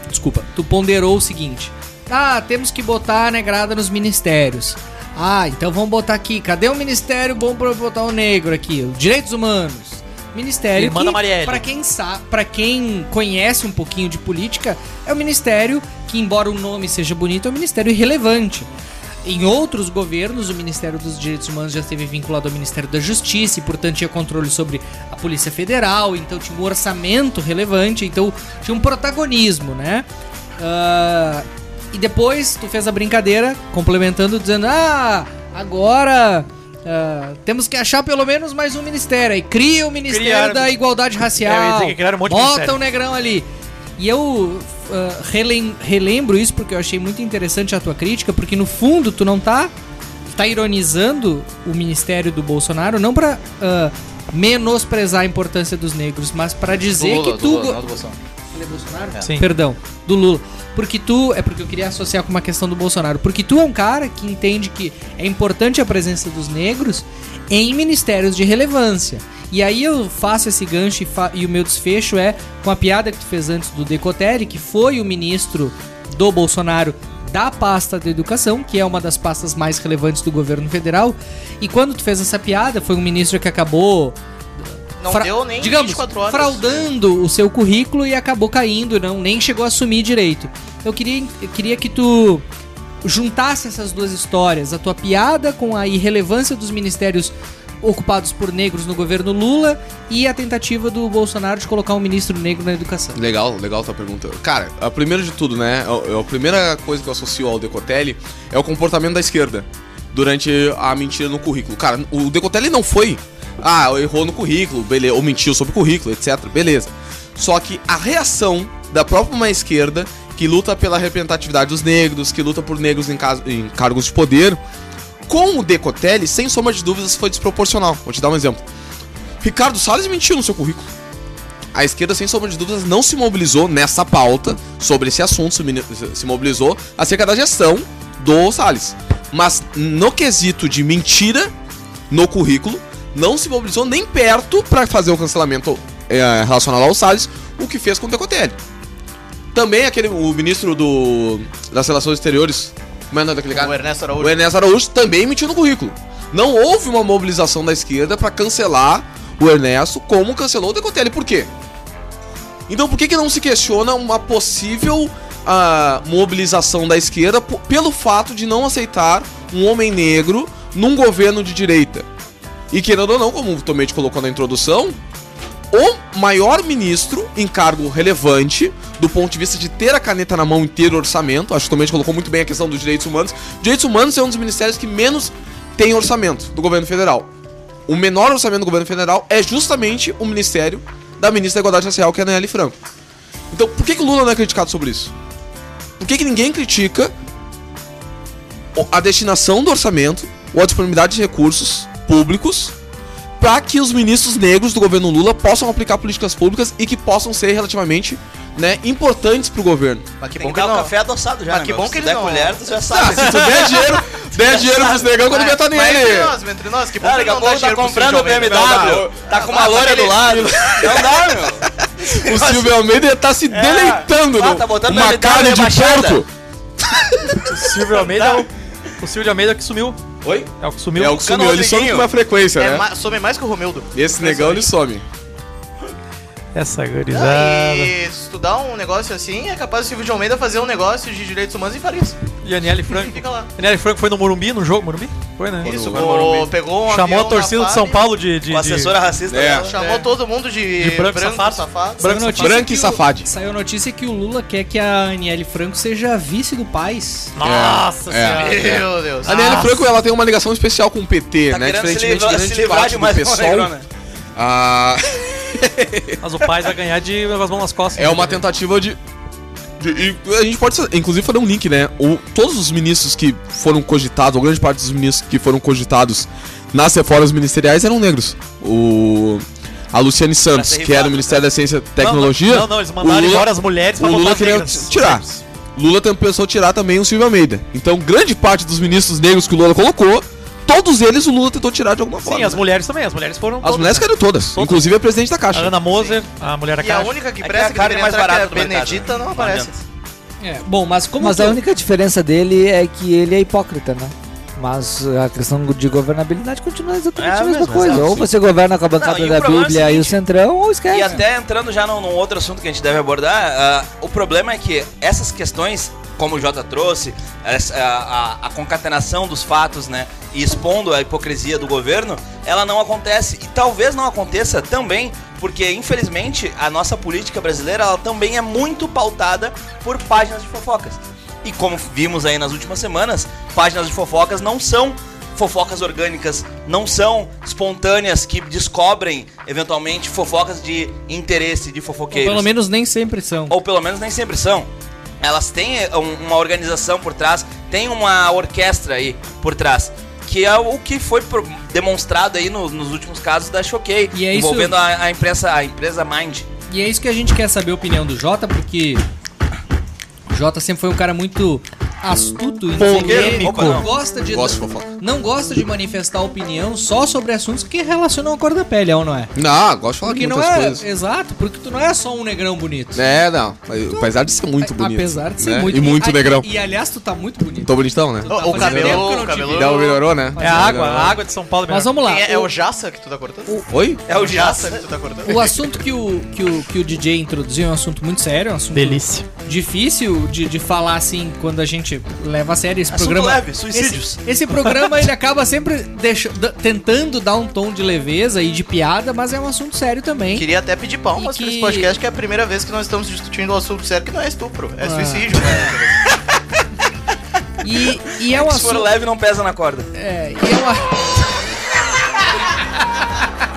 Speaker 4: Desculpa. tu ponderou o seguinte: ah, temos que botar a negrada nos ministérios. Ah, então vamos botar aqui. Cadê o ministério bom pra eu botar o negro aqui? O Direitos Humanos. Ministério
Speaker 10: Irmã
Speaker 4: que,
Speaker 10: da Marielle.
Speaker 4: pra quem sabe, para quem conhece um pouquinho de política, é um ministério que embora o nome seja bonito, é um ministério irrelevante. Em outros governos, o Ministério dos Direitos Humanos já esteve vinculado ao Ministério da Justiça e, portanto, tinha controle sobre a Polícia Federal, então tinha um orçamento relevante, então tinha um protagonismo, né? Ah, e depois tu fez a brincadeira, complementando, dizendo: Ah, agora ah, temos que achar pelo menos mais um ministério. Aí cria o Ministério
Speaker 10: Criaram-
Speaker 4: da Igualdade Racial.
Speaker 10: É, eu ia dizer que criaram um monte de
Speaker 4: bota
Speaker 10: ministério.
Speaker 4: o negrão ali. E eu ah, relem- relembro isso porque eu achei muito interessante a tua crítica, porque no fundo tu não tá, tu tá ironizando o ministério do Bolsonaro, não pra ah, menosprezar a importância dos negros, mas pra dizer que tu. go- Falei Bolsonaro?
Speaker 10: Sim.
Speaker 4: Perdão, do Lula. Porque tu. É porque eu queria associar com uma questão do Bolsonaro. Porque tu é um cara que entende que é importante a presença dos negros em ministérios de relevância. E aí eu faço esse gancho e, fa- e o meu desfecho é com a piada que tu fez antes do Decotelli, que foi o ministro do Bolsonaro da pasta da educação, que é uma das pastas mais relevantes do governo federal. E quando tu fez essa piada, foi um ministro que acabou
Speaker 5: Não
Speaker 4: Fra-
Speaker 5: deu nem
Speaker 4: digamos,
Speaker 5: 24 horas.
Speaker 4: fraudando o seu currículo e acabou caindo, não, nem chegou a assumir direito. Eu queria, eu queria que tu juntasse essas duas histórias, a tua piada com a irrelevância dos ministérios ocupados por negros no governo Lula e a tentativa do Bolsonaro de colocar um ministro negro na educação.
Speaker 11: Legal, legal tua pergunta. Cara, a primeiro de tudo, né? A, a primeira coisa que eu associo ao Decotelli é o comportamento da esquerda durante a mentira no currículo. Cara, o Decotelli não foi Ah, errou no currículo, beleza, ou mentiu sobre o currículo, etc. Beleza. Só que a reação da própria uma esquerda que luta pela representatividade dos negros, que luta por negros em, cas- em cargos de poder, com o Decotelli, sem sombra de dúvidas, foi desproporcional. Vou te dar um exemplo. Ricardo Salles mentiu no seu currículo. A esquerda, sem sombra de dúvidas, não se mobilizou nessa pauta sobre esse assunto, se mini- se mobilizou acerca da gestão do Salles. Mas no quesito de mentira no currículo, não se mobilizou nem perto para fazer o cancelamento eh, relacionado ao Salles, o que fez com o Decotelli. Também aquele, o ministro do, das Relações Exteriores, como é o nome daquele cara? O Ernesto Araújo. também mentiu no currículo. Não houve uma mobilização da esquerda para cancelar o Ernesto como cancelou o Decotelli. Por quê? Então por que, que não se questiona uma possível ah, mobilização da esquerda po- pelo fato de não aceitar um homem negro num governo de direita? E querendo ou não, como o Tomete colocou na introdução, o maior ministro em cargo relevante do ponto de vista de ter a caneta na mão e ter o orçamento. Acho que o Tomete colocou muito bem a questão dos direitos humanos. Direitos humanos é um dos ministérios que menos tem orçamento do governo federal. O menor orçamento do governo federal é justamente o ministério da ministra da Igualdade Racial, que é a Nelly Franco. Então, por que, que o Lula não é criticado sobre isso? Por que, que ninguém critica o- a destinação do orçamento ou a disponibilidade de recursos públicos para que os ministros negros do governo Lula possam aplicar políticas públicas e que possam ser relativamente né, importantes para o governo?
Speaker 5: Mas que
Speaker 8: Tem que dar o café adoçado já,
Speaker 11: Mas
Speaker 8: né,
Speaker 11: que
Speaker 8: meu?
Speaker 11: bom
Speaker 8: Se
Speaker 11: que ele
Speaker 8: der
Speaker 11: não-
Speaker 8: colher, tu já
Speaker 11: Ah, (laughs)
Speaker 8: sabe.
Speaker 11: se tu der dinheiro, der dinheiro pros negão, quando inventar
Speaker 5: Mas
Speaker 11: nele.
Speaker 5: Entre nós, entre nós, que bom
Speaker 8: Cara,
Speaker 5: que
Speaker 8: daqui a
Speaker 5: não dá
Speaker 8: pouco tá
Speaker 5: dinheiro pro
Speaker 8: comprando o
Speaker 5: Silvio
Speaker 8: BMW,
Speaker 5: Almeida. Não dá,
Speaker 8: tá
Speaker 5: ô.
Speaker 8: com uma
Speaker 5: Ah,
Speaker 8: loira do
Speaker 5: ele-
Speaker 8: lado. Não dá, meu.
Speaker 11: O Silvio Almeida tá se deleitando
Speaker 8: Ah,
Speaker 11: no-
Speaker 8: tá botando
Speaker 11: uma
Speaker 8: BMW
Speaker 11: carne de
Speaker 8: rebaixada.
Speaker 11: porco.
Speaker 10: O Silvio Almeida é o, o Silvio Almeida é o que sumiu.
Speaker 11: Oi?
Speaker 10: É o que sumiu.
Speaker 11: É o que sumiu, ele some com uma frequência,
Speaker 5: É
Speaker 11: né?
Speaker 5: ma- some mais que o Romildo.
Speaker 11: Esse negão, ele some.
Speaker 10: Essa
Speaker 5: Ah,
Speaker 10: gurizada.
Speaker 5: E estudar um negócio assim é capaz do Silvio de Almeida fazer um negócio de direitos humanos em Paris.
Speaker 10: E a Nelly
Speaker 5: (laughs)
Speaker 10: Franco.
Speaker 5: Fica lá.
Speaker 10: A Nelly Franco foi no Morumbi, no jogo Morumbi? Foi, né?
Speaker 5: Isso, o-
Speaker 10: Foi no Morumbi.
Speaker 5: pegou um avião
Speaker 10: Chamou a torcida
Speaker 5: na
Speaker 10: de São Paulo de... de,
Speaker 8: (laughs) Com a
Speaker 10: de-
Speaker 8: assessora racista né?
Speaker 10: É.
Speaker 8: dela.
Speaker 5: Chamou todo mundo de,
Speaker 10: De branco
Speaker 5: safado.
Speaker 4: Saiu notícia que o-
Speaker 11: safade.
Speaker 4: Saiu a notícia que o Lula quer que a Aniele Franco seja a vice do país.
Speaker 11: Nossa É, é. Senhora. A
Speaker 10: Ah,
Speaker 4: Ah.
Speaker 11: Daniela Franco ela tem uma ligação especial com o PT,
Speaker 8: Tá
Speaker 11: né?
Speaker 4: querendo se
Speaker 11: Diferentemente
Speaker 4: livrar-
Speaker 11: da
Speaker 4: se
Speaker 11: grande
Speaker 4: livrar
Speaker 11: parte
Speaker 4: de
Speaker 11: do
Speaker 8: um
Speaker 4: mais uma
Speaker 11: PSOL.
Speaker 8: né?
Speaker 4: negrona.
Speaker 11: Ah,
Speaker 10: Mas o pai vai ganhar de com as mãos nas costas.
Speaker 11: é uma tentativa de. de- e a gente pode, inclusive, fazer um link, né? O, todos os ministros que foram cogitados, ou grande parte dos ministros que foram cogitados nas reformas ministeriais eram negros. O. A Luciane Santos, que era do Ministério da Ciência e Tecnologia.
Speaker 10: né? Não, não, não, eles mandaram
Speaker 11: o
Speaker 10: embora as mulheres pra
Speaker 11: O
Speaker 10: botar
Speaker 11: Lula
Speaker 10: as
Speaker 11: queria
Speaker 10: negras.
Speaker 11: tirar. Lula tem- pensou tirar também o Silvio Almeida. Então, grande parte dos ministros negros que o Lula colocou, todos eles o Lula tentou tirar de alguma forma.
Speaker 10: Sim, as mulheres né? também. As mulheres foram...
Speaker 11: As mulheres caíram todas, inclusive a presidente da
Speaker 10: A
Speaker 11: Caixa.
Speaker 10: Ana Moser, a mulher da
Speaker 5: E a
Speaker 10: Caixa.
Speaker 5: única que
Speaker 10: É que
Speaker 5: presta
Speaker 10: a
Speaker 5: que,
Speaker 10: carne
Speaker 5: deveria
Speaker 10: mais
Speaker 5: entrar, que é
Speaker 10: barata
Speaker 5: a
Speaker 10: do mercado,
Speaker 5: Benedita, não
Speaker 10: né?
Speaker 5: aparece.
Speaker 4: É, bom, mas como
Speaker 9: Mas
Speaker 4: que
Speaker 9: a
Speaker 4: eu-
Speaker 9: única diferença dele é que ele é hipócrita, né? Mas a questão de governabilidade continua exatamente
Speaker 8: É
Speaker 9: a mesma
Speaker 8: mesmo,
Speaker 9: coisa.
Speaker 8: exato,
Speaker 9: Ou
Speaker 8: sim.
Speaker 9: você governa com a bancada
Speaker 8: Não, e o
Speaker 9: da
Speaker 8: problema é o
Speaker 9: Bíblia e o Centrão, ou esquece.
Speaker 8: E até entrando já num, num outro assunto que a gente deve abordar, ah, o problema é que essas questões, como o Jota trouxe, essa- a, a- a concatenação dos fatos, né, e expondo a hipocrisia do governo, ela não acontece. E talvez não aconteça também, porque infelizmente a nossa política brasileira, ela também é muito pautada por páginas de fofocas. E como vimos aí nas últimas semanas, páginas de fofocas não são fofocas orgânicas não são espontâneas que descobrem eventualmente fofocas de interesse de fofoqueiros.
Speaker 4: Pelo menos nem sempre são.
Speaker 8: Ou pelo menos nem sempre são. Elas têm eh, um- uma organização por trás, tem uma orquestra aí por trás. Que é o que foi pro- demonstrado aí no- nos últimos casos da Choquei,
Speaker 4: E é isso-
Speaker 8: envolvendo a, a imprensa, a empresa Mind.
Speaker 4: E é isso que a gente quer saber a opinião do Jota, porque o Jota sempre foi um cara muito astuto,
Speaker 8: Fogueiro.
Speaker 4: polêmico,
Speaker 8: Opa, não.
Speaker 4: não gosta de
Speaker 8: Gosto de
Speaker 4: não gosta de manifestar opinião só sobre assuntos que relacionam a cor da pele, é ou não é?
Speaker 11: Não, gosto de falar de
Speaker 4: Porque não
Speaker 11: muitas
Speaker 4: é,
Speaker 11: coisas.
Speaker 4: exato, porque tu não é só um negrão bonito.
Speaker 11: É, não. mas Apesar de ser muito bonito.
Speaker 4: Apesar de ser
Speaker 11: né?
Speaker 4: muito
Speaker 11: E muito
Speaker 4: Ah,
Speaker 11: negrão.
Speaker 4: E aliás, tu tá muito bonito.
Speaker 11: Tô bonitão, né?
Speaker 5: O- o cabelo-
Speaker 11: Melhorou.
Speaker 5: o cabelo-
Speaker 11: Dá uma melhorou, né?
Speaker 4: É a água,
Speaker 11: Melhorou.
Speaker 4: a
Speaker 10: água de São Paulo
Speaker 4: Mas vamos lá.
Speaker 5: Quem É, é
Speaker 4: o-
Speaker 5: o Jaça que tu tá cortando?
Speaker 11: Oi?
Speaker 5: É o Jaça que tu tá cortando?
Speaker 4: O assunto que o, que, o, que o DJ introduziu é um assunto muito sério, é um assunto
Speaker 10: Delícia.
Speaker 4: difícil de, de falar assim quando a gente leva a sério esse
Speaker 8: Assunto é
Speaker 4: programa.
Speaker 8: leve, suicídios.
Speaker 4: Esse, esse programa ele acaba sempre deixa- da- tentando dar um tom de leveza e de piada, mas é um assunto sério também.
Speaker 5: Queria até pedir palmas pra esse podcast, que é a primeira vez que nós estamos discutindo um assunto sério que não é estupro, é
Speaker 4: Ah.
Speaker 5: suicídio. né?
Speaker 4: E, e é um é,
Speaker 8: Se for
Speaker 4: assunto.
Speaker 8: leve, não pesa na corda.
Speaker 4: É, e é uma... um (laughs)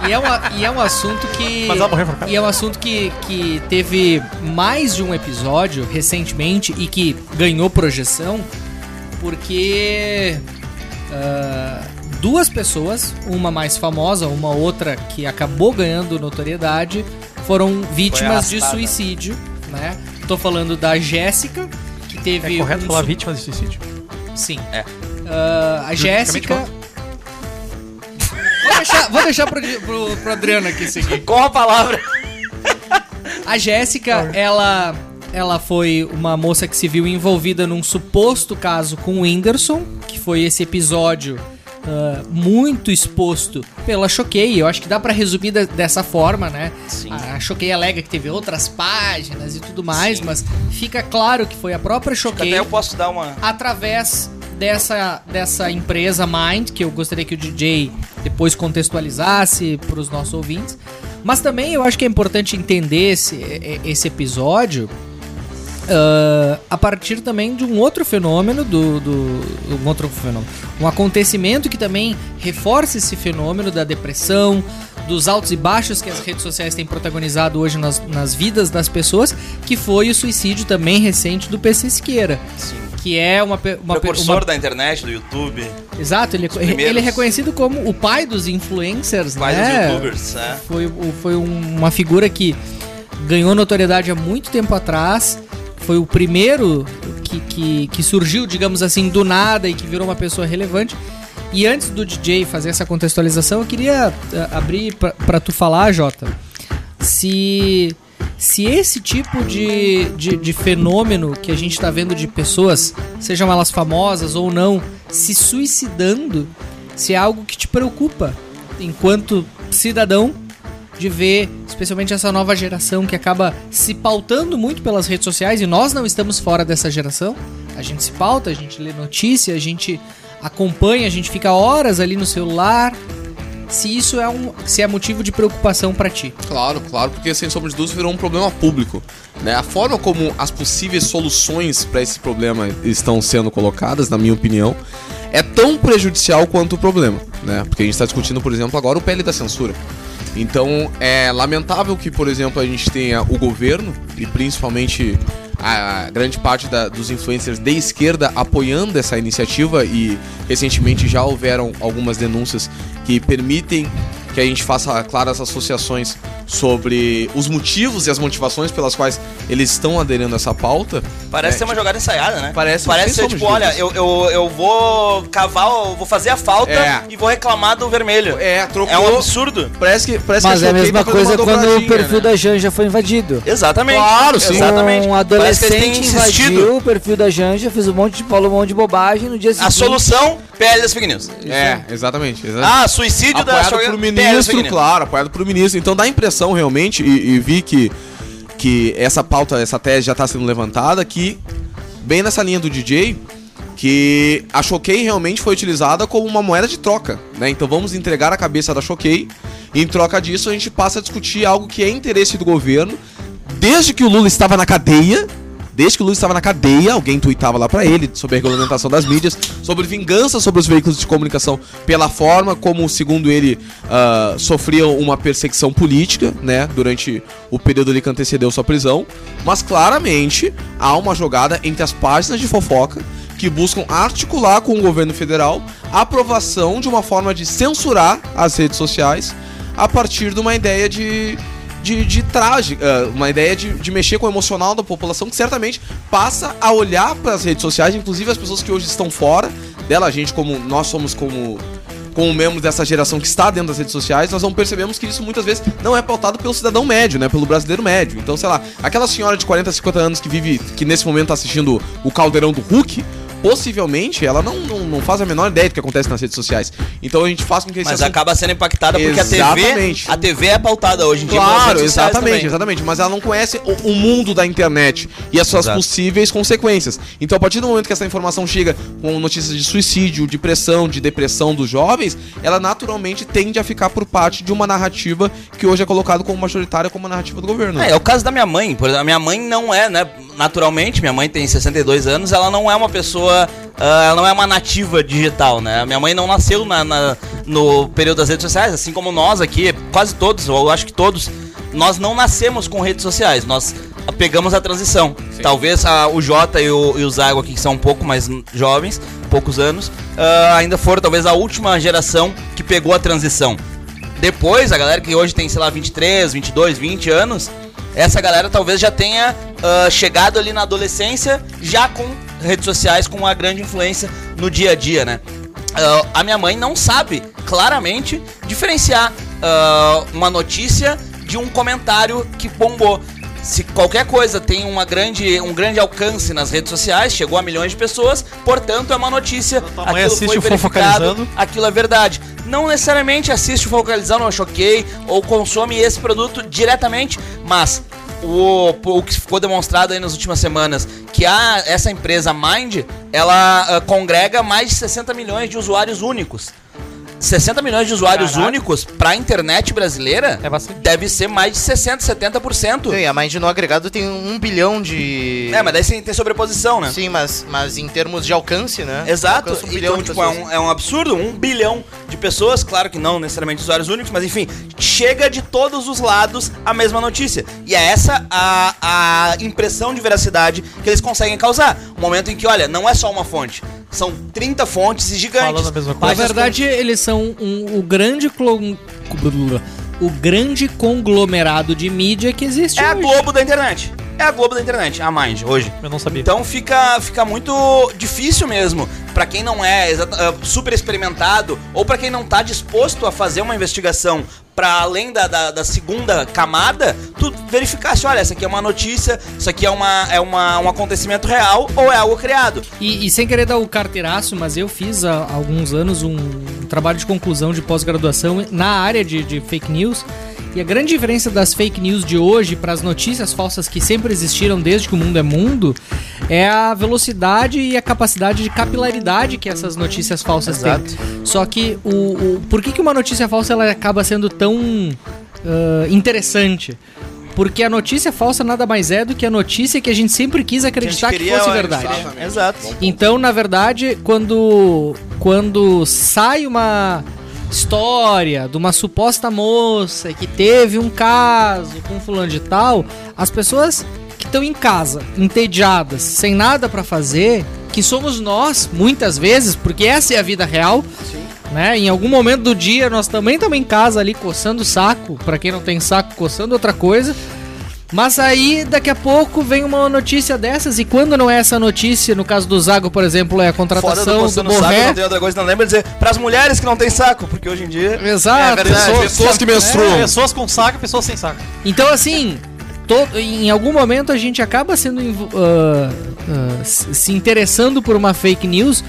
Speaker 4: E é, uma- e é um assunto que.
Speaker 10: Mas ela morreu enforcada.
Speaker 4: E é um assunto que, que teve mais de um episódio recentemente e que ganhou projeção porque. ah, duas pessoas, uma mais famosa, uma outra que acabou ganhando notoriedade, foram vítimas de
Speaker 10: arrastada.
Speaker 4: suicídio, né? Tô falando da Jéssica, que teve.
Speaker 10: É correto
Speaker 4: um
Speaker 10: falar
Speaker 4: su-
Speaker 10: vítimas de suicídio?
Speaker 4: Sim. Ah, a
Speaker 10: Juridicamente
Speaker 4: Jéssica. Vou deixar, vou deixar pro, Di- pro- pro Adriano aqui seguir.
Speaker 8: Com a palavra.
Speaker 4: A Jéssica, ela, ela foi uma moça que se viu envolvida num suposto caso com o Whindersson, que foi esse episódio ah, muito exposto pela Choquei. Eu acho que dá pra resumir da- dessa forma, né? Sim. A, a Choquei alega que teve outras páginas e tudo mais, mas fica claro que foi a própria Choquei.
Speaker 8: Até eu posso dar uma.
Speaker 4: através dessa, dessa empresa Mind, que eu gostaria que o DJ depois contextualizasse para os nossos ouvintes. Mas também eu acho que é importante entender esse, é- é- esse episódio ah, a partir também de um outro fenômeno, do, do- um outro fenômeno, um acontecimento que também reforça esse fenômeno da depressão, dos altos e baixos que as redes sociais têm protagonizado hoje nas, nas vidas das pessoas, que foi o suicídio também recente do PC Siqueira.
Speaker 8: assim,
Speaker 4: Que é uma, pe- uma, pe-
Speaker 8: Precursor
Speaker 4: uma
Speaker 8: da internet, do YouTube.
Speaker 4: Exato, ele,
Speaker 8: Os primeiros.
Speaker 4: ele é reconhecido como o pai dos influencers,
Speaker 8: Pai
Speaker 4: né?
Speaker 11: É.
Speaker 8: dos youtubers, né?
Speaker 4: Foi, o- foi um- uma figura que ganhou notoriedade há muito tempo atrás. Foi o primeiro que, que, que surgiu, digamos assim, do nada e que virou uma pessoa relevante. E antes do DJ fazer essa contextualização, eu queria eh, abrir pra- pra tu falar, Jota, se se esse tipo de, de, de fenômeno que a gente tá vendo de pessoas, sejam elas famosas ou não, se suicidando, se é algo que te preocupa enquanto cidadão de ver, especialmente essa nova geração que acaba se pautando muito pelas redes sociais e nós não estamos fora dessa geração. A gente se pauta, a gente lê notícia, a gente acompanha, a gente fica horas ali no celular. Se isso é um, se é motivo de preocupação pra ti.
Speaker 11: Claro, claro, porque sem sombra de dúvida virou um problema público. Né? A forma como as possíveis soluções para esse problema estão sendo colocadas, na minha opinião, é tão prejudicial quanto o problema. Né? Porque a gente está discutindo, por exemplo, agora o PL da censura. Então é lamentável que, por exemplo, a gente tenha o governo e principalmente a grande parte da- dos influencers de esquerda apoiando essa iniciativa e recentemente já houveram algumas denúncias que permitem que a gente faça claras associações sobre os motivos e as motivações pelas quais eles estão aderendo a essa pauta.
Speaker 8: Parece
Speaker 11: É,
Speaker 8: ser uma
Speaker 11: tipo,
Speaker 8: jogada ensaiada, né?
Speaker 11: Parece- um
Speaker 8: Parece
Speaker 11: sem
Speaker 8: ser
Speaker 11: sombra
Speaker 8: tipo,
Speaker 11: de
Speaker 8: olha, eu,
Speaker 11: dúvidas.
Speaker 8: eu, eu vou cavar, eu vou fazer a falta
Speaker 11: É.
Speaker 8: e vou reclamar do vermelho.
Speaker 11: É, trocou.
Speaker 8: É um absurdo.
Speaker 11: Parece que. Parece
Speaker 9: Mas
Speaker 8: que
Speaker 9: é a
Speaker 8: Choquei
Speaker 9: mesma
Speaker 8: tá fazendo
Speaker 9: coisa
Speaker 8: uma
Speaker 9: quando o
Speaker 8: dobradinha,
Speaker 9: perfil
Speaker 8: né?
Speaker 9: da Janja foi invadido.
Speaker 8: Exatamente.
Speaker 11: Claro, sim.
Speaker 8: Exatamente.
Speaker 9: Um
Speaker 8: Parece que eles têm
Speaker 9: adolescente
Speaker 8: insistido.
Speaker 9: invadiu o perfil da Janja, fez um monte de falou um monte de bobagem no dia seguinte.
Speaker 8: A solução, PL das fake news.
Speaker 11: É, exatamente. exatamente.
Speaker 8: Ah, suicídio da é
Speaker 11: apoiado
Speaker 8: Soraya-
Speaker 11: pro
Speaker 8: Pérez
Speaker 11: ministro,
Speaker 8: Figueiredo.
Speaker 11: claro, apoiado pro ministro. Então dá a impressão realmente e, e vi que que essa pauta, essa tese já tá sendo levantada que bem nessa linha do DJ que a Choquei realmente foi utilizada como uma moeda de troca, né? Então vamos entregar a cabeça da Choquei e em troca disso a gente passa a discutir algo que é interesse do governo desde que o Lula estava na cadeia, desde que o Lula estava na cadeia, alguém tuitava lá pra ele sobre a regulamentação das mídias, sobre vingança sobre os veículos de comunicação pela forma como, segundo ele, ah, sofriam uma perseguição política, né, durante o período ali que antecedeu sua prisão. Mas claramente há uma jogada entre as páginas de fofoca que buscam articular com o governo federal a aprovação de uma forma de censurar as redes sociais a partir de uma ideia de de, de traje, ah, uma ideia de, de mexer com o emocional da população que certamente passa a olhar para as redes sociais, inclusive as pessoas que hoje estão fora dela, a gente como nós somos como como membros dessa geração que está dentro das redes sociais, nós não percebemos que isso muitas vezes não é pautado pelo cidadão médio, né, pelo brasileiro médio. Então, sei lá, aquela senhora de 40, 50 anos que vive que nesse momento está assistindo o Caldeirão do Hulk, possivelmente ela não, não, não faz a menor ideia do que acontece nas redes sociais. Então a gente faz com que esse
Speaker 8: Mas
Speaker 11: assunto-
Speaker 8: acaba sendo impactada porque
Speaker 11: Exatamente.
Speaker 8: a TV. A TV é pautada hoje em dia. pelas
Speaker 11: Claro,
Speaker 8: redes sociais
Speaker 11: exatamente,
Speaker 8: também.
Speaker 11: exatamente. Mas ela não conhece o, o mundo da internet e as suas
Speaker 8: Exato.
Speaker 11: possíveis consequências. Então, a partir do momento que essa informação chega com notícias de suicídio, de pressão, de depressão dos jovens, ela naturalmente tende a ficar por parte de uma narrativa que hoje é colocada como majoritária como a narrativa do governo.
Speaker 8: É, é o caso da minha mãe, por exemplo. A minha mãe não é, né? naturalmente, minha mãe tem 62 anos, ela não é uma pessoa. ah, ela não é uma nativa digital, né? Minha mãe não nasceu na, na- no período das redes sociais, assim como nós aqui, quase todos, eu acho que todos, nós não nascemos com redes sociais, nós pegamos a transição. Talvez ah, o Jota e o, e o Zago aqui, que são um pouco mais jovens, poucos anos, ah, ainda foram talvez a última geração que pegou a transição. Depois, a galera que hoje tem, sei lá, 23, 22, 20 anos, essa galera talvez já tenha ah, chegado ali na adolescência já com redes sociais, com uma grande influência no dia a dia, né? Ah, a minha mãe não sabe claramente diferenciar ah, uma notícia de um comentário que bombou se qualquer coisa tem uma grande, um grande alcance nas redes sociais, chegou a milhões de pessoas, portanto é uma notícia.
Speaker 16: mãe assiste o Fofocalizando?
Speaker 8: aquilo é verdade. Não necessariamente assiste o Fofocalizando ou Choquei, ou consome esse produto diretamente, mas o, o que ficou demonstrado aí nas últimas semanas, que a, essa empresa Mind, ela ah, congrega mais de 60 milhões de usuários únicos. 60 milhões de usuários únicos pra internet brasileira
Speaker 10: É
Speaker 8: deve ser mais de 60, 70%.
Speaker 5: E a Mind no agregado tem um bilhão de.
Speaker 8: É, mas daí sim, tem sobreposição, né?
Speaker 5: Sim, mas, mas em termos de alcance, né?
Speaker 8: Exato.
Speaker 5: Alcança um bilhão
Speaker 8: então,
Speaker 5: de
Speaker 8: tipo, é
Speaker 5: pessoas.
Speaker 8: um, é um absurdo, um bilhão de pessoas, claro que não necessariamente usuários únicos, mas enfim, chega de todos os lados a mesma notícia. E é essa a, a impressão de veracidade que eles conseguem causar. Um momento em que, olha, não é só uma fonte, são 30 fontes e gigantes.
Speaker 4: Na
Speaker 8: Mas as
Speaker 4: verdade, eles são um- o grande clon- o grande conglomerado de mídia que existe.
Speaker 8: É a Globo da internet. É a Globo da internet, a Mind, hoje.
Speaker 10: Eu não sabia.
Speaker 8: Então fica, fica muito difícil mesmo pra quem não é exata- ah, super experimentado ou pra quem não tá disposto a fazer uma investigação pra além da, da, da segunda camada, tu verificar se, olha, essa aqui é uma notícia, isso aqui é, uma, é uma, um acontecimento real ou é algo criado.
Speaker 4: E, e sem querer dar o carteiraço, mas eu fiz há alguns anos um trabalho de conclusão de pós-graduação na área de, de fake news. E a grande diferença das fake news de hoje para as notícias falsas que sempre existiram desde que o mundo é mundo é a velocidade e a capacidade de capilaridade que essas notícias falsas
Speaker 8: Exato.
Speaker 4: têm. Só que o, o- por que, que uma notícia falsa ela acaba sendo tão ah, interessante? Porque a notícia falsa nada mais é do que a notícia que a gente sempre quis acreditar que
Speaker 8: queria-
Speaker 4: fosse verdade.
Speaker 8: Exatamente. Exato.
Speaker 4: Então, na verdade, quando quando sai uma história de uma suposta moça que teve um caso com fulano de tal, as pessoas que estão em casa, entediadas, sem nada pra fazer, que somos nós muitas vezes, porque essa é a vida real. Né? Em algum momento do dia nós também estamos em casa ali coçando o saco, pra quem não tem saco, coçando outra coisa. Mas aí, daqui a pouco, vem uma notícia dessas, e quando não é essa notícia, no caso do Zago, por exemplo, é a
Speaker 8: Fora do
Speaker 4: contratação do,
Speaker 8: coçando o saco,
Speaker 4: Borré.
Speaker 8: não tem outra coisa, não lembra dizer pras mulheres que não tem saco, porque hoje em dia...
Speaker 4: Exato.
Speaker 10: É,
Speaker 8: menstruam.
Speaker 16: Pessoas com saco e pessoas sem saco.
Speaker 4: Então, assim, todo, em algum momento a gente acaba sendo invo- ah, ah, se se interessando por uma fake news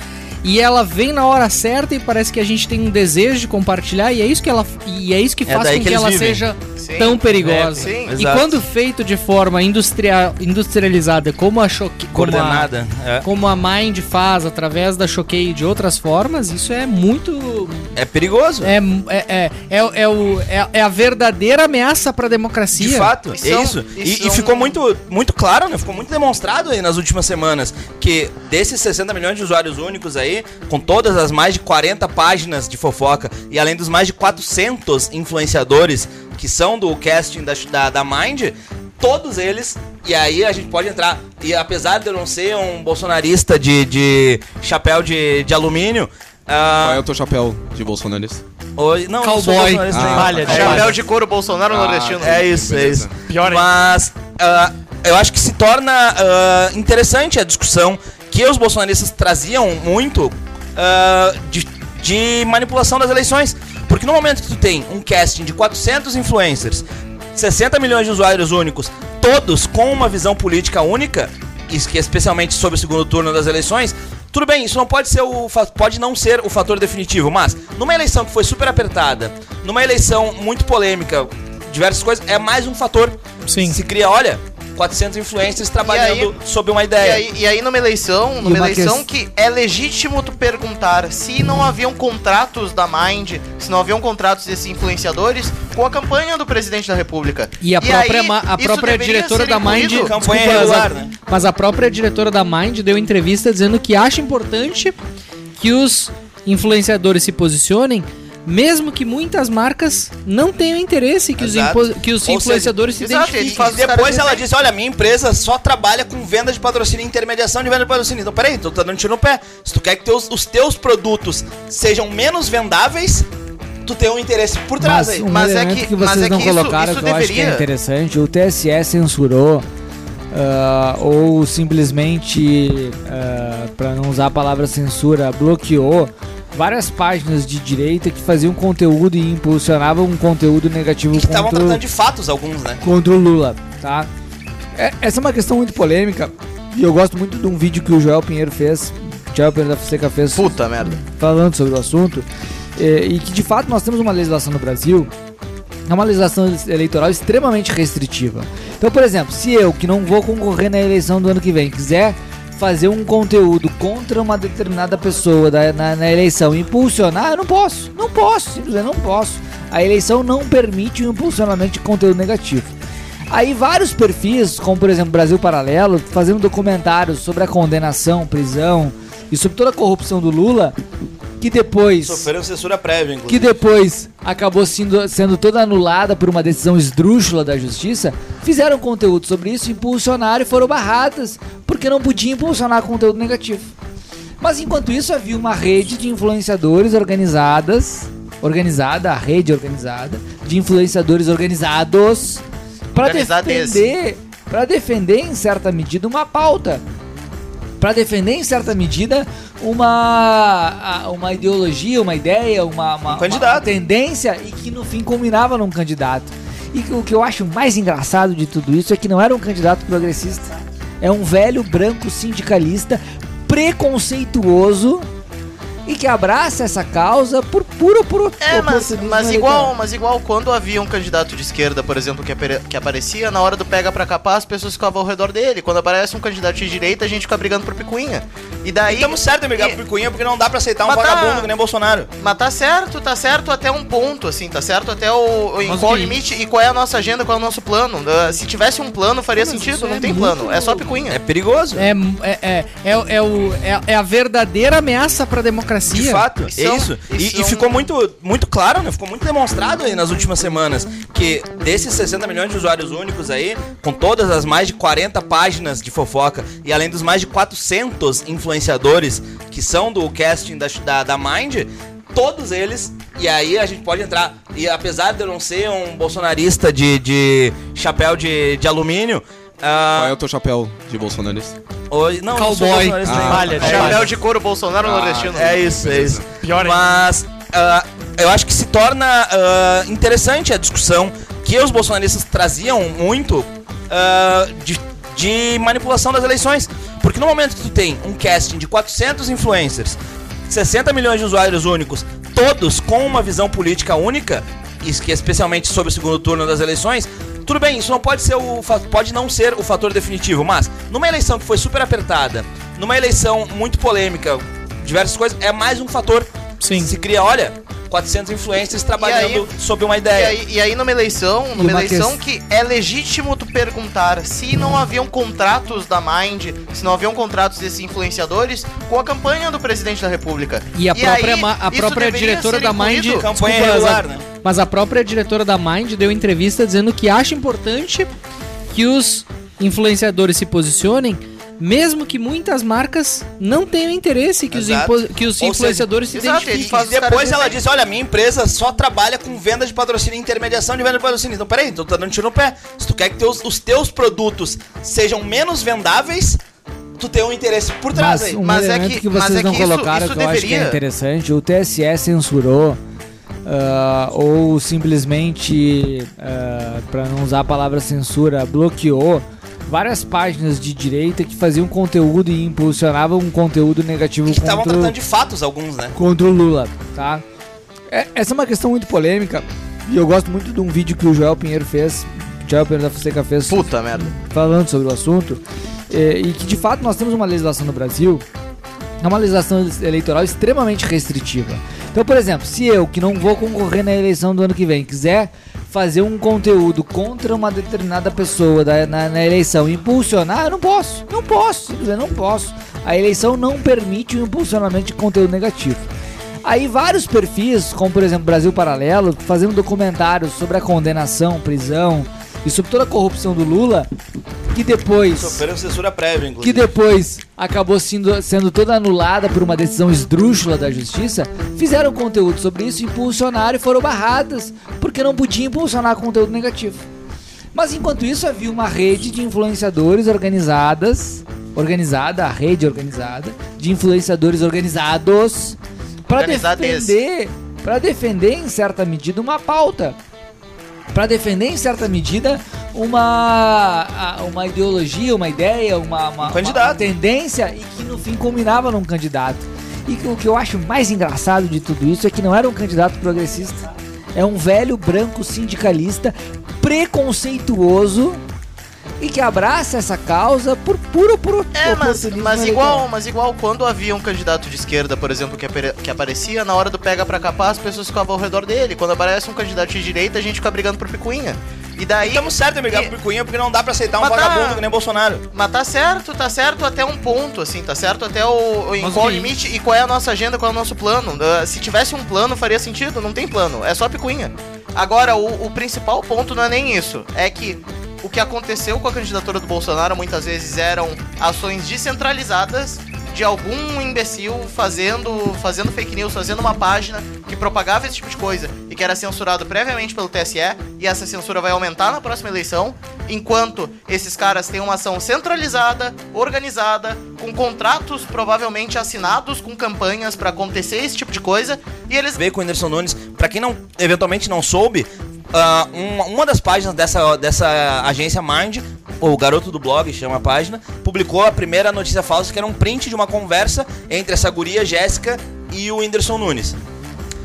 Speaker 4: e ela vem na hora certa e parece que a gente tem um desejo de compartilhar e é isso que ela e é isso que
Speaker 8: É
Speaker 4: faz
Speaker 8: daí
Speaker 4: com
Speaker 8: que
Speaker 4: que,
Speaker 8: eles
Speaker 4: ela
Speaker 8: vivem.
Speaker 4: seja
Speaker 8: Sim.
Speaker 4: tão perigosa.
Speaker 8: É, sim.
Speaker 4: e
Speaker 8: Exato.
Speaker 4: quando feito de forma industrial, industrializada, como a choque, como a-
Speaker 8: Coordenada, é.
Speaker 4: como a Mind faz através da Choquei e de outras formas, isso é muito
Speaker 8: É perigoso.
Speaker 4: é, é, é, é, é o- é- é a verdadeira ameaça para a democracia.
Speaker 8: De fato, é isso. E, e ficou muito, muito claro, né? Ficou muito demonstrado aí nas últimas semanas que desses 60 milhões de usuários únicos aí, com todas as mais de 40 páginas de fofoca e além dos mais de 400 influenciadores que são do casting da, da, da Mind, todos eles, e aí a gente pode entrar, e apesar de eu não ser um bolsonarista de, de chapéu de, de alumínio... ah,
Speaker 11: Qual é o teu chapéu de bolsonarista?
Speaker 8: Oi, não,
Speaker 11: Cowboy.
Speaker 8: Eu não sou bolsonarista
Speaker 11: Ah,
Speaker 8: nenhum.
Speaker 16: É
Speaker 11: palha, palha.
Speaker 5: Chapéu de couro Bolsonaro nordestino.
Speaker 8: É isso, é
Speaker 5: Ah, tá. Beleza.
Speaker 8: isso. Mas ah, eu acho que se torna ah, interessante a discussão que os bolsonaristas traziam muito ah, de, de manipulação das eleições. Porque no momento que tu tem um casting de 400 influencers, 60 milhões de usuários únicos, todos com uma visão política única, es- que especialmente sobre o segundo turno das eleições, tudo bem, isso não pode ser o fa- pode não ser o fator definitivo, mas numa eleição que foi super apertada, numa eleição muito polêmica, diversas coisas, é mais um fator. Sim. Se cria, olha, 400 influencers trabalhando sob uma
Speaker 5: E
Speaker 4: É.
Speaker 8: ideia.
Speaker 5: aí, e aí numa eleição,
Speaker 8: E
Speaker 5: numa
Speaker 8: uma
Speaker 5: eleição
Speaker 8: ques-
Speaker 5: que é legítimo tu perguntar se não haviam contratos da Mind, se não haviam contratos desses influenciadores com a campanha do presidente da República.
Speaker 4: E a própria,
Speaker 5: aí,
Speaker 4: ma- a
Speaker 5: isso
Speaker 4: própria
Speaker 5: deveria
Speaker 4: diretora
Speaker 5: ser
Speaker 4: da Mind
Speaker 8: é
Speaker 5: incluído-
Speaker 8: né?
Speaker 4: desculpa, Zago, mas a própria diretora da Mind deu entrevista dizendo que acha importante que os influenciadores se posicionem, mesmo que muitas marcas não tenham interesse que, os,
Speaker 8: Exato.
Speaker 4: impo- que os
Speaker 8: Ou seja,
Speaker 4: influenciadores se
Speaker 8: exato, ele
Speaker 4: identifiquem.
Speaker 8: faz- depois ela disse, olha, minha empresa só trabalha com venda de patrocínio e intermediação de venda de patrocínio. Então, peraí, tu tá dando tiro no pé. Se tu quer que teus- os teus produtos sejam menos vendáveis, tu tem um interesse por trás aí.
Speaker 9: um elemento que, vocês não colocaram que eu acho que é interessante, o TSE censurou ah, ou simplesmente, para não usar a palavra censura, bloqueou várias páginas de direita que faziam conteúdo e impulsionavam um conteúdo negativo
Speaker 8: que estavam
Speaker 9: contra o-
Speaker 8: tratando de fatos alguns, né?
Speaker 9: contra o Lula, tá? É- essa é uma questão muito polêmica e eu gosto muito de um vídeo que o Joel Pinheiro fez, Joel Pinheiro da Fonseca fez. Puta merda. Falando sobre o assunto é, e que de fato nós temos uma legislação no Brasil, é uma legislação eleitoral extremamente restritiva. Então, por exemplo, se eu que não vou concorrer na eleição do ano que vem quiser fazer um conteúdo contra uma determinada pessoa da- na, na eleição e impulsionar, eu não posso, não posso, simplesmente não posso. A eleição não permite o impulsionamento de conteúdo negativo. Aí vários perfis, como por exemplo Brasil Paralelo, fazendo documentários sobre a condenação, prisão e sobre toda a corrupção do Lula, que depois
Speaker 8: Sofreram censura prévia,
Speaker 9: que
Speaker 8: inclusive.
Speaker 9: depois acabou sendo, sendo toda anulada por uma decisão esdrúxula da justiça, fizeram conteúdo sobre isso, impulsionaram e foram barradas, porque não podia impulsionar conteúdo negativo. Mas enquanto isso, havia uma rede de influenciadores organizadas, organizada, a rede organizada, de influenciadores organizados, para
Speaker 5: Organizades.
Speaker 9: defender, para defender em certa medida uma pauta para defender em certa medida uma, a- uma ideologia, uma ideia, uma,
Speaker 5: Um
Speaker 9: uma, uma tendência e que no fim culminava num candidato. E que- o que eu acho mais engraçado de tudo isso é que não era um candidato progressista, é um velho branco sindicalista preconceituoso e que abraça essa causa por puro por
Speaker 5: É, mas, mas igual, mas igual quando havia um candidato de esquerda, por exemplo, que, apare- que aparecia, na hora do pega pra capar, as pessoas ficavam ao redor dele. Quando aparece um candidato de direita, a gente fica brigando por picuinha. E daí.
Speaker 9: Então,
Speaker 8: Estamos certo em brigar por picuinha, porque não dá pra aceitar um
Speaker 5: Mas tá-
Speaker 8: vagabundo que nem Bolsonaro.
Speaker 5: Mas tá certo, tá certo até um ponto, assim, tá certo até o. o- em
Speaker 8: Mas
Speaker 5: qual
Speaker 8: que-
Speaker 5: limite e qual é a nossa agenda, qual é o nosso plano. Uh, Se tivesse um plano, faria sentido, não tem plano. É só picuinha.
Speaker 8: É perigoso.
Speaker 4: É, é, é, é, é o- é- é a verdadeira ameaça para a democracia.
Speaker 8: De fato, é isso. E- E, ficou muito, muito claro, né? Ficou muito demonstrado aí nas últimas semanas que desses 60 milhões de usuários únicos aí, com todas as mais de 40 páginas de fofoca e além dos mais de 400 influenciadores que são do casting da, da, da Mind, todos eles, e aí a gente pode entrar, e apesar de eu não ser um bolsonarista de, de chapéu de, de alumínio, ah,
Speaker 11: Qual é o teu chapéu de bolsonarista?
Speaker 8: Hoje, não, não sou
Speaker 11: Cowboy.
Speaker 8: bolsonarista
Speaker 11: Ah,
Speaker 8: nenhum.
Speaker 11: palha,
Speaker 8: É,
Speaker 11: palha.
Speaker 8: chapéu
Speaker 5: de couro Bolsonaro
Speaker 11: Ah,
Speaker 5: nordestino.
Speaker 8: É isso, é isso.
Speaker 5: Pior ainda.
Speaker 8: Mas ah, eu acho que se torna ah, interessante a discussão que os bolsonaristas traziam muito ah, de, de manipulação das eleições. Porque no momento que tu tem um casting de 400 influencers, 60 milhões de usuários únicos, todos com uma visão política única, isso que é especialmente sobre o segundo turno das eleições, tudo bem, isso não pode ser o fa- pode não ser o fator definitivo, mas numa eleição que foi super apertada, numa eleição muito polêmica, diversas coisas, é mais um fator. Sim. Se cria, olha, 400 influencers trabalhando sob uma
Speaker 5: E
Speaker 8: ideia.
Speaker 5: aí, e aí numa eleição, numa
Speaker 8: uma
Speaker 5: eleição
Speaker 8: ques-
Speaker 5: que é legítimo tu perguntar se não haviam contratos da Mind, se não haviam contratos desses influenciadores com a campanha do presidente da República.
Speaker 4: E a própria,
Speaker 5: aí,
Speaker 4: ma- a
Speaker 5: isso
Speaker 4: própria
Speaker 5: deveria
Speaker 4: diretora
Speaker 5: ser
Speaker 4: da Mind.
Speaker 5: incluído?
Speaker 4: desculpa,
Speaker 8: né?
Speaker 4: mas, a, mas a própria diretora da Mind deu entrevista dizendo que acha importante que os influenciadores se posicionem. Mesmo que muitas marcas não tenham interesse que os,
Speaker 8: Exato.
Speaker 4: impo- que os
Speaker 8: Ou seja,
Speaker 4: influenciadores se
Speaker 8: exato,
Speaker 4: identifiquem.
Speaker 8: e depois ela diz, olha, minha empresa só trabalha com venda de patrocínio e intermediação de venda de patrocínio. Então, peraí, tu tá dando tiro no pé. Se tu quer que teus- os teus produtos sejam menos vendáveis, tu tem um interesse por trás
Speaker 9: Mas
Speaker 8: aí.
Speaker 9: um elemento que vocês não colocaram que eu acho que é interessante, o TSE censurou ah, ou simplesmente, para não usar a palavra censura, bloqueou várias páginas de direita que faziam conteúdo e impulsionavam um conteúdo negativo
Speaker 8: que estavam
Speaker 9: contra,
Speaker 8: tratando de fatos alguns, né?
Speaker 9: contra o Lula, tá? É- essa é uma questão muito polêmica e eu gosto muito de um vídeo que o Joel Pinheiro fez, que o Joel Pinheiro da Fonseca fez.
Speaker 5: Puta merda.
Speaker 9: Falando sobre o assunto é, e que de fato nós temos uma legislação no Brasil, é uma legislação eleitoral extremamente restritiva. Então, por exemplo, se eu que não vou concorrer na eleição do ano que vem quiser fazer um conteúdo contra uma determinada pessoa da- na, na eleição e impulsionar, eu não posso. Não posso, eu não posso. A eleição não permite o impulsionamento de conteúdo negativo. Aí vários perfis, como por exemplo Brasil Paralelo, fazendo documentários sobre a condenação, prisão e sobre toda a corrupção do Lula, que depois
Speaker 8: Sofreram censura prévia,
Speaker 9: que
Speaker 8: inclusive.
Speaker 9: depois acabou sendo, sendo toda anulada por uma decisão esdrúxula da justiça, fizeram conteúdo sobre isso, impulsionaram e foram barradas, porque não podiam impulsionar conteúdo negativo. Mas enquanto isso, havia uma rede de influenciadores organizadas, organizada, a rede organizada, de influenciadores organizados, para
Speaker 5: Organizades.
Speaker 9: defender, para defender em certa medida uma pauta para defender em certa medida uma a- uma ideologia, uma ideia, uma, uma, uma tendência e que no fim combinava num candidato. E que- o que eu acho mais engraçado de tudo isso é que não era um candidato progressista, é um velho branco sindicalista preconceituoso e que abraça essa causa por puro por
Speaker 5: É, mas, mas igual, mas igual quando havia um candidato de esquerda, por exemplo, que, apare- que aparecia, na hora do pega pra capar, as pessoas ficavam ao redor dele. Quando aparece um candidato de direita, a gente fica brigando por picuinha. E daí. Estamos
Speaker 8: certo, brigar por picuinha, porque não dá pra aceitar um vagabundo que nem Bolsonaro.
Speaker 5: Mas tá certo, tá certo até um ponto, assim, tá certo até o. o- em
Speaker 8: Mas o
Speaker 5: qual
Speaker 8: que-
Speaker 5: limite e qual é a nossa agenda, qual é o nosso plano. Ah, se tivesse um plano, faria sentido, não tem plano, é só picuinha. Agora, o, o principal ponto não é nem isso, é que o que aconteceu com a candidatura do Bolsonaro muitas vezes eram ações descentralizadas de algum imbecil fazendo, fazendo fake news, fazendo uma página que propagava esse tipo de coisa e que era censurado previamente pelo TSE e essa censura vai aumentar na próxima eleição, enquanto esses caras têm uma ação centralizada, organizada, com contratos provavelmente assinados com campanhas pra acontecer esse tipo de coisa e eles
Speaker 8: Veio com o Anderson Nunes. Pra quem não, eventualmente não soube, ah, uma, uma das páginas dessa, dessa agência Mind, o garoto do blog chama a página, publicou a primeira notícia falsa que era um print de uma conversa entre essa guria Jéssica e o Whindersson Nunes.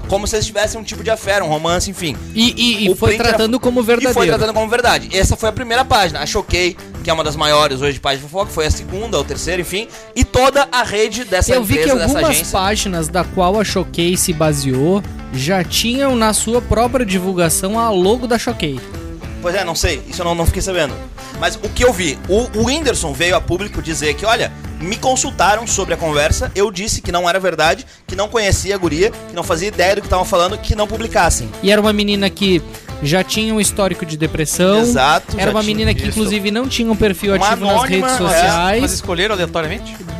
Speaker 8: Como se eles tivessem um tipo de afera, um romance, enfim.
Speaker 4: E, e- e
Speaker 8: O
Speaker 4: foi
Speaker 8: print era-
Speaker 4: tratando como
Speaker 8: E foi
Speaker 4: verdadeiro.
Speaker 8: tratando como verdade. Essa foi a primeira página. A Choquei, que é uma das maiores hoje de página de fofoca, foi a segunda, ou terceira, enfim. E toda a rede dessa
Speaker 4: Eu vi
Speaker 8: empresa,
Speaker 4: que
Speaker 8: dessa
Speaker 4: algumas
Speaker 8: agência.
Speaker 4: páginas da qual a Choquei se baseou já tinham na sua própria divulgação a logo da Choquei.
Speaker 8: Pois é, não sei, isso eu não, não fiquei sabendo. Mas o que eu vi, o, o Whindersson veio a público dizer que, olha, me consultaram sobre a conversa, eu disse que não era verdade, que não conhecia a guria, que não fazia ideia do que estavam falando, que não publicassem.
Speaker 4: E era uma menina que já tinha um histórico de depressão.
Speaker 8: Exato,
Speaker 4: Então, Era
Speaker 8: já
Speaker 4: uma
Speaker 8: tinha
Speaker 4: menina que,
Speaker 8: isso.
Speaker 4: inclusive, não tinha um perfil
Speaker 8: Uma
Speaker 4: ativo
Speaker 8: anônima,
Speaker 4: nas redes
Speaker 8: é.
Speaker 4: sociais.
Speaker 8: Mas
Speaker 16: escolheram aleatoriamente?
Speaker 4: Uhum.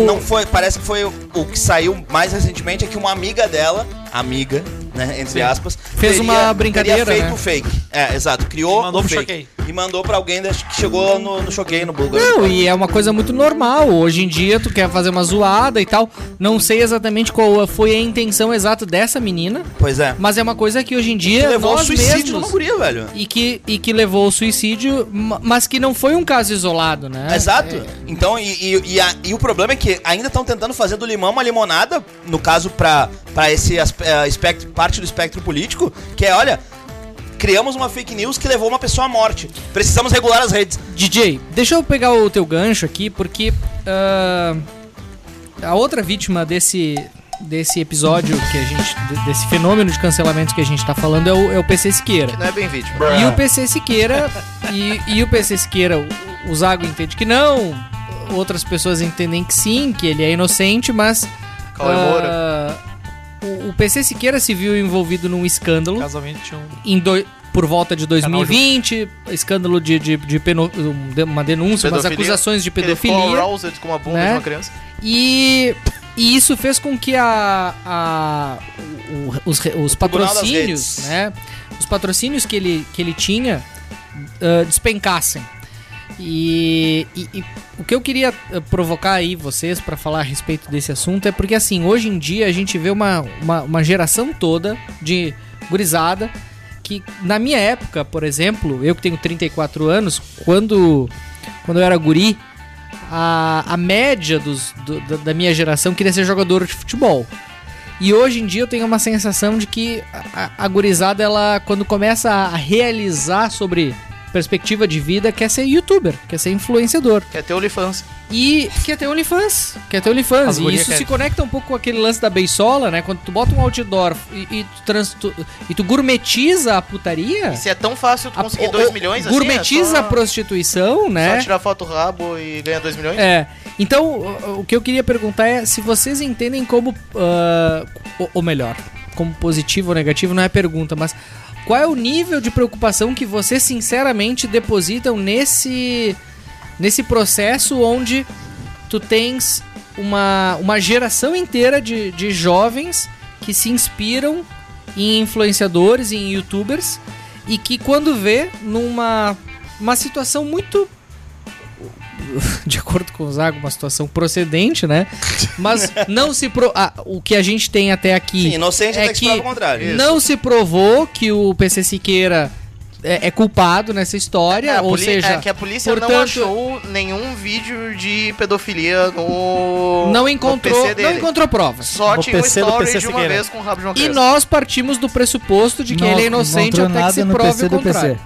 Speaker 4: Do.
Speaker 8: Não foi, parece que foi o, o que saiu mais recentemente é que uma amiga dela, amiga, né, entre
Speaker 4: Sim.
Speaker 8: aspas,
Speaker 4: Fez uma brincadeira,
Speaker 8: teria feito
Speaker 4: né?
Speaker 8: o fake. É, exato, criou
Speaker 4: mandou
Speaker 8: o
Speaker 4: pro
Speaker 8: fake.
Speaker 4: Choquei.
Speaker 8: E mandou pra alguém da- que chegou no, no choquei no Bulgari.
Speaker 4: Não, e é uma coisa muito normal. Hoje em dia, tu quer fazer uma zoada e tal. Não sei exatamente qual foi a intenção exata dessa menina.
Speaker 8: Pois é.
Speaker 4: Mas é uma coisa que hoje em dia.
Speaker 8: Que levou ao
Speaker 4: nós
Speaker 8: suicídio né? de
Speaker 4: mesmos,
Speaker 8: uma guria, velho.
Speaker 4: E que, e que levou ao suicídio, ma- mas que não foi um caso isolado, né?
Speaker 8: Exato. Então, e, e- e a- e o problema é que ainda estão tentando fazer do limão uma limonada, no caso, pra, pra esse aspe- eh, espectro, parte do espectro político, que é, olha, criamos uma fake news que levou uma pessoa à morte. Precisamos regular as redes.
Speaker 4: DJ, deixa eu pegar o teu gancho aqui, porque ah, a outra vítima desse, desse episódio que a gente. de- desse fenômeno de cancelamento que a gente tá falando é o, é o PC Siqueira.
Speaker 5: não é bem vídeo.
Speaker 4: E o PC Siqueira. (laughs) e, e o PC Siqueira, o- o Zago entende que não. Outras pessoas entendem que sim, que ele é inocente, mas.
Speaker 5: Cauê
Speaker 4: ah,
Speaker 5: Moura.
Speaker 4: o, o PC Siqueira se viu envolvido num escândalo.
Speaker 16: Casualmente um.
Speaker 4: Em doi- por volta de 2020, escândalo de, de, de peno- um, de- uma denúncia, umas
Speaker 5: Pedofilia.
Speaker 4: acusações de
Speaker 5: Que ele ficou
Speaker 4: pedofilia.
Speaker 5: aroused com a bunda
Speaker 4: né?
Speaker 5: de uma criança.
Speaker 4: E, e isso fez com que a, a- o- os, re- os
Speaker 8: Tribunal das
Speaker 4: patrocínios,
Speaker 8: Redes.
Speaker 4: né? Os patrocínios que ele, que ele tinha ah, despencassem. E, e- e o que eu queria ah, provocar aí vocês para falar a respeito desse assunto é porque, assim, hoje em dia a gente vê uma, uma, uma geração toda de gurizada que, na minha época, por exemplo, eu que tenho 34 anos, quando, quando eu era guri, a, a média dos, do- da, da minha geração queria ser jogador de futebol. E hoje em dia eu tenho uma sensação de que a, a- a gurizada, ela, quando começa a realizar sobre perspectiva de vida, quer ser youtuber, quer ser influenciador.
Speaker 5: Quer ter é OnlyFans.
Speaker 4: E quer ter OnlyFans, quer ter OnlyFans.
Speaker 5: As
Speaker 4: E
Speaker 5: gurias
Speaker 4: isso
Speaker 5: querem.
Speaker 4: se conecta um pouco com aquele lance da beisola, né? Quando tu bota um outdoor e, e tu, trans, tu- e tu gourmetiza a putaria.
Speaker 5: E se é tão fácil tu conseguir 2 milhões assim,
Speaker 4: Gourmetiza
Speaker 5: é
Speaker 4: a
Speaker 5: só-
Speaker 4: prostituição, né?
Speaker 5: Só tirar foto do rabo e ganhar 2 milhões?
Speaker 4: É. Então, o- o que eu queria perguntar é se vocês entendem como. ah, ou- ou melhor, como positivo ou negativo, não é pergunta, mas qual é o nível de preocupação que vocês sinceramente depositam nesse. nesse processo onde tu tens uma, uma geração inteira de, de jovens que se inspiram em influenciadores, em youtubers, e que quando vê numa uma situação muito (laughs) de acordo com o Zago, uma situação procedente,
Speaker 5: (laughs)
Speaker 4: né? Mas não se pro... ah, o que a gente tem até aqui
Speaker 8: Sim, inocente até que se prova o
Speaker 5: é
Speaker 8: contrário. Isso.
Speaker 4: não se provou que o PC Siqueira é, é culpado nessa história,
Speaker 5: É, a
Speaker 4: ou
Speaker 5: poli-
Speaker 4: seja,
Speaker 5: é que a polícia não
Speaker 4: portanto,
Speaker 5: achou nenhum vídeo de pedofilia no.
Speaker 4: não
Speaker 5: no
Speaker 4: encontrou,
Speaker 5: PC dele.
Speaker 4: não encontrou provas.
Speaker 5: Só tinha um story de uma vez com o rabo de uma
Speaker 4: E nós partimos do pressuposto de que
Speaker 9: Não
Speaker 4: ele é inocente
Speaker 9: encontrou
Speaker 4: até que
Speaker 9: nada
Speaker 4: se
Speaker 9: no
Speaker 4: prove
Speaker 9: PC
Speaker 4: o
Speaker 9: do
Speaker 4: contrário.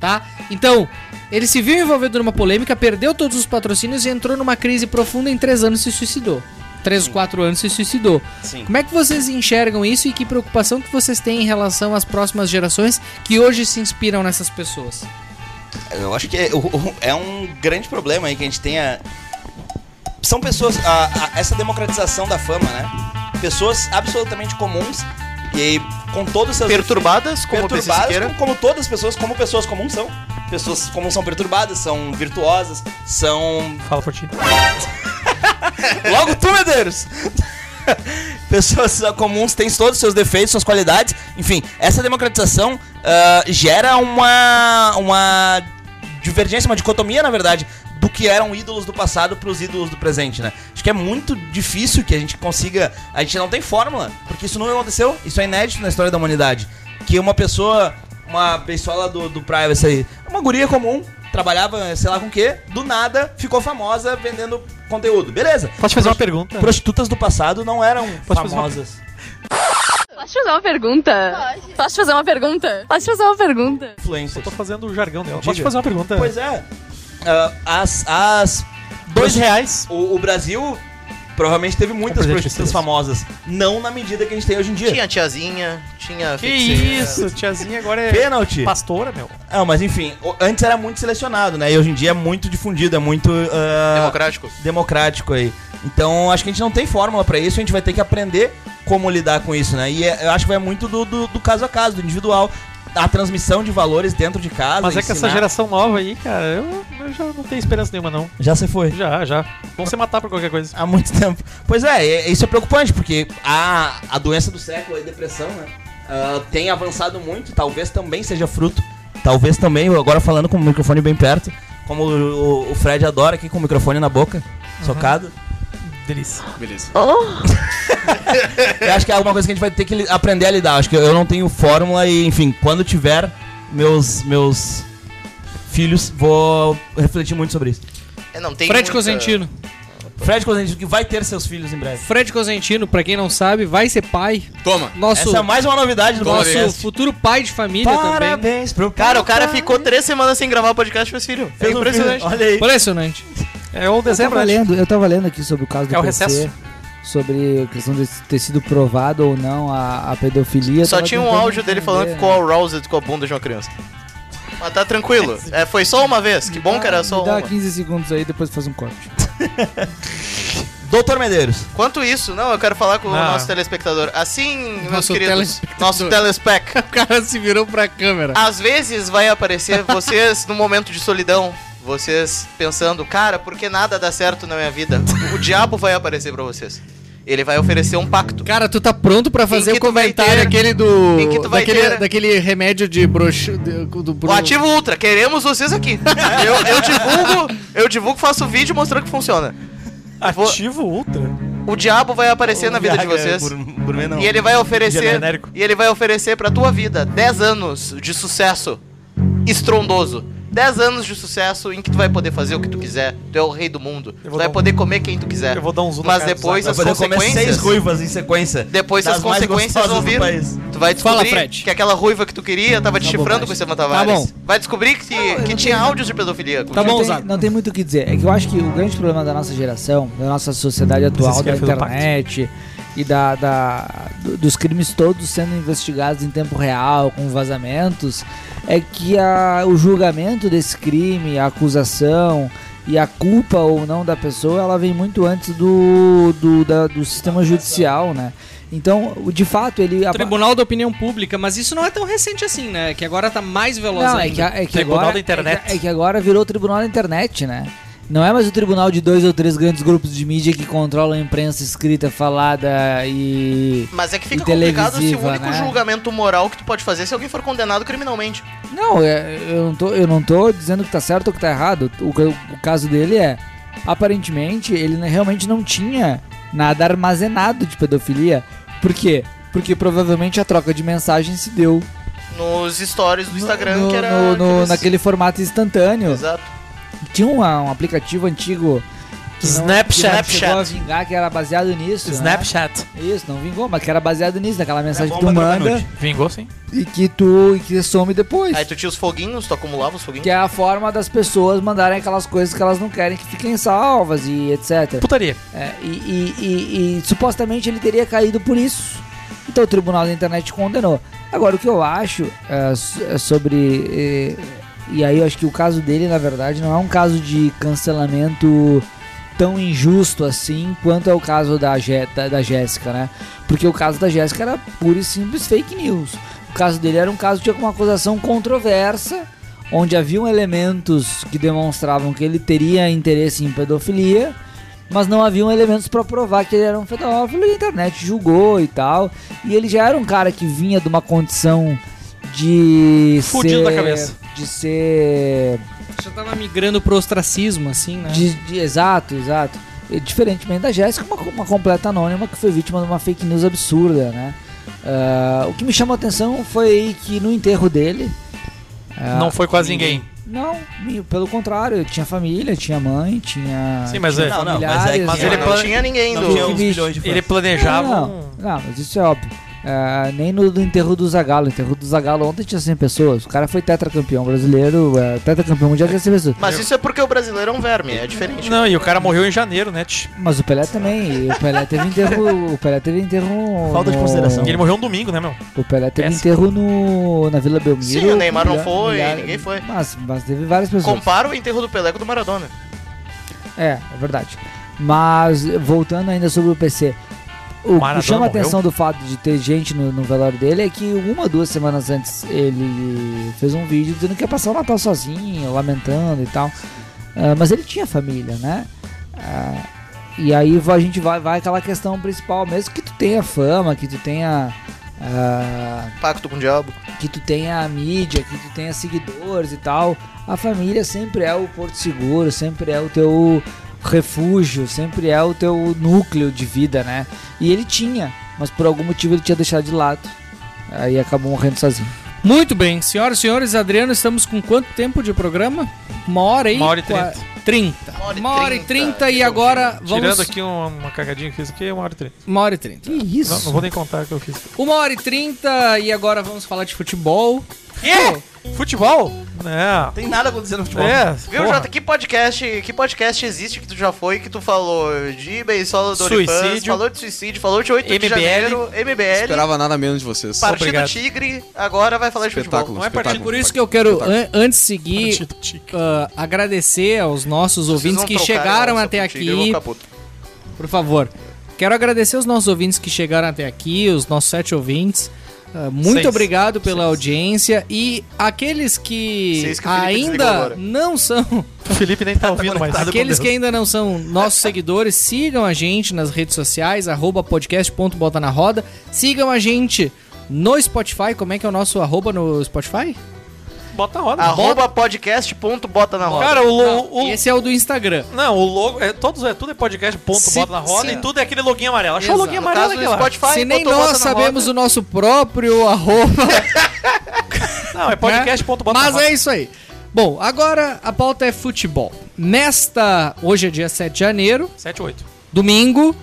Speaker 4: Tá? Então, ele se viu envolvido numa polêmica, perdeu todos os patrocínios e entrou numa crise profunda em três anos se suicidou. Três, quatro anos se suicidou.
Speaker 8: Sim.
Speaker 4: Como é que vocês enxergam isso e que preocupação que vocês têm em relação às próximas gerações que hoje se inspiram nessas pessoas?
Speaker 8: Eu acho que é, o- o- é um grande problema aí que a gente tenha. São pessoas. a- a- essa democratização da fama, né? Pessoas absolutamente comuns e com todos os seus.
Speaker 5: Perturbadas, como o PC
Speaker 8: perturbadas
Speaker 5: Siqueira.
Speaker 8: como, como todas as pessoas, como pessoas comuns são. Pessoas comuns são perturbadas, são virtuosas,
Speaker 5: (laughs)
Speaker 8: são.
Speaker 10: Fala por ti.
Speaker 8: Logo tu, Medeiros! (laughs) Pessoas comuns têm todos os seus defeitos, suas qualidades. Enfim, essa democratização ah, gera uma, uma divergência, uma dicotomia, na verdade, do que eram ídolos do passado para os ídolos do presente, né? Acho que é muito difícil que a gente consiga. A gente não tem fórmula, porque isso nunca aconteceu, isso é inédito na história da humanidade. Que uma pessoa, uma pessoa lá do, do Privacy aí, uma guria comum, trabalhava sei lá com o quê, do nada ficou famosa vendendo conteúdo. Beleza.
Speaker 16: Posso te
Speaker 10: um
Speaker 16: fazer uma pergunta?
Speaker 8: Prostitutas do passado não eram famosas.
Speaker 17: Posso te fazer uma pergunta? Pode. Posso te fazer uma pergunta? Posso te fazer uma pergunta?
Speaker 8: Influencers. Eu tô
Speaker 16: fazendo o jargão dela.
Speaker 8: Diga.
Speaker 16: Posso te fazer uma pergunta?
Speaker 8: Pois é. Ah, as. as dois reais. O, o Brasil provavelmente teve muitas
Speaker 16: presente
Speaker 8: prostitutas famosas. Não na medida que a gente tem hoje em dia.
Speaker 5: Tinha tiazinha, tinha.
Speaker 16: Que
Speaker 8: feiticeira.
Speaker 16: isso, tiazinha agora é.
Speaker 8: Pênalti.
Speaker 16: Pastora, meu.
Speaker 8: Ah, mas enfim, o- antes era muito selecionado, né? E hoje em dia é muito difundido, é muito. ah,
Speaker 5: Democrático.
Speaker 8: Democrático aí. Então acho que a gente não tem fórmula pra isso, a gente vai ter que aprender como lidar com isso, né? E é- eu acho que vai muito do, do- do caso a caso, do individual. A transmissão de valores dentro de casa.
Speaker 16: Mas é que essa
Speaker 8: ensinar.
Speaker 16: geração nova aí, cara, eu, eu já não tenho esperança nenhuma, não.
Speaker 8: Já se foi.
Speaker 16: Já, já. Vão se matar por qualquer coisa.
Speaker 8: Há muito (laughs) tempo. Pois é, é- isso é preocupante, porque a, a doença do século, a depressão, né? ah, tem avançado muito, talvez também seja fruto. Talvez também, eu agora falando com o microfone bem perto, como o, o Fred adora aqui com o microfone na boca, socado.
Speaker 16: Delícia.
Speaker 11: Beleza.
Speaker 8: (laughs) eu acho que é alguma coisa que a gente vai ter que li- aprender a lidar. Acho que eu não tenho fórmula e, enfim, quando tiver meus, meus filhos, vou refletir muito sobre isso.
Speaker 5: É, não tem.
Speaker 4: Fred
Speaker 5: muita-
Speaker 4: Cosentino.
Speaker 8: Fred Cosentino, que vai ter seus filhos em breve.
Speaker 4: Fred Cosentino, pra quem não sabe, vai ser pai.
Speaker 11: Toma.
Speaker 4: Nosso,
Speaker 8: Essa é mais uma novidade do
Speaker 4: nosso
Speaker 8: podcast.
Speaker 4: futuro pai de família também.
Speaker 8: Parabéns pro
Speaker 5: Cara, o
Speaker 4: Tá.
Speaker 5: cara ficou três semanas sem gravar o podcast com os filhos.
Speaker 8: um
Speaker 5: É impressionante.
Speaker 4: Impressionante.
Speaker 16: É o
Speaker 9: Eu
Speaker 16: dezembro,
Speaker 9: tava,
Speaker 16: né?
Speaker 9: lendo, eu tava lendo aqui sobre o caso do
Speaker 16: É o
Speaker 9: PC,
Speaker 16: recesso.
Speaker 9: sobre a questão de ter sido provado ou não a, a pedofilia. Eu
Speaker 5: Só
Speaker 9: tava
Speaker 5: tinha um
Speaker 9: tentando
Speaker 5: áudio dele falando que
Speaker 9: entender, né?
Speaker 5: ficou aroused com a bunda de uma criança. Mas tá
Speaker 9: (laughs)
Speaker 5: tranquilo. É, foi só uma vez. Que bom que era só
Speaker 9: Me dá
Speaker 5: uma.
Speaker 9: 15 segundos aí, depois faz um corte.
Speaker 8: Doutor Medeiros.
Speaker 5: Quanto isso, não, eu quero falar com o
Speaker 8: Ah.
Speaker 5: nosso telespectador. Assim, meus
Speaker 4: Nosso
Speaker 5: queridos,
Speaker 4: telespectador.
Speaker 5: nosso telespec. (laughs)
Speaker 4: O cara se virou pra câmera.
Speaker 5: Às vezes vai aparecer vocês no momento de solidão. Vocês pensando, cara, por que nada dá certo na minha vida? O diabo vai aparecer pra vocês. Ele vai oferecer um pacto.
Speaker 4: Cara, tu tá pronto pra fazer o
Speaker 5: que tu vai
Speaker 4: comentário
Speaker 5: ter?
Speaker 4: aquele do.
Speaker 5: Em que tu vai
Speaker 4: daquele,
Speaker 5: ter?
Speaker 4: daquele remédio de broxo. de- Do,
Speaker 5: O
Speaker 9: um-
Speaker 5: Ativo Ultra, queremos vocês
Speaker 9: (laughs)
Speaker 5: aqui. eu, eu divulgo, eu divulgo, faço vídeo mostrando que funciona.
Speaker 16: Ativo Ultra?
Speaker 5: O diabo vai aparecer na vida de
Speaker 9: é,
Speaker 8: Viagra,
Speaker 5: vocês.
Speaker 8: Bur- Burmê não.
Speaker 5: E ele vai oferecer.
Speaker 8: Genérico.
Speaker 5: E ele vai oferecer pra tua vida 10 anos de sucesso estrondoso. 10 anos de sucesso em que tu vai poder fazer o que tu quiser. Tu é o rei do mundo. Tu vai poder comer quem tu quiser. Eu vou dar um zoom Mas depois as
Speaker 8: Vai poder comer seis
Speaker 5: consequências.
Speaker 8: ruivas em sequência.
Speaker 5: Depois
Speaker 8: das
Speaker 5: as
Speaker 8: mais
Speaker 5: consequências vão
Speaker 8: gostosas do
Speaker 5: vir.
Speaker 8: país.
Speaker 5: Tu vai descobrir
Speaker 8: Fala, Fred.
Speaker 5: que aquela ruiva que tu queria tava
Speaker 9: Tá
Speaker 5: te chifrando com o Estevam Tavares.
Speaker 9: bom. Tá
Speaker 5: Vai descobrir que, que tinha áudios de pedofilia.
Speaker 9: não tem, não tem muito o que dizer. É que eu acho que o grande problema da nossa geração, da nossa sociedade atual, da
Speaker 5: esquece do pacto.
Speaker 9: internet e da, da- do- dos crimes todos sendo investigados em tempo real, com vazamentos, é que a- o julgamento desse crime, a acusação e a culpa ou não da pessoa, ela vem muito antes do, do, da- do sistema judicial, né? Então, o- de fato, ele... a-
Speaker 4: Tribunal da Opinião Pública, mas isso não é tão recente assim, né? Que agora tá mais veloz
Speaker 9: Não, é
Speaker 4: ainda.
Speaker 9: que, a- é que agora, É que, é que agora virou tribunal da internet, né? Não é mais o tribunal de dois ou três grandes grupos de mídia que controlam a imprensa escrita, falada e.
Speaker 5: Mas é que fica
Speaker 9: e
Speaker 5: complicado se o
Speaker 9: televisiva,
Speaker 5: único
Speaker 9: né?
Speaker 5: julgamento moral que tu pode fazer é se alguém for condenado criminalmente.
Speaker 9: Não, é- eu não, tô, eu não tô dizendo que tá certo ou que tá errado. O, que eu- o caso dele é. Aparentemente, ele n- realmente não tinha nada armazenado de pedofilia. Por quê? Porque provavelmente a troca de mensagem se deu
Speaker 5: Nos stories do Instagram,
Speaker 9: no-
Speaker 5: que era.
Speaker 9: no- no-
Speaker 5: aqueles-
Speaker 9: naquele formato instantâneo.
Speaker 5: Exato.
Speaker 9: Tinha um, um aplicativo antigo. que não-
Speaker 16: Snapchat.
Speaker 9: que não chegou a vingar, que era baseado nisso. né?
Speaker 16: Snapchat.
Speaker 9: Isso, não vingou, mas que era baseado nisso, naquela mensagem que
Speaker 16: É bomba
Speaker 9: tu
Speaker 16: do
Speaker 9: manda
Speaker 16: Manute. Vingou sim.
Speaker 9: e que tu e que some depois.
Speaker 5: Aí tu tinha os foguinhos, tu acumulava os foguinhos.
Speaker 9: Que é a forma das pessoas mandarem aquelas coisas que elas não querem que fiquem salvas e etc.
Speaker 16: Putaria.
Speaker 9: É, e, e- e- e supostamente ele teria caído por isso. Então o tribunal da internet condenou. Agora, o que eu acho é, so- é sobre. é, e aí eu acho que o caso dele, na verdade, não é um caso de cancelamento tão injusto assim quanto é o caso da, Jé- da, da Jéssica, né? Porque o caso da Jéssica era pura e simples fake news. O caso dele era um caso de alguma acusação controversa, onde haviam elementos que demonstravam que ele teria interesse em pedofilia, mas não haviam elementos pra provar que ele era um pedófilo e a internet julgou e tal. E ele já era um cara que vinha de uma condição de
Speaker 4: Fudido
Speaker 9: ser,
Speaker 4: da cabeça.
Speaker 9: de ser
Speaker 4: Já tava migrando pro ostracismo, assim, né?
Speaker 9: de- de- exato, exato. E, diferentemente da Jéssica, uma, uma completa anônima que foi vítima de uma fake news absurda, né? Ah, o que me chamou a atenção foi que no enterro dele. ah,
Speaker 16: Não foi quase ninguém.
Speaker 9: Não, me- pelo contrário, eu tinha família, tinha mãe, tinha.
Speaker 16: Sim, mas
Speaker 9: tinha
Speaker 16: é- Não, não, mas é que-
Speaker 9: familiares,
Speaker 16: mas ele
Speaker 9: né?
Speaker 16: Não plane- tinha ninguém não do- tinha uns
Speaker 9: Bicho,
Speaker 16: bilhões de ele planejava um-
Speaker 9: Não, não, não, mas isso é óbvio. Ah, nem no do enterro do Zagalo. O enterro do Zagalo ontem tinha 100 pessoas. O cara foi tetracampeão brasileiro, é, tetracampeão mundial tinha 100 pessoas.
Speaker 5: Mas isso é porque o brasileiro é um verme, é diferente.
Speaker 16: Não, e o cara morreu em janeiro, né? tch?
Speaker 9: Mas o Pelé também, e o Pelé teve enterro. O Pelé teve enterro.
Speaker 16: Falta de
Speaker 9: no-
Speaker 16: consideração. E ele morreu um domingo, né, meu?
Speaker 9: O Pelé teve enterro no, na Vila Belmiro.
Speaker 5: Sim, o Neymar não
Speaker 9: milha-
Speaker 5: foi,
Speaker 9: milha-
Speaker 5: ninguém foi.
Speaker 9: Mas, mas teve várias pessoas.
Speaker 5: Compara o enterro do Pelé com o do Maradona.
Speaker 9: É, é verdade. Mas, voltando ainda sobre o PC, o
Speaker 16: Maradona
Speaker 9: que chama a
Speaker 16: morreu?
Speaker 9: atenção do fato de ter gente no, no velório dele é que uma, duas semanas antes ele fez um vídeo dizendo que ia passar o Natal sozinho, lamentando e tal. Ah, mas ele tinha família, né? Ah, e aí va- a gente vai, vai aquela questão principal, mesmo que tu tenha fama, que tu tenha. ah,
Speaker 5: Pacto com o diabo.
Speaker 9: que tu tenha a mídia, que tu tenha seguidores e tal, a família sempre é o porto seguro, sempre é o teu refúgio, sempre é o teu núcleo de vida, né? E ele tinha, mas por algum motivo ele tinha deixado de lado. Aí acabou morrendo sozinho.
Speaker 4: Muito bem, senhoras e senhores, Adriano, estamos com quanto tempo de programa? Uma hora e...
Speaker 16: Uma hora e
Speaker 4: qua-
Speaker 16: trinta.
Speaker 4: trinta. Uma hora e trinta e agora vamos...
Speaker 16: Tirando aqui uma, uma cagadinha que eu fiz aqui, é uma hora e trinta.
Speaker 4: Uma hora e trinta.
Speaker 9: Que isso?
Speaker 16: Não, não vou nem contar o que eu fiz.
Speaker 4: Uma hora e trinta e agora vamos falar de futebol.
Speaker 16: Quê? é Futebol? É.
Speaker 8: Tem nada acontecendo no futebol.
Speaker 16: É,
Speaker 5: Viu,
Speaker 16: porra.
Speaker 5: Jota? Que podcast, que podcast existe que tu já foi, que tu falou de Beisola do
Speaker 11: Suicídio.
Speaker 5: falou de suicídio, falou de 8 de
Speaker 11: MBL.
Speaker 5: janeiro, MBL,
Speaker 11: Esperava nada menos de vocês.
Speaker 5: Partido Tigre, agora vai falar de futebol.
Speaker 11: Espetáculo, Não é partido, espetáculo.
Speaker 4: Por isso que eu quero,
Speaker 5: tá-
Speaker 4: an- antes de seguir, ah, agradecer aos nossos ouvintes
Speaker 5: vão
Speaker 4: que
Speaker 5: trocar
Speaker 4: chegaram
Speaker 5: essa
Speaker 4: até
Speaker 5: contigo, eu vou
Speaker 4: aqui.
Speaker 5: ficar puto.
Speaker 4: Por favor, quero agradecer os nossos ouvintes que chegaram até aqui, os nossos sete ouvintes. Ah, muito
Speaker 9: Seis.
Speaker 4: obrigado pela audiência e aqueles que,
Speaker 9: Seis que o Felipe desligou
Speaker 4: ainda
Speaker 9: agora.
Speaker 4: não
Speaker 9: (laughs)
Speaker 4: são
Speaker 16: O Felipe nem tá ouvindo mais.
Speaker 4: Aqueles que ainda não são nossos seguidores, sigam a gente nas redes sociais, arroba podcast.bota na roda. Sigam a gente no Spotify. Como é que é o nosso arroba no Spotify?
Speaker 16: Bota a roda.
Speaker 5: Arroba podcast.bota na roda.
Speaker 16: Cara, o,
Speaker 4: Não,
Speaker 16: lo, o-
Speaker 4: Esse é o do Instagram.
Speaker 16: Não, o logo. É, todos, é, tudo é podcast, ponto,
Speaker 4: Se-
Speaker 16: bota na roda
Speaker 4: se-
Speaker 16: e tudo é aquele loguinho amarelo. Achou o
Speaker 8: é
Speaker 16: loguinho
Speaker 4: Exato.
Speaker 16: amarelo aquela?
Speaker 4: Se nem nós sabemos o nosso próprio (laughs) arroba.
Speaker 16: Não, é podcast.
Speaker 4: Mas é isso aí. Bom, agora a pauta é futebol. Nesta. Hoje é dia 7 de janeiro.
Speaker 16: 7 8.
Speaker 4: Domingo.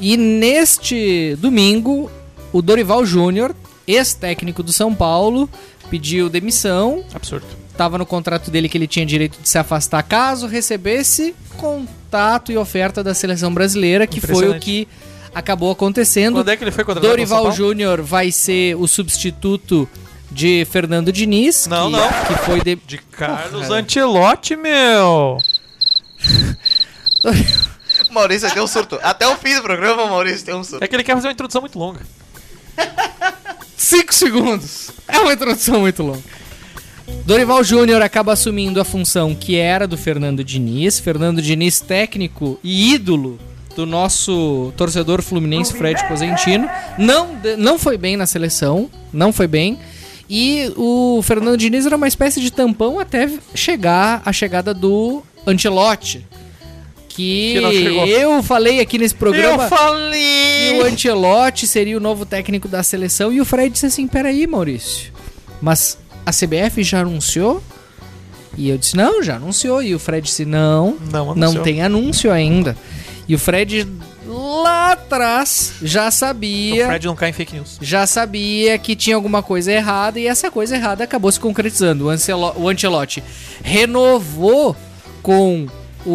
Speaker 4: E neste domingo, o Dorival Júnior, ex-técnico do São Paulo, pediu demissão.
Speaker 16: Absurdo.
Speaker 4: Tava no contrato dele que ele tinha direito de se afastar caso recebesse contato e oferta da seleção brasileira, que foi o
Speaker 16: Impressionante.
Speaker 4: que acabou acontecendo.
Speaker 16: Quando é que ele foi contratado pelo São
Speaker 4: Dorival
Speaker 16: Paulo?
Speaker 4: Júnior vai ser o substituto de Fernando Diniz, que,
Speaker 16: não.
Speaker 4: que foi de,
Speaker 16: Carlos
Speaker 4: Porra.
Speaker 16: Antilote, meu.
Speaker 5: Maurício deu um surto. Até o fim do programa, o Maurício deu um surto.
Speaker 16: É que ele quer fazer uma introdução muito longa.
Speaker 4: 5 segundos. É uma introdução muito longa. Dorival Júnior acaba assumindo a função que era do Fernando Diniz. Fernando Diniz, técnico e ídolo do nosso torcedor fluminense Fred Cosentino. Não, de- não foi bem na seleção, não foi bem. E o Fernando Diniz era uma espécie de tampão até chegar a chegada do Ancelotti. Que,
Speaker 16: Que não chegou.
Speaker 4: eu falei aqui nesse programa.
Speaker 16: Eu falei!
Speaker 4: que o Ancelotti seria o novo técnico da seleção e o Fred disse assim: peraí, Maurício, mas a CBF já anunciou? E eu disse: não, já anunciou. E o Fred disse: não,
Speaker 16: não,
Speaker 4: não
Speaker 16: anunciou.
Speaker 4: tem anúncio ainda. E o Fred lá atrás já sabia.
Speaker 16: O Então, Fred não cai em fake news.
Speaker 4: Já sabia que tinha alguma coisa errada e essa coisa errada acabou se concretizando. O, Ancelo, o Ancelotti renovou com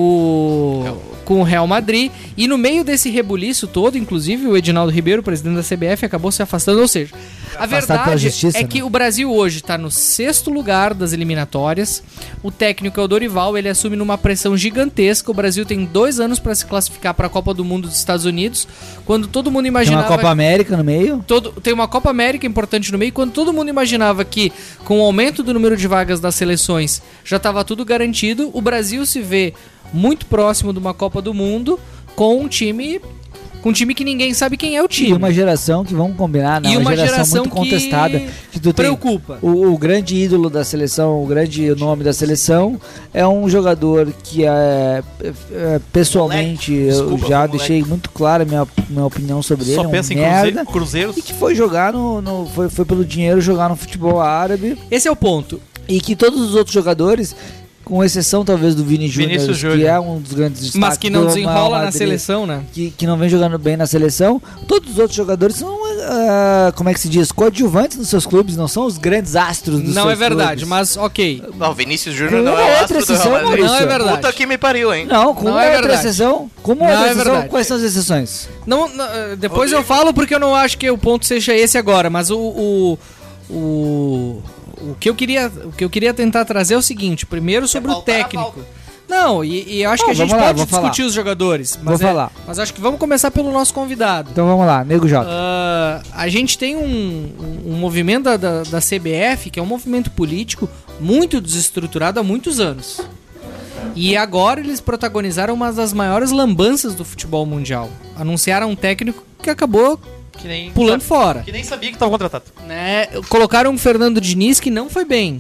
Speaker 4: o com o Real Madrid e no meio desse rebuliço todo, inclusive o Edinaldo Ribeiro, presidente da CBF, acabou se afastando, ou seja, a
Speaker 9: Afastado pela
Speaker 4: verdade
Speaker 9: justiça,
Speaker 4: é
Speaker 9: né?
Speaker 4: que o Brasil hoje está no sexto lugar das eliminatórias. O técnico é o Dorival, ele assume numa pressão gigantesca. O Brasil tem dois anos para se classificar para a Copa do Mundo dos Estados Unidos, quando todo mundo
Speaker 9: Tem uma
Speaker 4: imaginava
Speaker 9: Copa América no meio?
Speaker 4: todo- tem uma Copa América importante no meio, quando todo mundo imaginava que com o aumento do número de vagas das seleções já estava tudo garantido, o Brasil se vê muito próximo de uma Copa do Mundo com um time com um time que ninguém sabe quem é o time.
Speaker 9: E uma geração que vamos combinar, né?
Speaker 4: E uma geração
Speaker 9: muito
Speaker 4: que
Speaker 9: contestada. Que tu tem
Speaker 4: preocupa.
Speaker 9: O, o grande ídolo da seleção, o grande nome da seleção, é um jogador que é, é, pessoalmente
Speaker 16: Desculpa,
Speaker 9: eu já
Speaker 16: moleque.
Speaker 9: deixei muito clara a minha, minha opinião sobre ele.
Speaker 16: Só
Speaker 9: é um
Speaker 16: pensa em cruzeiro,
Speaker 9: merda,
Speaker 16: cruzeiros.
Speaker 9: que foi jogar no. no- foi, foi pelo dinheiro jogar no futebol árabe.
Speaker 4: Esse é o ponto.
Speaker 9: E que todos os outros jogadores. Com exceção, talvez, do Vini Júnior,
Speaker 4: Vinícius
Speaker 9: que
Speaker 4: Júnior.
Speaker 9: é um dos grandes destaques
Speaker 4: Mas que não
Speaker 9: do Real
Speaker 4: desenrola na
Speaker 9: Madrid
Speaker 4: seleção, né?
Speaker 9: que, que não vem jogando bem na seleção. Todos os outros jogadores são, ah, como é que se diz, coadjuvantes nos seus clubes, não são os grandes astros dos
Speaker 4: Não é
Speaker 9: seus
Speaker 4: verdade,
Speaker 9: clubes.
Speaker 4: mas ok.
Speaker 5: Não, o Vinícius Júnior não
Speaker 9: Uma
Speaker 5: é o astro
Speaker 9: outra
Speaker 5: do Real
Speaker 9: exceção,
Speaker 5: Madrid.
Speaker 9: Maurício. Não é verdade.
Speaker 5: Puta que me pariu, hein?
Speaker 9: Não, com
Speaker 4: Não
Speaker 9: uma
Speaker 4: é
Speaker 9: outra
Speaker 4: verdade.
Speaker 9: exceção, com uma
Speaker 4: Não
Speaker 9: outra
Speaker 4: é
Speaker 9: exceção,
Speaker 4: verdade.
Speaker 9: quais são as exceções?
Speaker 4: Não, não, depois eu falo porque eu não acho que o ponto seja esse agora, mas o o, o o que eu queria o que eu queria tentar trazer é o seguinte, primeiro sobre o técnico. Não, e, e acho
Speaker 9: Bom,
Speaker 4: que a gente
Speaker 9: vamos lá,
Speaker 4: pode
Speaker 9: vou falar.
Speaker 4: discutir os jogadores, mas
Speaker 9: Vou
Speaker 4: é-
Speaker 9: falar.
Speaker 4: mas acho que vamos começar pelo nosso convidado.
Speaker 9: Então vamos lá, Nego J.
Speaker 4: Ah, a gente tem um, um- um movimento da, da, da CBF, que é um movimento político muito desestruturado há muitos anos. E agora eles protagonizaram uma das maiores lambanças do futebol mundial. Anunciaram um técnico que acabou
Speaker 16: Que nem
Speaker 4: pulando fora.
Speaker 16: Que nem sabia que tava contratado.
Speaker 4: né? Colocaram o Fernando Diniz, que não foi bem.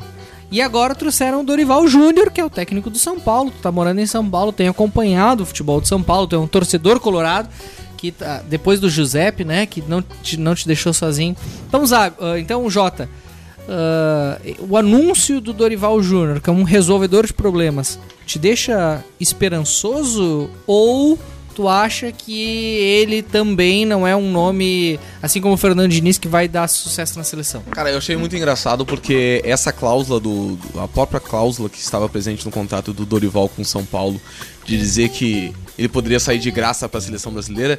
Speaker 4: E agora trouxeram o Dorival Júnior, que é o técnico do São Paulo. Tu tá morando em São Paulo, tem acompanhado o futebol de São Paulo, tu é um torcedor colorado, que tá- depois do Giuseppe, né, que não te, não te deixou sozinho. Então, Zago, ah, então Jota, ah, o anúncio do Dorival Júnior, que é um resolvedor de problemas, te deixa esperançoso ou tu acha que ele também não é um nome, assim como o Fernando Diniz, que vai dar sucesso na seleção?
Speaker 11: Cara, eu achei muito engraçado porque essa cláusula do. do- A própria cláusula que estava presente no contrato do Dorival com o São Paulo, de dizer que ele poderia sair de graça para a seleção brasileira,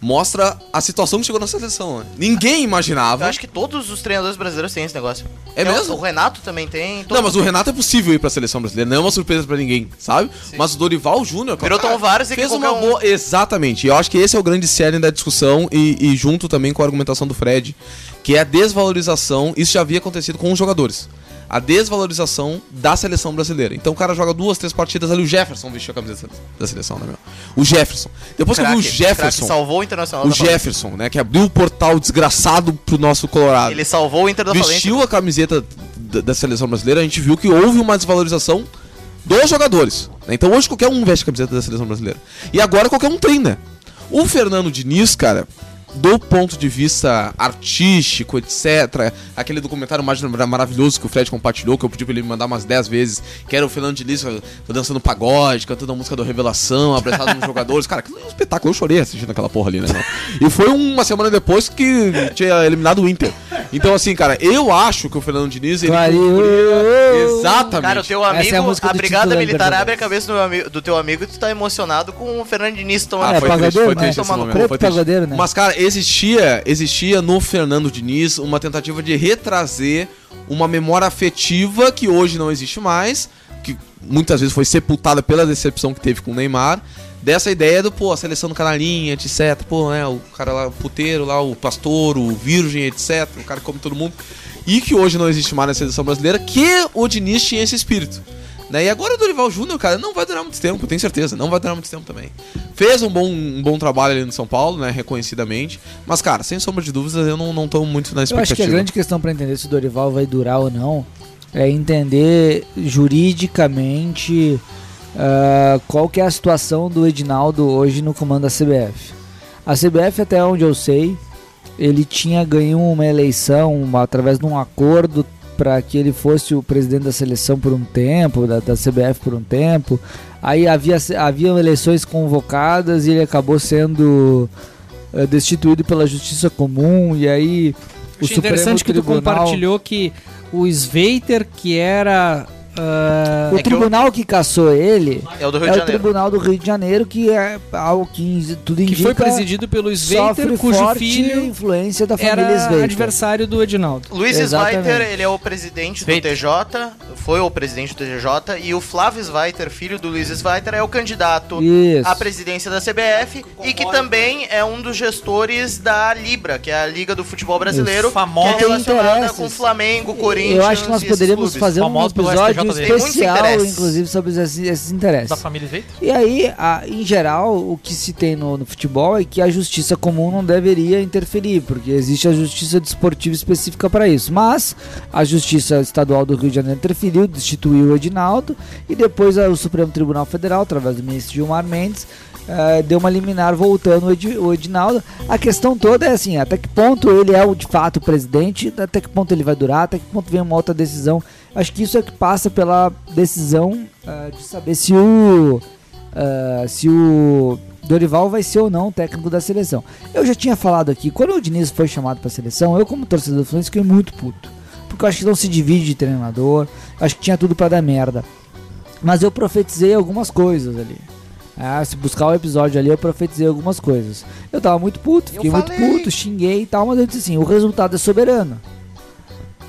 Speaker 11: mostra a situação que chegou na seleção, né? Ninguém imaginava.
Speaker 5: Eu acho que todos os treinadores brasileiros têm esse negócio.
Speaker 11: É
Speaker 5: Então,
Speaker 11: mesmo?
Speaker 5: O Renato também tem. todo
Speaker 11: Não, mas o
Speaker 5: mundo.
Speaker 11: Renato é possível ir pra seleção brasileira, não é uma surpresa pra ninguém, sabe? Mas o Dorival Júnior, cara,
Speaker 5: Virou Tom Vares e que
Speaker 11: fez
Speaker 5: qualquer
Speaker 11: uma
Speaker 5: um-
Speaker 11: boa. Exatamente. Eu acho que esse é o grande cerne da discussão e, e junto também com a argumentação do Fred, que é a desvalorização. Isso já havia acontecido com os jogadores. A desvalorização da seleção brasileira. Então o cara joga duas, três partidas ali. O Jefferson vestiu a camisa da seleção, né, meu? O Jefferson. Depois que eu vi o
Speaker 5: Craque,
Speaker 11: Jefferson.
Speaker 5: craque, salvou o Internacional
Speaker 11: O
Speaker 5: da falência.
Speaker 11: Jefferson, né? Que abriu o portal desgraçado pro nosso Colorado.
Speaker 5: Ele salvou o Inter da falência.
Speaker 11: Vestiu a camiseta da, da seleção brasileira, a gente viu que houve uma desvalorização dos jogadores. né? Então hoje qualquer um veste a camiseta da seleção brasileira. E agora qualquer um treina. O Fernando né? Diniz, cara, do ponto de vista artístico, etc. Aquele documentário mais mara- maravilhoso que o Fred compartilhou, que eu pedi pra ele me mandar umas 10 vezes, que era o Fernando Diniz eh, dançando pagode, cantando a música do Revelação, abraçado nos (laughs) jogadores. Cara, que espetáculo. Eu chorei assistindo aquela porra ali, né? meu? E foi uma semana depois que tinha eliminado o Inter. Então, assim, cara, eu acho que o Fernando Diniz, ele... Exatamente.
Speaker 5: Cara, o
Speaker 9: é
Speaker 5: teu amigo, a, brigada militar abre a cabeça do, meu ami- do teu amigo e tu tá emocionado com o Fernandinho tomando
Speaker 9: É,
Speaker 11: Ah, foi triste,
Speaker 9: né?
Speaker 11: foi triste esse
Speaker 5: tomando
Speaker 11: momento, foi triste. Mas, cara, existia, existia no Fernando Diniz uma tentativa de retrazer uma memória afetiva que hoje não existe mais, que muitas vezes foi sepultada pela decepção que teve com o Neymar, dessa ideia do, pô, a seleção do canalinha, etc, pô, né, o cara lá, o puteiro lá, o pastor, o virgem, etc, o cara que come todo mundo, e que hoje não existe mais na seleção brasileira, que o Diniz tinha esse espírito. Né? E agora o Dorival Júnior, cara, não vai durar muito tempo, eu tenho certeza, não vai durar muito tempo também. Fez um bom, um bom trabalho ali no São Paulo, né? Reconhecidamente. Mas, cara, sem sombra de dúvidas, eu não, não tô muito na
Speaker 9: Eu acho
Speaker 11: expectativa.
Speaker 9: que a grande questão para entender se o Dorival vai durar ou não é entender juridicamente ah, qual que é a situação do Edinaldo hoje no comando da CBF. A CBF, até onde eu sei, ele tinha ganho uma eleição uma- através de um acordo para que ele fosse o presidente da seleção por um tempo, da, da CBF por um tempo. Aí havia havia eleições convocadas e ele acabou sendo eh, destituído pela Justiça Comum e aí o
Speaker 4: Achei
Speaker 9: Supremo
Speaker 4: interessante que tu
Speaker 9: Tribunal...
Speaker 4: compartilhou que o Sveiter, que era. ah,
Speaker 9: O tribunal que caçou ele
Speaker 4: É o do Rio
Speaker 9: é
Speaker 4: de
Speaker 9: o
Speaker 4: Janeiro.
Speaker 9: Tribunal do Rio de Janeiro, que é ao que tudo indica.
Speaker 4: que foi presidido pelo
Speaker 9: sofre
Speaker 4: Sveiter, cujo
Speaker 9: forte
Speaker 4: filho
Speaker 9: influência da família
Speaker 4: era
Speaker 9: Sveiter.
Speaker 4: adversário do Edinaldo.
Speaker 5: Luiz Zweiter, ele é o presidente do TJ, foi o presidente do TJ, e o Flávio Zweiter, filho do Luiz Zweiter, é o candidato
Speaker 9: Isso.
Speaker 5: à presidência da CBF e que também é um dos gestores da Libra, que é a Liga do Futebol Brasileiro,
Speaker 9: Isso. Famosa.
Speaker 5: que é relacionada
Speaker 9: Interesses.
Speaker 5: com Flamengo, Corinthians.
Speaker 9: Eu acho que nós
Speaker 5: e esses
Speaker 9: poderíamos
Speaker 5: clubes.
Speaker 9: fazer um
Speaker 5: Famoso pelo
Speaker 9: episódio
Speaker 5: STJD. Tem muitos
Speaker 9: especial,
Speaker 5: interesses.
Speaker 9: inclusive, sobre esses, esses interesses.
Speaker 16: Da família Sveiter?
Speaker 9: E aí, a- em geral, o que se tem no, no futebol é que a justiça comum não deveria interferir, porque existe a justiça desportiva específica para isso. Mas a justiça estadual do Rio de Janeiro interferiu, destituiu o Edinaldo, e depois a- o Supremo Tribunal Federal, através do ministro Gilmar Mendes, eh, deu uma liminar voltando o, Edi- o Edinaldo. A questão toda é assim, até que ponto ele é o, de fato o presidente, até que ponto ele vai durar, até que ponto vem uma outra decisão. Acho que isso é que passa pela decisão eh, de saber se o ah, se o Dorival vai ser ou não o técnico da seleção. Eu já tinha falado aqui, quando o Diniz foi chamado para a seleção, eu como torcedor do Fluminense fiquei muito puto. Porque eu acho que não se divide de treinador, acho que tinha tudo para dar merda. Mas eu profetizei algumas coisas ali. Ah, se buscar o episódio ali, eu profetizei algumas coisas. Eu tava muito puto, fiquei muito puto, xinguei e tal, mas eu disse assim, o resultado é soberano.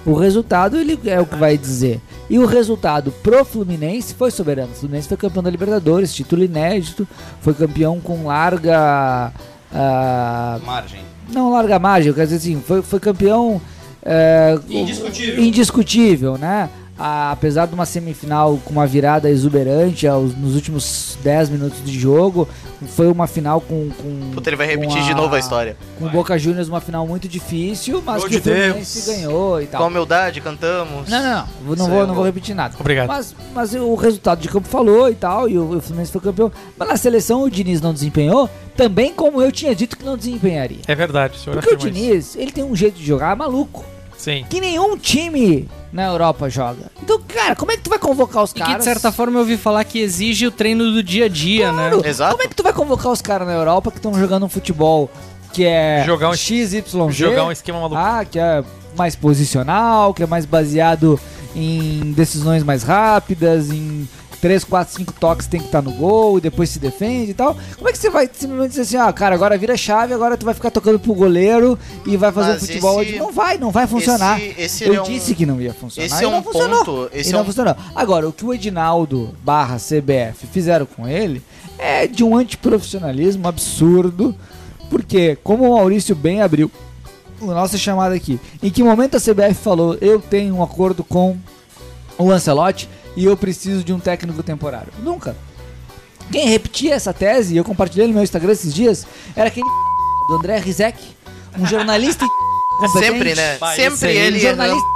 Speaker 9: O resultado ele é o que vai dizer. E o resultado pro Fluminense foi soberano. O Fluminense foi campeão da Libertadores, título inédito, foi campeão com larga. ah,
Speaker 8: Margem.
Speaker 9: Não larga margem, quer dizer assim, foi, foi campeão. eh,
Speaker 8: Indiscutível.
Speaker 9: Indiscutível, né? Ah, apesar de uma semifinal com uma virada exuberante aos- nos últimos 10 minutos de jogo, foi uma final com. com
Speaker 5: Puta, ele vai repetir de novo a história.
Speaker 9: Com o Boca Juniors, uma final muito difícil, mas
Speaker 5: Pelo
Speaker 9: que o
Speaker 5: de Deus.
Speaker 9: Fluminense ganhou e tal.
Speaker 5: Com humildade, cantamos.
Speaker 9: Tá. Não, não, não. Não
Speaker 4: é
Speaker 9: vou, não vou repetir nada.
Speaker 5: Obrigado.
Speaker 9: Mas, mas o resultado de campo falou e tal, e o, o Fluminense foi campeão. Mas na seleção o Diniz não desempenhou, também como eu tinha dito que não desempenharia.
Speaker 16: É verdade, o senhor
Speaker 9: Porque o
Speaker 16: afirma isso.
Speaker 9: Diniz, ele tem um jeito de jogar maluco.
Speaker 16: Sim.
Speaker 9: Que nenhum time na Europa joga. Então, cara, como é que tu vai convocar os
Speaker 4: Que de
Speaker 9: caras?
Speaker 4: certa forma eu ouvi falar que exige o treino do dia a dia, né?
Speaker 5: Exato.
Speaker 9: Como é que tu vai convocar os caras na Europa que estão jogando um futebol que é
Speaker 16: Jogar um-
Speaker 9: XYZ?
Speaker 16: jogar um esquema maluco.
Speaker 9: Ah, que é mais posicional, que é mais baseado em decisões mais rápidas, em 3, 4, 5 toques tem que estar no gol e depois se defende e tal. Como é que você vai simplesmente dizer assim, ah, cara, agora vira chave, agora tu vai ficar tocando pro goleiro e vai fazer
Speaker 5: Mas
Speaker 9: futebol.
Speaker 5: esse-
Speaker 9: Não vai, não vai funcionar.
Speaker 5: esse- esse
Speaker 9: Eu
Speaker 5: é um-
Speaker 9: disse que não ia funcionar.
Speaker 5: Esse
Speaker 9: e
Speaker 5: é
Speaker 9: não
Speaker 5: um
Speaker 9: funcionou.
Speaker 5: ponto, esse
Speaker 9: E
Speaker 5: é
Speaker 9: não
Speaker 5: um-
Speaker 9: funcionou. Agora, o que o Edinaldo barra CBF fizeram com ele é de um antiprofissionalismo absurdo, porque, como o Maurício bem abriu a nossa chamada aqui, em que momento a CBF falou, eu tenho um acordo com o Ancelotti e eu preciso de um técnico temporário? Nunca. Quem repetia essa tese, e eu compartilhei no meu Instagram esses dias, era aquele (laughs) do André Rizek, um jornalista (laughs) competente.
Speaker 5: Sempre, né?
Speaker 9: Vai,
Speaker 5: Sempre
Speaker 9: esse aí,
Speaker 5: ele
Speaker 4: é
Speaker 9: Um jornalista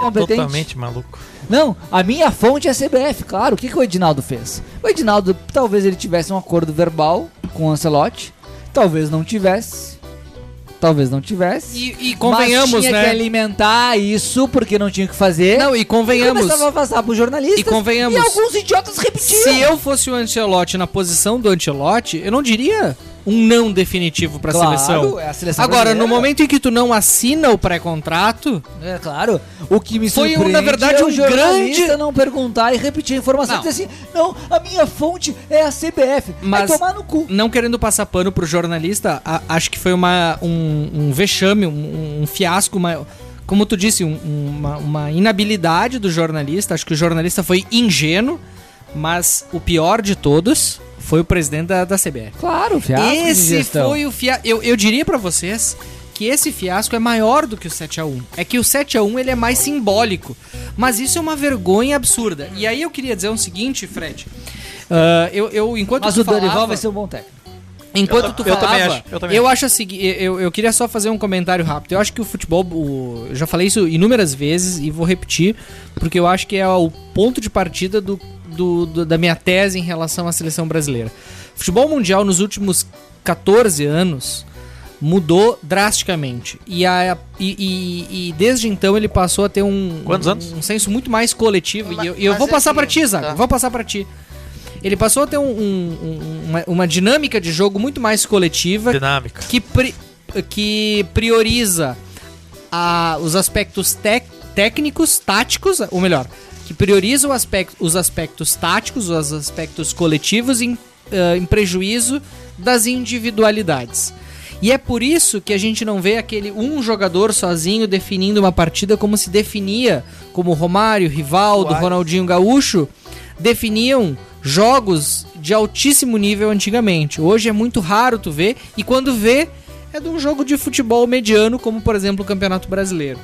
Speaker 9: competente.
Speaker 16: Totalmente maluco.
Speaker 9: Não, a minha fonte é a CBF, claro. O que, que o Edinaldo fez? O Edinaldo, talvez ele tivesse um acordo verbal com o Ancelotti, talvez não tivesse. Talvez não tivesse.
Speaker 4: E, e convenhamos,
Speaker 9: mas tinha
Speaker 4: né?
Speaker 9: que alimentar isso porque não tinha o que fazer.
Speaker 4: Não, e convenhamos.
Speaker 9: E começava a vazar pros jornalistas.
Speaker 4: E convenhamos.
Speaker 9: E alguns idiotas repetiam.
Speaker 4: Se eu fosse o Ancelotti na posição do Ancelotti, eu não diria um não definitivo pra
Speaker 9: Claro,
Speaker 4: seleção.
Speaker 9: é a seleção
Speaker 4: Agora,
Speaker 9: brasileira.
Speaker 4: no momento em que tu não assina o pré-contrato,
Speaker 9: É claro. O que me
Speaker 4: Foi, na
Speaker 9: surpreende
Speaker 4: verdade,
Speaker 9: é
Speaker 4: um
Speaker 9: o jornalista
Speaker 4: grande-
Speaker 9: não perguntar e repetir a informação
Speaker 4: Não.
Speaker 9: e dizer assim, não, a minha fonte é a CBF. Vai
Speaker 4: mas
Speaker 9: tomar no cu.
Speaker 4: não querendo passar pano pro jornalista, a- acho que foi uma, um, um vexame, um, um fiasco, uma, como tu disse, um- uma, uma inabilidade do jornalista. Acho que o jornalista foi ingênuo, mas o pior de todos foi o presidente da, da CBF.
Speaker 9: Claro, fiasco de
Speaker 4: Esse
Speaker 9: gestão.
Speaker 4: foi o fiasco. Eu, eu diria pra vocês que esse fiasco é maior do que o 7 a 1 É que o 7 a 1 ele é mais simbólico. Mas isso é uma vergonha absurda. E aí eu queria dizer o seguinte, Fred. Ah, eu, eu, enquanto
Speaker 9: Mas
Speaker 4: tu
Speaker 9: o Dorival
Speaker 4: falava-
Speaker 9: vai ser um bom técnico.
Speaker 4: Enquanto
Speaker 9: Eu
Speaker 4: tu
Speaker 9: ta- eu
Speaker 4: falava, eu
Speaker 9: também acho, eu
Speaker 4: acho,
Speaker 9: também
Speaker 4: eu acho assim, eu, eu queria só fazer um comentário rápido. Eu acho que o futebol, o- eu já falei isso inúmeras vezes e vou repetir, porque eu acho que é o ponto de partida do- do- do- da minha tese em relação à seleção brasileira. O futebol mundial nos últimos 14 anos mudou drasticamente. E, a- e- e- e desde então ele passou a ter um,
Speaker 10: Quantos
Speaker 4: um-
Speaker 10: anos?
Speaker 4: um senso muito mais coletivo. e eu, e eu
Speaker 10: mas
Speaker 4: vou
Speaker 10: é
Speaker 4: passar
Speaker 10: assim,
Speaker 4: pra ti, Zago. Vou passar pra ti. Ele passou a ter um- um- um- uma, uma dinâmica de jogo muito mais coletiva.
Speaker 10: Dinâmica.
Speaker 4: Que, pri- que prioriza a- os aspectos tec- técnicos, táticos, ou melhor, que prioriza o aspecto- os aspectos táticos, os aspectos coletivos em, ah, em prejuízo das individualidades. E é por isso que a gente não vê aquele um jogador sozinho definindo uma partida como se definia, como Romário, Rivaldo, Ronaldinho Gaúcho, definiam jogos de altíssimo nível antigamente. Hoje é muito raro tu ver, e quando vê, é de um jogo de futebol mediano, como por exemplo o Campeonato Brasileiro.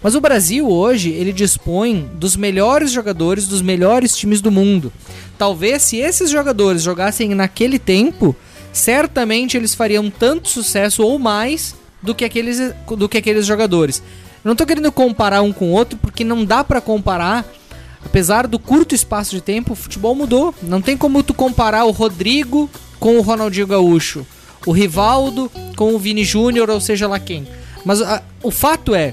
Speaker 4: Mas o Brasil hoje, ele dispõe dos melhores jogadores dos melhores times do mundo. Talvez se esses jogadores jogassem naquele tempo, certamente eles fariam tanto sucesso ou mais do que aqueles, do que aqueles jogadores. Eu não tô querendo comparar um com o outro, porque não dá pra comparar Apesar do curto espaço de tempo, o futebol mudou. Não tem como tu comparar o Rodrigo com o Ronaldinho Gaúcho, o Rivaldo com o Vini Júnior, ou seja lá quem. Mas ah, o fato é,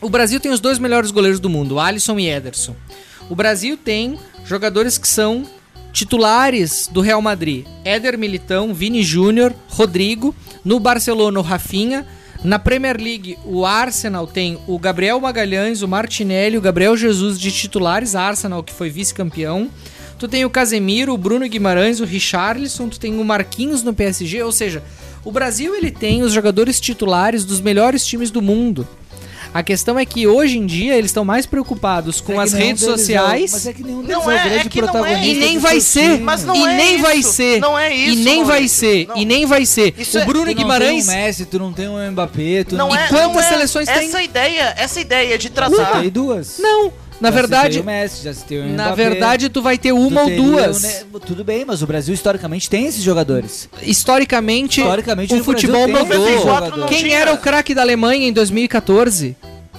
Speaker 4: o Brasil tem os dois melhores goleiros do mundo, Alisson e Ederson. O Brasil tem jogadores que são titulares do Real Madrid. Éder Militão, Vini Júnior, Rodrigo. No Barcelona, o Rafinha. Na Premier League, o Arsenal tem o Gabriel Magalhães, o Martinelli, o Gabriel Jesus de titulares. Arsenal, que foi vice-campeão. Tu tem o Casemiro, o Bruno Guimarães, o Richarlison. Tu tem o Marquinhos no PSG. Ou seja, o Brasil ele tem os jogadores titulares dos melhores times do mundo. A questão é que hoje em dia eles estão mais preocupados com
Speaker 9: É
Speaker 4: as redes sociais.
Speaker 9: mas é que nenhum deles
Speaker 5: Não
Speaker 9: é, o
Speaker 5: é,
Speaker 9: grande
Speaker 5: é que não é.
Speaker 9: protagonista
Speaker 4: E nem
Speaker 9: do
Speaker 4: vai
Speaker 9: seu
Speaker 4: ser.
Speaker 9: time.
Speaker 4: e nem vai
Speaker 5: isso.
Speaker 4: ser.
Speaker 5: Não é
Speaker 4: E
Speaker 5: isso,
Speaker 4: nem vai
Speaker 5: Maurício.
Speaker 4: ser. E nem vai ser.
Speaker 5: Isso
Speaker 4: o
Speaker 5: é-
Speaker 4: Bruno
Speaker 5: tu não tem
Speaker 4: Guimarães.
Speaker 9: Tu não tem um Messi, tu não tem um Mbappé, tu
Speaker 5: Não
Speaker 9: não
Speaker 5: é, Tá.
Speaker 4: quantas
Speaker 5: não é.
Speaker 4: seleções tem?
Speaker 5: Essa ideia, essa ideia de
Speaker 9: Eu
Speaker 5: tratar...
Speaker 9: citei duas.
Speaker 4: Não, na
Speaker 9: Já
Speaker 4: verdade-
Speaker 9: citei o Messi, já citei o
Speaker 4: Na
Speaker 9: Mbappé.
Speaker 4: verdade, tu vai ter
Speaker 9: Tu
Speaker 4: uma ou
Speaker 9: teria
Speaker 4: duas.
Speaker 9: o Ne- Tudo bem, mas o Brasil historicamente tem esses jogadores.
Speaker 4: Historicamente,
Speaker 9: Historicamente,
Speaker 4: o
Speaker 9: no Brasil
Speaker 4: futebol
Speaker 9: tem esses jogadores.
Speaker 4: mudou.
Speaker 9: Não
Speaker 4: Quem
Speaker 9: tinha.
Speaker 4: era o craque da Alemanha em 2014?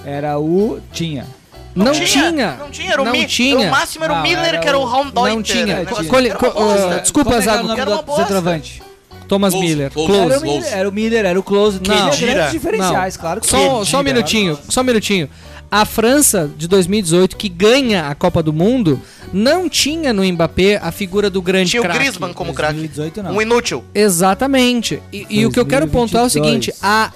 Speaker 9: Era o Tinha.
Speaker 4: Não,
Speaker 5: tinha,
Speaker 4: tinha.
Speaker 5: não tinha, era o Mi- era o
Speaker 4: tinha.
Speaker 5: máximo era o Não, Miller, era que era o o- Raumdeuter,
Speaker 4: Não tinha.
Speaker 5: né? Era
Speaker 4: Cole-
Speaker 5: uma
Speaker 4: co-
Speaker 5: bosta.
Speaker 4: ah, Desculpa,
Speaker 9: Como é que era
Speaker 4: Zago.
Speaker 9: o nome do centroavante?
Speaker 4: Thomas Miller.
Speaker 9: Era o
Speaker 4: Close.
Speaker 9: Miller, era o Miller, era o Close. Não,
Speaker 4: Não.
Speaker 9: grandes diferenciais,
Speaker 4: Não.
Speaker 9: claro que
Speaker 4: Só,
Speaker 9: sim.
Speaker 4: só um
Speaker 5: né?
Speaker 4: minutinho, só um minutinho. A França de 2018, que ganha a Copa do Mundo, não tinha no Mbappé a figura do grande
Speaker 5: Tinha o
Speaker 4: craque.
Speaker 5: Griezmann como craque.
Speaker 9: 2018 não.
Speaker 5: Um inútil.
Speaker 4: Exatamente. E, e o que eu quero pontuar é o seguinte, a,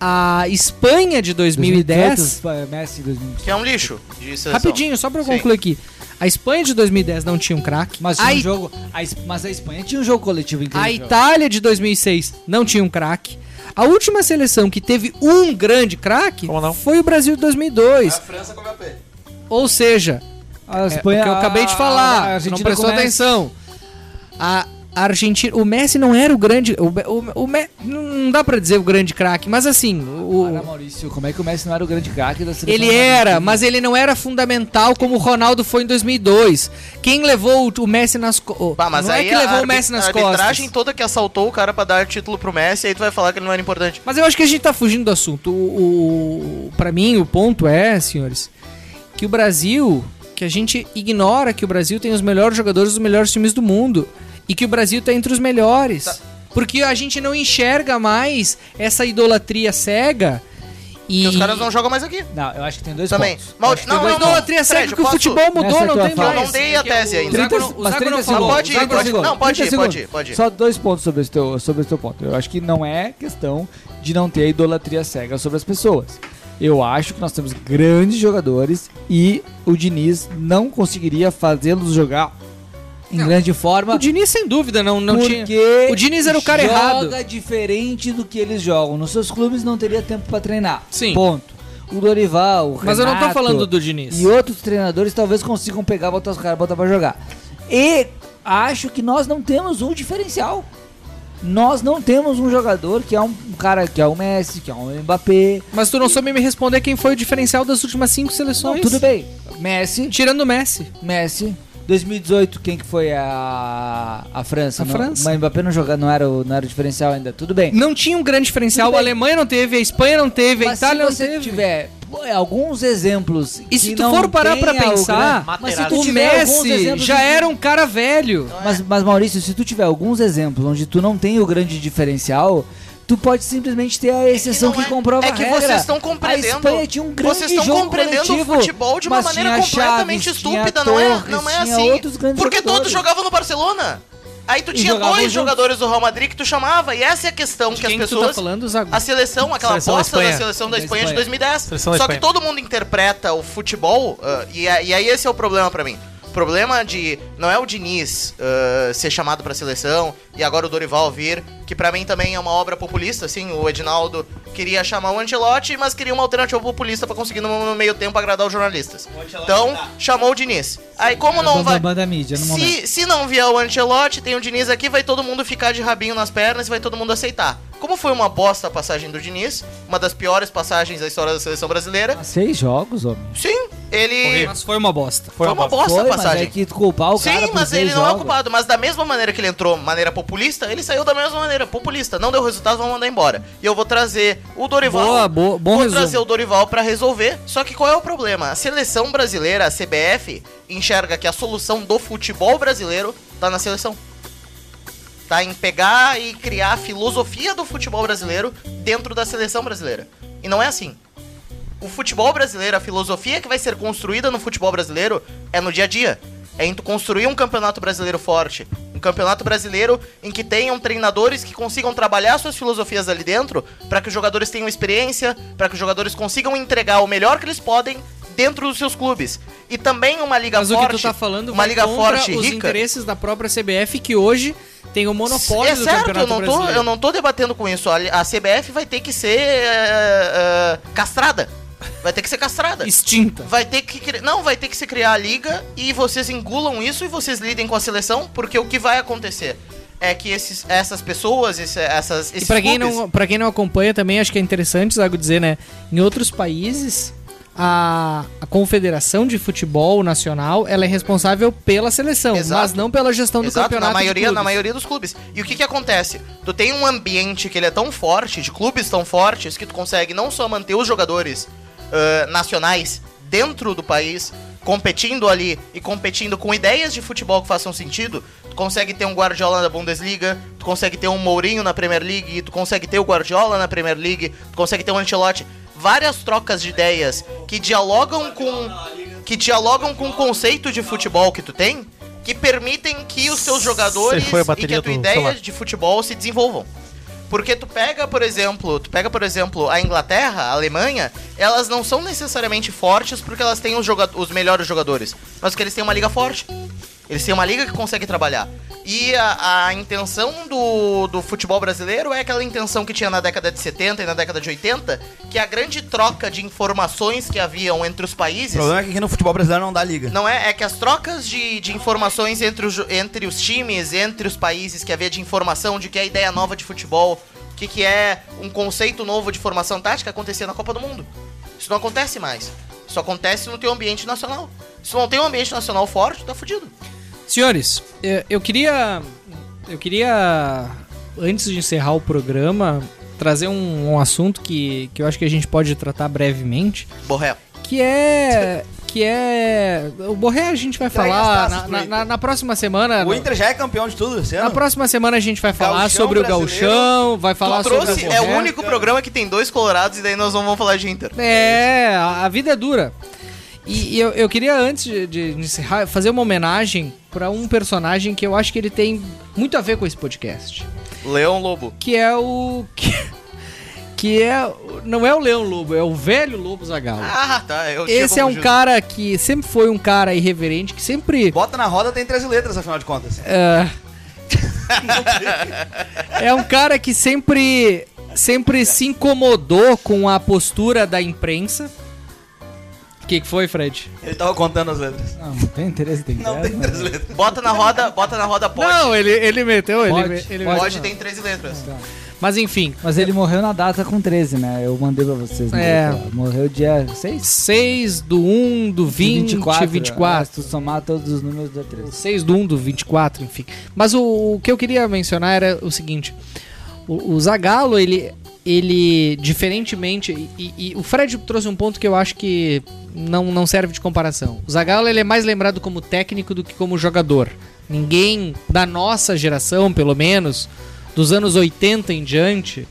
Speaker 4: a Espanha de 2010...
Speaker 9: 2018, Messi 2018.
Speaker 5: Que é um lixo. de seleção.
Speaker 4: Rapidinho, só pra eu
Speaker 5: Sim.
Speaker 4: concluir aqui. A Espanha de 2010 não tinha um craque.
Speaker 9: Mas
Speaker 4: a
Speaker 9: tinha um
Speaker 4: It-
Speaker 9: jogo. A, Es- mas a Espanha tinha um jogo coletivo incrível.
Speaker 4: A
Speaker 5: tá.
Speaker 4: Itália de 2006 não tinha um craque. A última seleção que teve um grande craque foi o Brasil de 2002.
Speaker 8: França como é pé.
Speaker 4: Ou seja,
Speaker 9: a
Speaker 4: é,
Speaker 9: Espanha- Ah,
Speaker 4: o que eu acabei de
Speaker 9: a
Speaker 4: falar, você não
Speaker 9: Argentina
Speaker 4: prestou
Speaker 9: com o Messi.
Speaker 4: atenção. A Argentina, o Messi não era o grande, o, o, o Me- não dá pra dizer o grande craque, mas assim, o-
Speaker 9: Para Maurício, como é que o Messi não era o grande craque da seleção?
Speaker 4: ele era, mas ele não era fundamental como o Ronaldo foi em 2002. Quem levou o- o Messi nas costas?
Speaker 5: Ah, mas
Speaker 4: não
Speaker 5: aí
Speaker 4: é que levou
Speaker 5: a
Speaker 4: o Messi nas
Speaker 5: a
Speaker 4: costas.
Speaker 5: arbitragem toda que assaltou o cara pra dar título pro Messi, aí tu vai falar que ele não era importante.
Speaker 4: Mas eu acho que a gente tá fugindo do assunto. O, o, para mim, o ponto é, senhores, que o Brasil, que a gente ignora que o Brasil tem os melhores jogadores dos melhores times do mundo e que o Brasil tá entre os melhores. Porque a gente não enxerga mais essa idolatria cega. E
Speaker 5: Os caras não jogam mais aqui.
Speaker 9: Não, eu acho que tem dois
Speaker 5: Também.
Speaker 9: pontos.
Speaker 5: Mauri-
Speaker 9: Acho que tem
Speaker 5: não,
Speaker 9: dois
Speaker 5: não, não.
Speaker 9: pontos.
Speaker 5: Peraí, eu posso- Nessa tua fala. Eu não dei a
Speaker 4: É que o
Speaker 5: tese ainda.
Speaker 4: Zago não- o
Speaker 9: Mas
Speaker 4: Zago
Speaker 9: 30
Speaker 4: não falou.
Speaker 9: segundos.
Speaker 4: o Zago
Speaker 9: 30
Speaker 4: não falou.
Speaker 9: segundos. 30 segundos. Só dois pontos sobre esse, teu, sobre esse teu ponto. Eu acho que não é questão de não ter a idolatria cega sobre as pessoas. Eu acho que nós temos grandes jogadores e o Diniz não conseguiria fazê-los jogar em grande forma.
Speaker 4: O Diniz, sem dúvida, não, não
Speaker 9: porque
Speaker 4: tinha. O Diniz era o cara
Speaker 9: joga
Speaker 4: errado.
Speaker 9: diferente do que eles jogam. Nos seus clubes não teria tempo pra treinar. Sim. Ponto. O Dorival, o Renato,
Speaker 4: Mas eu não tô falando do Diniz.
Speaker 9: E outros treinadores talvez consigam pegar, botar os caras, botar pra jogar. E acho que nós não temos um diferencial. Nós não temos um jogador que é um cara que é o Messi, que é um Mbappé.
Speaker 4: Mas tu não soube me responder quem foi o diferencial das últimas cinco seleções.
Speaker 9: tudo bem. Messi.
Speaker 4: Tirando o Messi.
Speaker 9: Messi. 2018, quem que foi a, a França?
Speaker 4: A
Speaker 9: não,
Speaker 4: França.
Speaker 9: Mas Mbappé não, joga, não, era o, não era o diferencial ainda. Tudo bem.
Speaker 4: Não tinha um grande diferencial.
Speaker 9: Tudo
Speaker 4: A
Speaker 9: bem.
Speaker 4: Alemanha não teve, a Espanha não teve, a
Speaker 9: Mas
Speaker 4: Itália
Speaker 9: se você
Speaker 4: não teve.
Speaker 9: tiver pô, alguns exemplos.
Speaker 4: E se tu for parar pra pensar,
Speaker 9: né?
Speaker 4: o Messi já era um cara velho.
Speaker 5: Então,
Speaker 9: Mas, mas, Maurício, se tu tiver alguns exemplos onde tu não tem o grande diferencial, tu pode simplesmente ter a exceção que, comprova
Speaker 5: É
Speaker 9: a
Speaker 5: que
Speaker 9: regra.
Speaker 5: vocês estão
Speaker 9: A
Speaker 5: compreendendo.
Speaker 9: Espanha tinha um grande
Speaker 5: vocês estão
Speaker 9: jogo
Speaker 5: compreendendo
Speaker 9: coletivo,
Speaker 5: o futebol de uma
Speaker 9: mas
Speaker 5: maneira
Speaker 9: tinha
Speaker 5: completamente
Speaker 9: Chaves, tinha
Speaker 5: estúpida, não é?
Speaker 9: Torres,
Speaker 5: Não é
Speaker 9: tinha
Speaker 5: assim.
Speaker 9: outros grandes
Speaker 5: Porque todos
Speaker 9: jogadores.
Speaker 5: jogavam no Barcelona. Aí tu
Speaker 9: E
Speaker 5: tinha
Speaker 9: jogavam
Speaker 5: dois
Speaker 9: juntos.
Speaker 5: jogadores do Real Madrid que tu chamava, e essa é a questão que as
Speaker 4: quem que tu
Speaker 5: pessoas.
Speaker 4: tá falando, Zago?
Speaker 5: A seleção, aquela
Speaker 4: Seleção da
Speaker 5: aposta da,
Speaker 4: Espanha.
Speaker 5: seleção da
Speaker 4: Da
Speaker 5: Espanha, de
Speaker 4: Espanha.
Speaker 5: 2010.
Speaker 4: Seleção da
Speaker 5: Só que
Speaker 4: Espanha.
Speaker 5: todo mundo interpreta o futebol, ah, e, a- e aí esse é o problema pra mim. O problema de. Não é o Diniz ah, ser chamado pra seleção e agora o Dorival vir, que pra mim também é uma obra populista, assim. O Edinaldo queria chamar o Ancelotti, mas queria uma alternativa populista pra conseguir no, no meio tempo agradar os jornalistas. Então, chamou o Diniz. Aí, como
Speaker 9: Era o
Speaker 5: não vai.
Speaker 9: bambam da mídia, no momento.
Speaker 5: Se, se não vier o Ancelotti, tem o Diniz aqui, vai todo mundo ficar de rabinho nas pernas e vai todo mundo aceitar. Como foi uma bosta a passagem do Diniz, uma das piores passagens da história da seleção brasileira,
Speaker 9: Ah, Seis jogos, homem.
Speaker 5: sim, ele.
Speaker 4: Mas foi uma bosta.
Speaker 5: Foi uma bosta a
Speaker 9: Foi, mas é
Speaker 5: passagem.
Speaker 9: que tu culpar o cara
Speaker 5: Sim,
Speaker 9: por
Speaker 5: mas
Speaker 9: seis
Speaker 5: ele não é o
Speaker 9: jogos.
Speaker 5: culpado. Mas da mesma maneira que ele entrou, maneira populista, ele saiu da mesma maneira, populista. Não deu resultado, vamos mandar embora. E eu vou trazer o Dorival.
Speaker 4: Boa, boa, bom
Speaker 5: vou
Speaker 4: resumo.
Speaker 5: trazer o Dorival pra resolver. Só que qual é o problema? A seleção brasileira, a CBF, enxerga que a solução do futebol brasileiro tá na seleção. Tá em pegar e criar a filosofia do futebol brasileiro dentro da seleção brasileira. E não é assim. O futebol brasileiro, a filosofia que vai ser construída no futebol brasileiro é no dia a dia. É em tu construir um campeonato brasileiro forte. Um campeonato brasileiro em que tenham treinadores que consigam trabalhar suas filosofias ali dentro para que os jogadores tenham experiência, para que os jogadores consigam entregar o melhor que eles podem dentro dos seus clubes. E também uma liga
Speaker 4: Mas
Speaker 5: forte.
Speaker 4: o que tu tá falando
Speaker 5: uma
Speaker 4: vai
Speaker 5: liga
Speaker 4: contra
Speaker 5: forte e
Speaker 4: os
Speaker 5: rica.
Speaker 4: interesses da própria CBF que hoje tem o monopólio
Speaker 5: É
Speaker 4: do
Speaker 5: certo, eu
Speaker 4: campeonato
Speaker 5: não, tô,
Speaker 4: brasileiro.
Speaker 5: eu não tô debatendo com isso. A, a CBF vai ter que ser eh, eh, castrada. Vai ter que ser castrada.
Speaker 4: Extinta.
Speaker 5: Vai ter que cri- não vai ter que se criar a liga e vocês engulam isso e vocês lidem com a seleção, porque o que vai acontecer é que esses, essas pessoas, esse- essas
Speaker 4: E
Speaker 5: esses
Speaker 4: pra quem,
Speaker 5: clubes-
Speaker 4: não, pra quem não acompanha também, acho que é interessante, Zago, dizer, né? Em outros países, a, a Confederação de Futebol Nacional, ela é responsável pela seleção, mas não pela gestão é do
Speaker 5: Exato,
Speaker 4: campeonato
Speaker 5: na
Speaker 4: de
Speaker 5: maioria,
Speaker 4: clubes.
Speaker 5: na maioria dos clubes. E o que que acontece? Tu tem um ambiente que ele é tão forte, de clubes tão fortes, que tu consegue não só manter os jogadores ah, nacionais dentro do país, competindo ali e competindo com ideias de futebol que façam sentido, tu consegue ter um Guardiola na Bundesliga, tu consegue ter um Mourinho na Premier League, tu consegue ter o Guardiola na Premier League, tu consegue ter um Ancelotti. Várias trocas de ideias que dialogam com que dialogam com o conceito de futebol que tu tem, que permitem que os seus jogadores
Speaker 16: Você foi a
Speaker 5: e que
Speaker 16: bateria
Speaker 5: a tua
Speaker 16: do
Speaker 5: ideia
Speaker 16: celular.
Speaker 5: de futebol se desenvolvam. Porque tu pega, por exemplo, tu pega, por exemplo, a Inglaterra, a Alemanha, elas não são necessariamente fortes porque elas têm os, joga- os melhores jogadores, mas porque eles têm uma liga forte. Eles têm uma liga que consegue trabalhar. E a, a intenção do, do futebol brasileiro é aquela intenção que tinha na década de 70 e na década de 80, que a grande troca de informações que haviam entre os
Speaker 12: O
Speaker 5: países
Speaker 12: problema é que aqui no futebol brasileiro não dá liga.
Speaker 5: não é, é que as trocas de, de informações entre os, jo- entre os times, entre os países, que havia de informação de que é ideia nova de futebol, o que, que é um conceito novo de formação tática, acontecia na Copa do Mundo. Isso não acontece mais. Isso acontece no teu ambiente nacional. Se não tem um ambiente nacional forte, tu tá fudido.
Speaker 4: Senhores, eh, eu queria. Eu queria, antes de encerrar o programa, trazer um, um assunto que, que eu acho que a gente pode tratar brevemente.
Speaker 5: Borré.
Speaker 4: Que é. que é. O Borré a gente vai
Speaker 8: Entrega
Speaker 4: falar
Speaker 8: as taças
Speaker 4: na,
Speaker 8: pro
Speaker 4: na- na- na próxima semana.
Speaker 8: O Inter já é campeão de tudo esse
Speaker 4: Na
Speaker 8: ano.
Speaker 4: próxima semana a gente vai falar
Speaker 8: Gauchão
Speaker 4: sobre o
Speaker 8: brasileiro.
Speaker 4: gauchão, vai falar
Speaker 5: Tu
Speaker 4: sobre
Speaker 5: trouxe,
Speaker 4: o
Speaker 5: é o
Speaker 4: Borré.
Speaker 5: único programa que tem dois colorados e daí nós não vamos falar de Inter.
Speaker 4: É, a a vida é dura. E, e eu, eu queria, antes de, de encerrar, fazer uma homenagem pra um personagem que eu acho que ele tem muito a ver com esse podcast.
Speaker 5: Leão Lobo.
Speaker 4: Que é o. (laughs) Que, que é. Não é o Leão Lobo, é o velho Lobo Zagalo.
Speaker 5: Ah, tá. Eu tinha
Speaker 4: Esse é um
Speaker 5: confundido.
Speaker 4: cara que sempre foi um cara irreverente, que sempre.
Speaker 8: Bota na roda, tem 13 letras, afinal de contas.
Speaker 4: É. é um cara que sempre sempre se incomodou com a postura da imprensa. O que, que foi, Fred?
Speaker 8: Ele tava contando as letras.
Speaker 9: Não, não tem interesse, tem Não tem
Speaker 4: É.
Speaker 9: interesse. né?
Speaker 5: Bota na roda, bota na roda pode.
Speaker 4: Não, ele, ele meteu, ele,
Speaker 9: Pode,
Speaker 4: ele
Speaker 5: pode,
Speaker 4: meteu.
Speaker 5: tem 13 letras.
Speaker 4: Mas enfim.
Speaker 9: Mas ele morreu na data com 13, né? Eu mandei pra vocês. né?
Speaker 4: É.
Speaker 9: Morreu dia 6?
Speaker 4: 6 do 1 do 20, 24.
Speaker 9: É, se tu somar todos os números da 13.
Speaker 4: 6 do 1 do 24, enfim. Mas o, o que eu queria mencionar era o seguinte: o, o Zagallo, ele, ele diferentemente. E, e- e o Fred trouxe um ponto que eu acho que não, não serve de comparação. O Zagallo ele é mais lembrado como técnico do que como jogador. Ninguém da nossa geração, pelo menos, dos anos 80 em diante,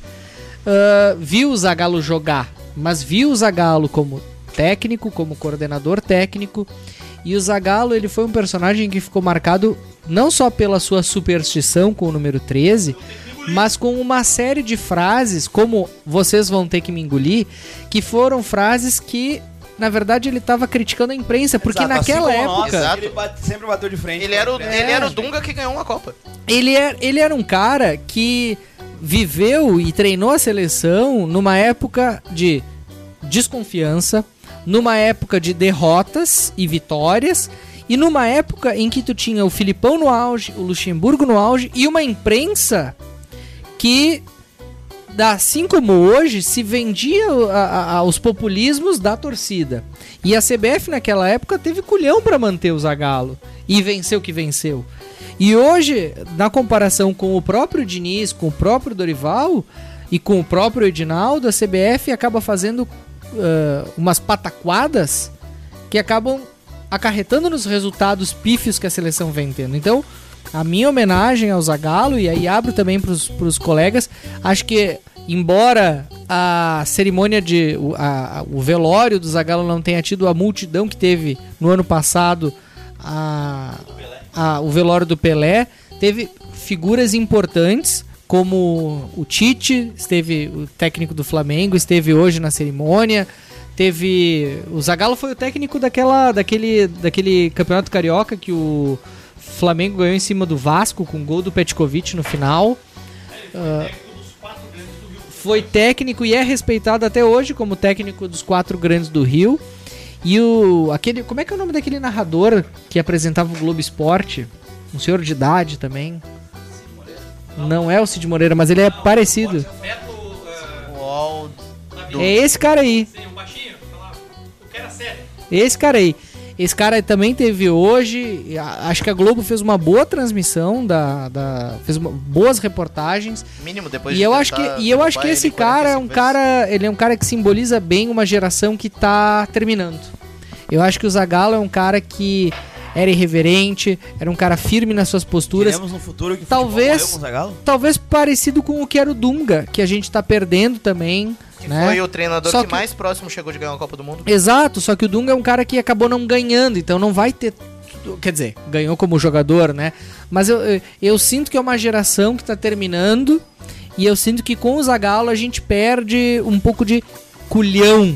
Speaker 4: ah, viu o Zagallo jogar, mas viu o Zagallo como técnico, como coordenador técnico. E o Zagallo, ele foi um personagem que ficou marcado não só pela sua superstição com o número 13, mas com uma série de frases, como vocês vão ter que me engolir, que foram frases que, na verdade, ele estava criticando a imprensa, porque
Speaker 5: Tá,
Speaker 8: Exato, assim
Speaker 4: naquela
Speaker 8: como nós,
Speaker 4: época...
Speaker 8: Ele bate- sempre bateu de frente.
Speaker 5: Ele era, o,
Speaker 8: É.
Speaker 5: ele era o Dunga que ganhou uma Copa.
Speaker 4: ele, é, ele era um cara que viveu e treinou a seleção numa época de desconfiança, numa época de derrotas e vitórias, e numa época em que tu tinha o Filipão no auge, o Luxemburgo no auge e uma imprensa que, assim como hoje, se vendia a- a- aos populismos da torcida. E a CBF naquela época teve culhão para manter o Zagallo e venceu o que venceu. E hoje, na comparação com o próprio Diniz, com o próprio Dorival e com o próprio Edinaldo, a CBF acaba fazendo ah, umas pataquadas que acabam acarretando nos resultados pífios que a seleção vem tendo. Então, a minha homenagem ao Zagallo, e aí abro também para os colegas, acho que, embora a cerimônia de. O, a- a- o velório do Zagallo não tenha tido a multidão que teve no ano passado, a- a- o velório do Pelé, teve figuras importantes. Como o Tite, esteve o técnico do Flamengo, esteve hoje na cerimônia. Teve. O Zagallo foi o técnico daquela, daquele, daquele campeonato carioca que o Flamengo ganhou em cima do Vasco com o gol do Petkovic no final. Ah, foi técnico e é respeitado até hoje como técnico dos quatro grandes do Rio. E o. aquele Como é que é o nome daquele narrador que apresentava o Globo Esporte? Um senhor de idade também. Não é o Cid Moreira, mas ele é parecido.
Speaker 5: Uau.
Speaker 4: É esse cara aí. Esse cara aí. Esse cara também teve hoje. e a- Acho que a Globo fez uma boa transmissão, da, da- fez uma- boas reportagens.
Speaker 5: Mínimo depois
Speaker 4: e
Speaker 5: de
Speaker 4: eu acho que
Speaker 5: tentar
Speaker 4: E eu acho
Speaker 5: derrubar
Speaker 4: que esse
Speaker 5: ele
Speaker 4: cara é um
Speaker 5: 45
Speaker 4: cara. Ele é um cara que simboliza bem uma geração que tá terminando. Eu acho que o Zagallo é um cara que era irreverente, era um cara firme nas suas posturas.
Speaker 8: Teremos no futuro que o futebol morreu
Speaker 4: Talvez,
Speaker 8: com o
Speaker 5: é
Speaker 8: Zagallo?
Speaker 5: um
Speaker 4: talvez parecido com o que era o Dunga, que a gente tá perdendo também. né?
Speaker 5: Foi o treinador
Speaker 4: Só
Speaker 5: que, mais próximo chegou de ganhar uma Copa do Mundo.
Speaker 4: Exato, só que o Dunga é um cara que acabou não ganhando, então não vai ter. tudo- Quer dizer, ganhou como jogador, né? Mas eu, eu- eu sinto que é uma geração que tá terminando e eu sinto que com o Zagallo a gente perde um pouco de culhão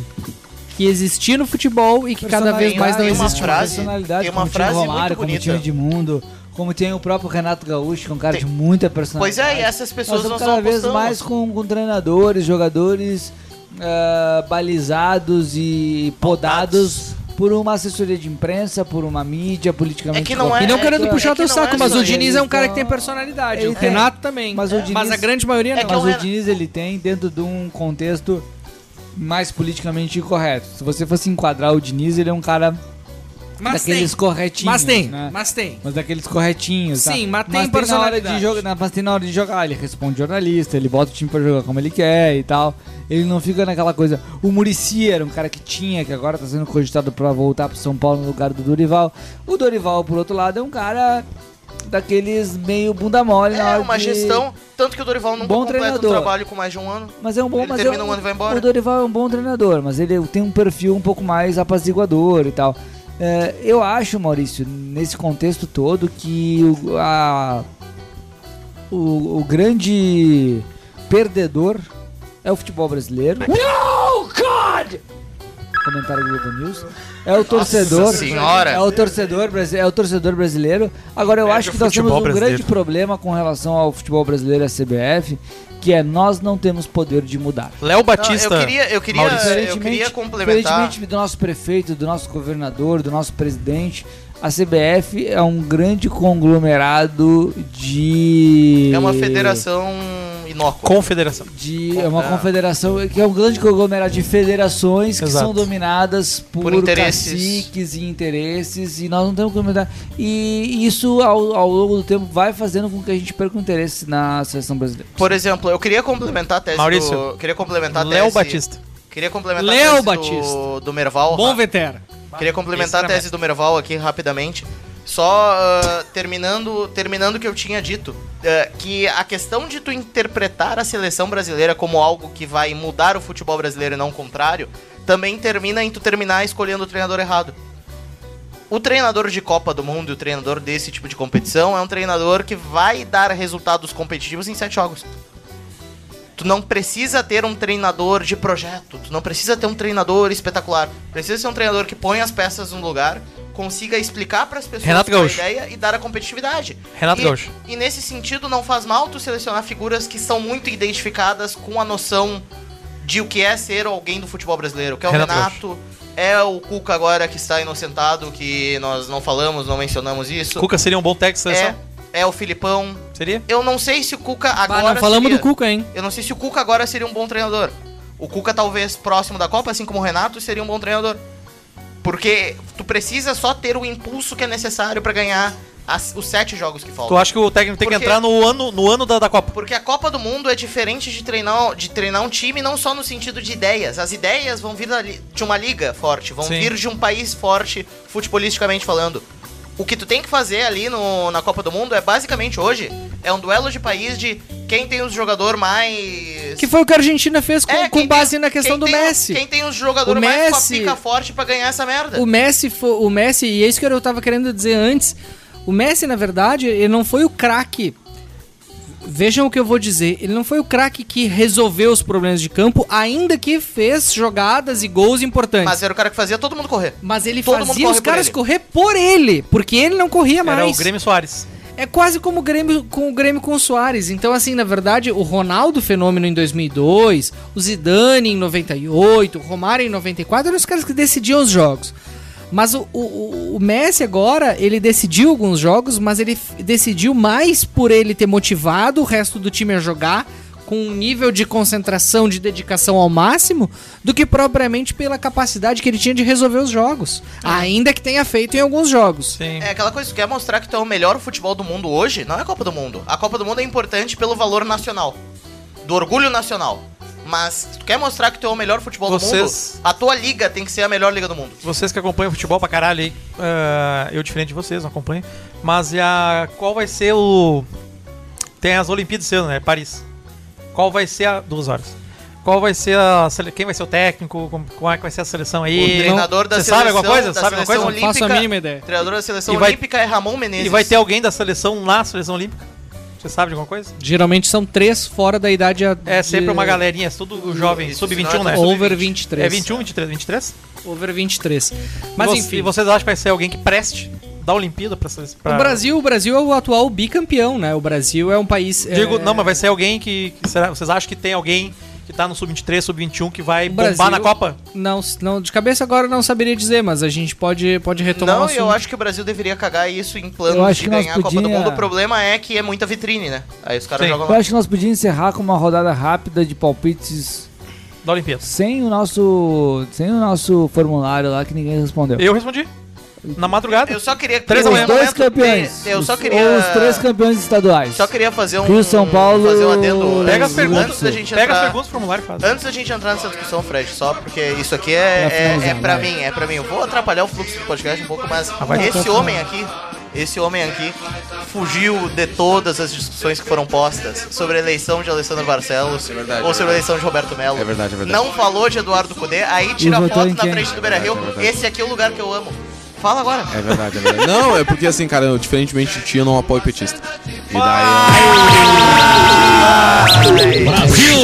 Speaker 4: que existia no futebol e que cada vez mais não
Speaker 9: Personalidade,
Speaker 4: existe
Speaker 9: uma
Speaker 4: mais.
Speaker 9: personalidade,
Speaker 5: tem uma
Speaker 9: como
Speaker 5: frase
Speaker 9: tinha o
Speaker 5: muito
Speaker 9: Romário, como
Speaker 5: bonita.
Speaker 9: tinha o Edmundo, como tem o próprio Renato Gaúcho, que é um cara de muita personalidade.
Speaker 5: Pois é, e essas pessoas
Speaker 9: Nós estamos
Speaker 5: nós
Speaker 9: cada
Speaker 5: não
Speaker 9: vez
Speaker 5: apostamos.
Speaker 9: mais com, com treinadores, jogadores ah, balizados e podados por uma assessoria de imprensa, por uma mídia politicamente
Speaker 4: que não é-
Speaker 9: correta.
Speaker 4: E não querendo puxar teu saco, mas o
Speaker 9: só
Speaker 4: Diniz
Speaker 9: eles
Speaker 4: é um cara
Speaker 9: tão-
Speaker 4: que tem personalidade,
Speaker 9: Ele
Speaker 4: o
Speaker 9: tem.
Speaker 4: Renato também. É,
Speaker 9: Mas, o Diniz,
Speaker 4: Mas a grande maioria não.
Speaker 9: Mas o Diniz ele tem dentro de um contexto mais politicamente correto. Se você fosse enquadrar o Diniz, ele é um cara
Speaker 4: Mas
Speaker 9: daqueles
Speaker 4: tem.
Speaker 9: corretinhos.
Speaker 4: Mas tem,
Speaker 9: né?
Speaker 4: mas tem.
Speaker 9: Mas daqueles corretinhos. tá?
Speaker 4: Sim, mas tem
Speaker 9: na hora de
Speaker 4: personalidade.
Speaker 9: jogar, na- Mas tem na hora de jogar, ele responde jornalista, ele bota o time pra jogar como ele quer e tal. Ele não fica naquela coisa. O Murici era um cara que tinha, que agora tá sendo cogitado pra voltar pro São Paulo no lugar do Dorival. O Dorival, por outro lado, é um cara daqueles meio bunda mole na
Speaker 5: É
Speaker 9: hora
Speaker 5: uma
Speaker 9: de-
Speaker 5: gestão, tanto que o Dorival nunca
Speaker 9: Bom
Speaker 5: completa
Speaker 9: treinador.
Speaker 5: um trabalho com mais de um ano.
Speaker 9: Mas é um bom,
Speaker 5: Ele
Speaker 9: mas
Speaker 5: termina
Speaker 9: é
Speaker 5: um ano e vai embora.
Speaker 9: O Dorival é um bom treinador, mas ele tem um perfil um pouco mais apaziguador e tal. É, eu acho, Maurício, nesse contexto todo, que o, a- o- o grande perdedor é o futebol brasileiro. No, God! Comentário do Globo News. É o torcedor.
Speaker 5: Senhora!
Speaker 9: É o torcedor, brasi- é o torcedor brasileiro. Agora, eu
Speaker 5: Perde
Speaker 9: acho que
Speaker 5: o
Speaker 9: nós temos um
Speaker 5: É, futebol
Speaker 9: grande
Speaker 5: brasileiro.
Speaker 9: problema com relação ao futebol brasileiro e à CBF, que é nós não temos poder de mudar.
Speaker 16: Léo
Speaker 5: Batista, Não, eu queria- eu queria- eu queria complementar-
Speaker 9: Diferentemente do nosso prefeito, do nosso governador, do nosso presidente, a CBF é um grande conglomerado de...
Speaker 5: É uma federação inócua.
Speaker 16: Confederação.
Speaker 9: De, é uma confederação que é um grande conglomerado de federações que
Speaker 5: Exato.
Speaker 9: são dominadas por,
Speaker 5: Por interesses.
Speaker 9: caciques e interesses e nós não temos comunidade. E isso ao, ao longo do tempo vai fazendo com que a gente perca o interesse na seleção brasileira.
Speaker 5: Por exemplo, eu queria complementar a tese
Speaker 9: Maurício,
Speaker 5: do... Queria complementar a tese...
Speaker 9: Léo Batista.
Speaker 5: Queria complementar
Speaker 4: Léo
Speaker 5: a tese
Speaker 4: Batista.
Speaker 5: Do, do Merval.
Speaker 4: Bom
Speaker 5: ra-
Speaker 4: veterano.
Speaker 5: Queria complementar a
Speaker 4: Esse era
Speaker 5: tese do Merval aqui rapidamente. Só ah, terminando, terminando o que eu tinha dito, ah, que a questão de tu interpretar a seleção brasileira como algo que vai mudar o futebol brasileiro e não o contrário, também termina em tu terminar escolhendo o treinador errado. O treinador de Copa do Mundo e o treinador desse tipo de competição é um treinador que vai dar resultados competitivos em sete jogos. Tu não precisa ter um treinador de projeto, tu não precisa ter um treinador espetacular. Precisa ser um treinador que põe as peças no lugar, consiga explicar para as pessoas
Speaker 16: Renato
Speaker 5: qual a
Speaker 16: Gaúcho.
Speaker 5: ideia e dar a competitividade.
Speaker 16: Renato
Speaker 5: e,
Speaker 16: Gaúcho.
Speaker 5: E nesse sentido não faz mal tu selecionar figuras que são muito identificadas com a noção de o que é ser alguém do futebol brasileiro, que é o
Speaker 16: Renato
Speaker 5: Renato, é o Cuca agora que está inocentado, que nós não falamos, não mencionamos isso.
Speaker 16: Cuca seria um bom técnico de
Speaker 5: é,
Speaker 16: seleção?
Speaker 5: é o Filipão.
Speaker 16: Seria?
Speaker 5: Eu não sei se o Cuca agora.
Speaker 4: não falamos
Speaker 5: seria-
Speaker 4: do Cuca, hein?
Speaker 5: Eu não sei se o Cuca agora seria um bom treinador. O Cuca, talvez próximo da Copa, assim como o Renato, seria um bom treinador. Porque tu precisa só ter o impulso que é necessário pra ganhar as- os sete jogos que faltam.
Speaker 16: Tu acha que o técnico tem que
Speaker 5: Porque-
Speaker 16: entrar no ano, no ano da, da Copa?
Speaker 5: Porque a Copa do Mundo é diferente de treinar, de treinar um time não só no sentido de ideias. As ideias vão vir da li- de uma liga forte, vão
Speaker 16: Sim.
Speaker 5: vir de um país forte, futebolisticamente falando. O que tu tem que fazer ali no- na Copa do Mundo é basicamente hoje, é um duelo de país de quem tem os jogador mais... É,
Speaker 4: Que foi o que a Argentina fez com,
Speaker 9: É,
Speaker 4: com base na questão
Speaker 5: quem
Speaker 4: do
Speaker 5: tem-
Speaker 4: Messi.
Speaker 5: Quem tem os jogador
Speaker 4: O
Speaker 5: mais com a
Speaker 4: Messi-
Speaker 5: pica forte pra ganhar essa merda.
Speaker 4: O Messi, foi, o Messi, e é isso que eu tava querendo dizer antes. O Messi, na verdade, ele não foi o craque. Vejam o que eu vou dizer. Ele não foi o craque que resolveu os problemas de campo, ainda que fez jogadas e gols importantes.
Speaker 5: Mas era o cara que fazia todo mundo correr.
Speaker 4: Mas ele
Speaker 5: Todo mundo
Speaker 4: fazia
Speaker 5: correr
Speaker 4: os
Speaker 5: por
Speaker 4: caras
Speaker 5: ele.
Speaker 4: correr por ele, porque ele não corria mais.
Speaker 16: Era o Grêmio Soares.
Speaker 4: É quase como o Grêmio com o Grêmio com o Soares. Então, assim, na verdade, o Ronaldo Fenômeno em 2002, o Zidane em 98, o Romário em 94, eram os caras que decidiam os jogos. Mas o, o- o- o Messi agora, ele decidiu alguns jogos, mas ele f- decidiu mais por ele ter motivado o resto do time a jogar com um nível de concentração, de dedicação ao máximo, do que propriamente pela capacidade que ele tinha de resolver os jogos. Ainda que tenha feito em alguns jogos.
Speaker 16: Sim.
Speaker 5: É aquela coisa, tu quer mostrar que tu é o melhor futebol do mundo hoje? Não é a Copa do Mundo. A Copa do Mundo é importante pelo valor nacional, do orgulho nacional. Mas se tu quer mostrar que tu é o melhor futebol
Speaker 16: Vocês-
Speaker 5: do mundo, a tua liga tem que ser a melhor liga do mundo.
Speaker 16: Vocês que acompanham futebol pra caralho aí, ah, eu diferente de vocês, não acompanho. Mas e a, qual vai ser o. Tem as Olimpíadas esse ano, né? Paris. Qual vai ser a. Duas horas. Qual vai ser a. sele- Quem vai ser o técnico? Como, como é que vai ser a seleção aí?
Speaker 5: O treinador da
Speaker 16: Você
Speaker 5: seleção,
Speaker 16: sabe alguma coisa?
Speaker 5: da
Speaker 16: Sabe alguma coisa?
Speaker 10: Então,
Speaker 5: seleção olímpica, treinador da seleção
Speaker 16: E vai-
Speaker 5: olímpica é Ramon Menezes.
Speaker 16: E vai ter alguém da seleção na seleção olímpica? Você sabe de alguma coisa?
Speaker 4: Geralmente são três fora da idade. a-
Speaker 16: É sempre
Speaker 4: de-
Speaker 16: uma galerinha, é tudo jovem,
Speaker 4: Isso,
Speaker 16: sub-21, né?
Speaker 4: Over 23.
Speaker 16: É 21, 23, 23?
Speaker 4: Over 23. Mas
Speaker 16: E vo-
Speaker 4: enfim.
Speaker 16: E vocês acham que vai ser alguém que preste da Olimpíada pra... sele- pra...
Speaker 4: O Brasil, o Brasil é o atual bicampeão, né? O Brasil é um país.
Speaker 16: Digo,
Speaker 4: é,
Speaker 16: não, mas vai ser alguém que... que será- vocês acham que tem alguém que tá no sub-23, sub-21 que vai bombar
Speaker 4: Brasil-
Speaker 16: na Copa?
Speaker 4: Não, não, de cabeça agora eu não saberia dizer, mas a gente pode, pode retomar o
Speaker 5: Não,
Speaker 4: assunto.
Speaker 5: eu acho que o Brasil deveria cagar isso em
Speaker 9: Eu
Speaker 5: planos
Speaker 9: acho
Speaker 5: de
Speaker 9: que nós
Speaker 5: ganhar a Copa do
Speaker 9: podia-
Speaker 5: Mundo. O problema é que é muita vitrine, né? Aí os caras
Speaker 16: Sim.
Speaker 5: jogam
Speaker 9: Eu acho que nós podíamos encerrar com uma rodada rápida de palpites
Speaker 16: Da Olimpíada.
Speaker 9: sem o nosso sem o nosso formulário lá que ninguém respondeu.
Speaker 16: Eu respondi. Na madrugada.
Speaker 5: Eu só queria
Speaker 9: Três
Speaker 5: eu
Speaker 9: os dois campeões.
Speaker 5: é Eu só
Speaker 9: os-
Speaker 5: queria
Speaker 9: Ou os três campeões estaduais.
Speaker 5: Só queria fazer um
Speaker 9: Rio, São Paulo,
Speaker 5: fazer um adendo.
Speaker 9: Pega as
Speaker 5: antes
Speaker 9: perguntas,
Speaker 5: da gente
Speaker 9: pega
Speaker 5: entrar-
Speaker 9: as
Speaker 16: perguntas, formulário faz.
Speaker 5: Antes da gente entrar nessa discussão, Fred, só porque isso aqui é,
Speaker 9: Pra
Speaker 5: é, é
Speaker 9: finalizar,
Speaker 5: pra
Speaker 9: vai.
Speaker 5: mim, é pra mim. Eu vou atrapalhar o fluxo do podcast um pouco, mas
Speaker 9: vai.
Speaker 5: esse homem aqui, esse homem aqui fugiu de todas as discussões que foram postas sobre a eleição de Alessandro Barcelos ou sobre a eleição de Roberto Melo.
Speaker 11: É verdade, é verdade.
Speaker 5: Não falou de Eduardo Cudê, aí tira
Speaker 11: E votou
Speaker 5: foto
Speaker 11: em
Speaker 5: na
Speaker 11: quem?
Speaker 5: frente do Beira Rio.
Speaker 11: É verdade, é verdade.
Speaker 5: Esse aqui é o lugar que eu amo. Fala agora.
Speaker 11: É verdade, é verdade. Não, é porque assim, cara, eu, diferentemente de ti, eu não apoio petista. E daí.
Speaker 5: Brasil! Aí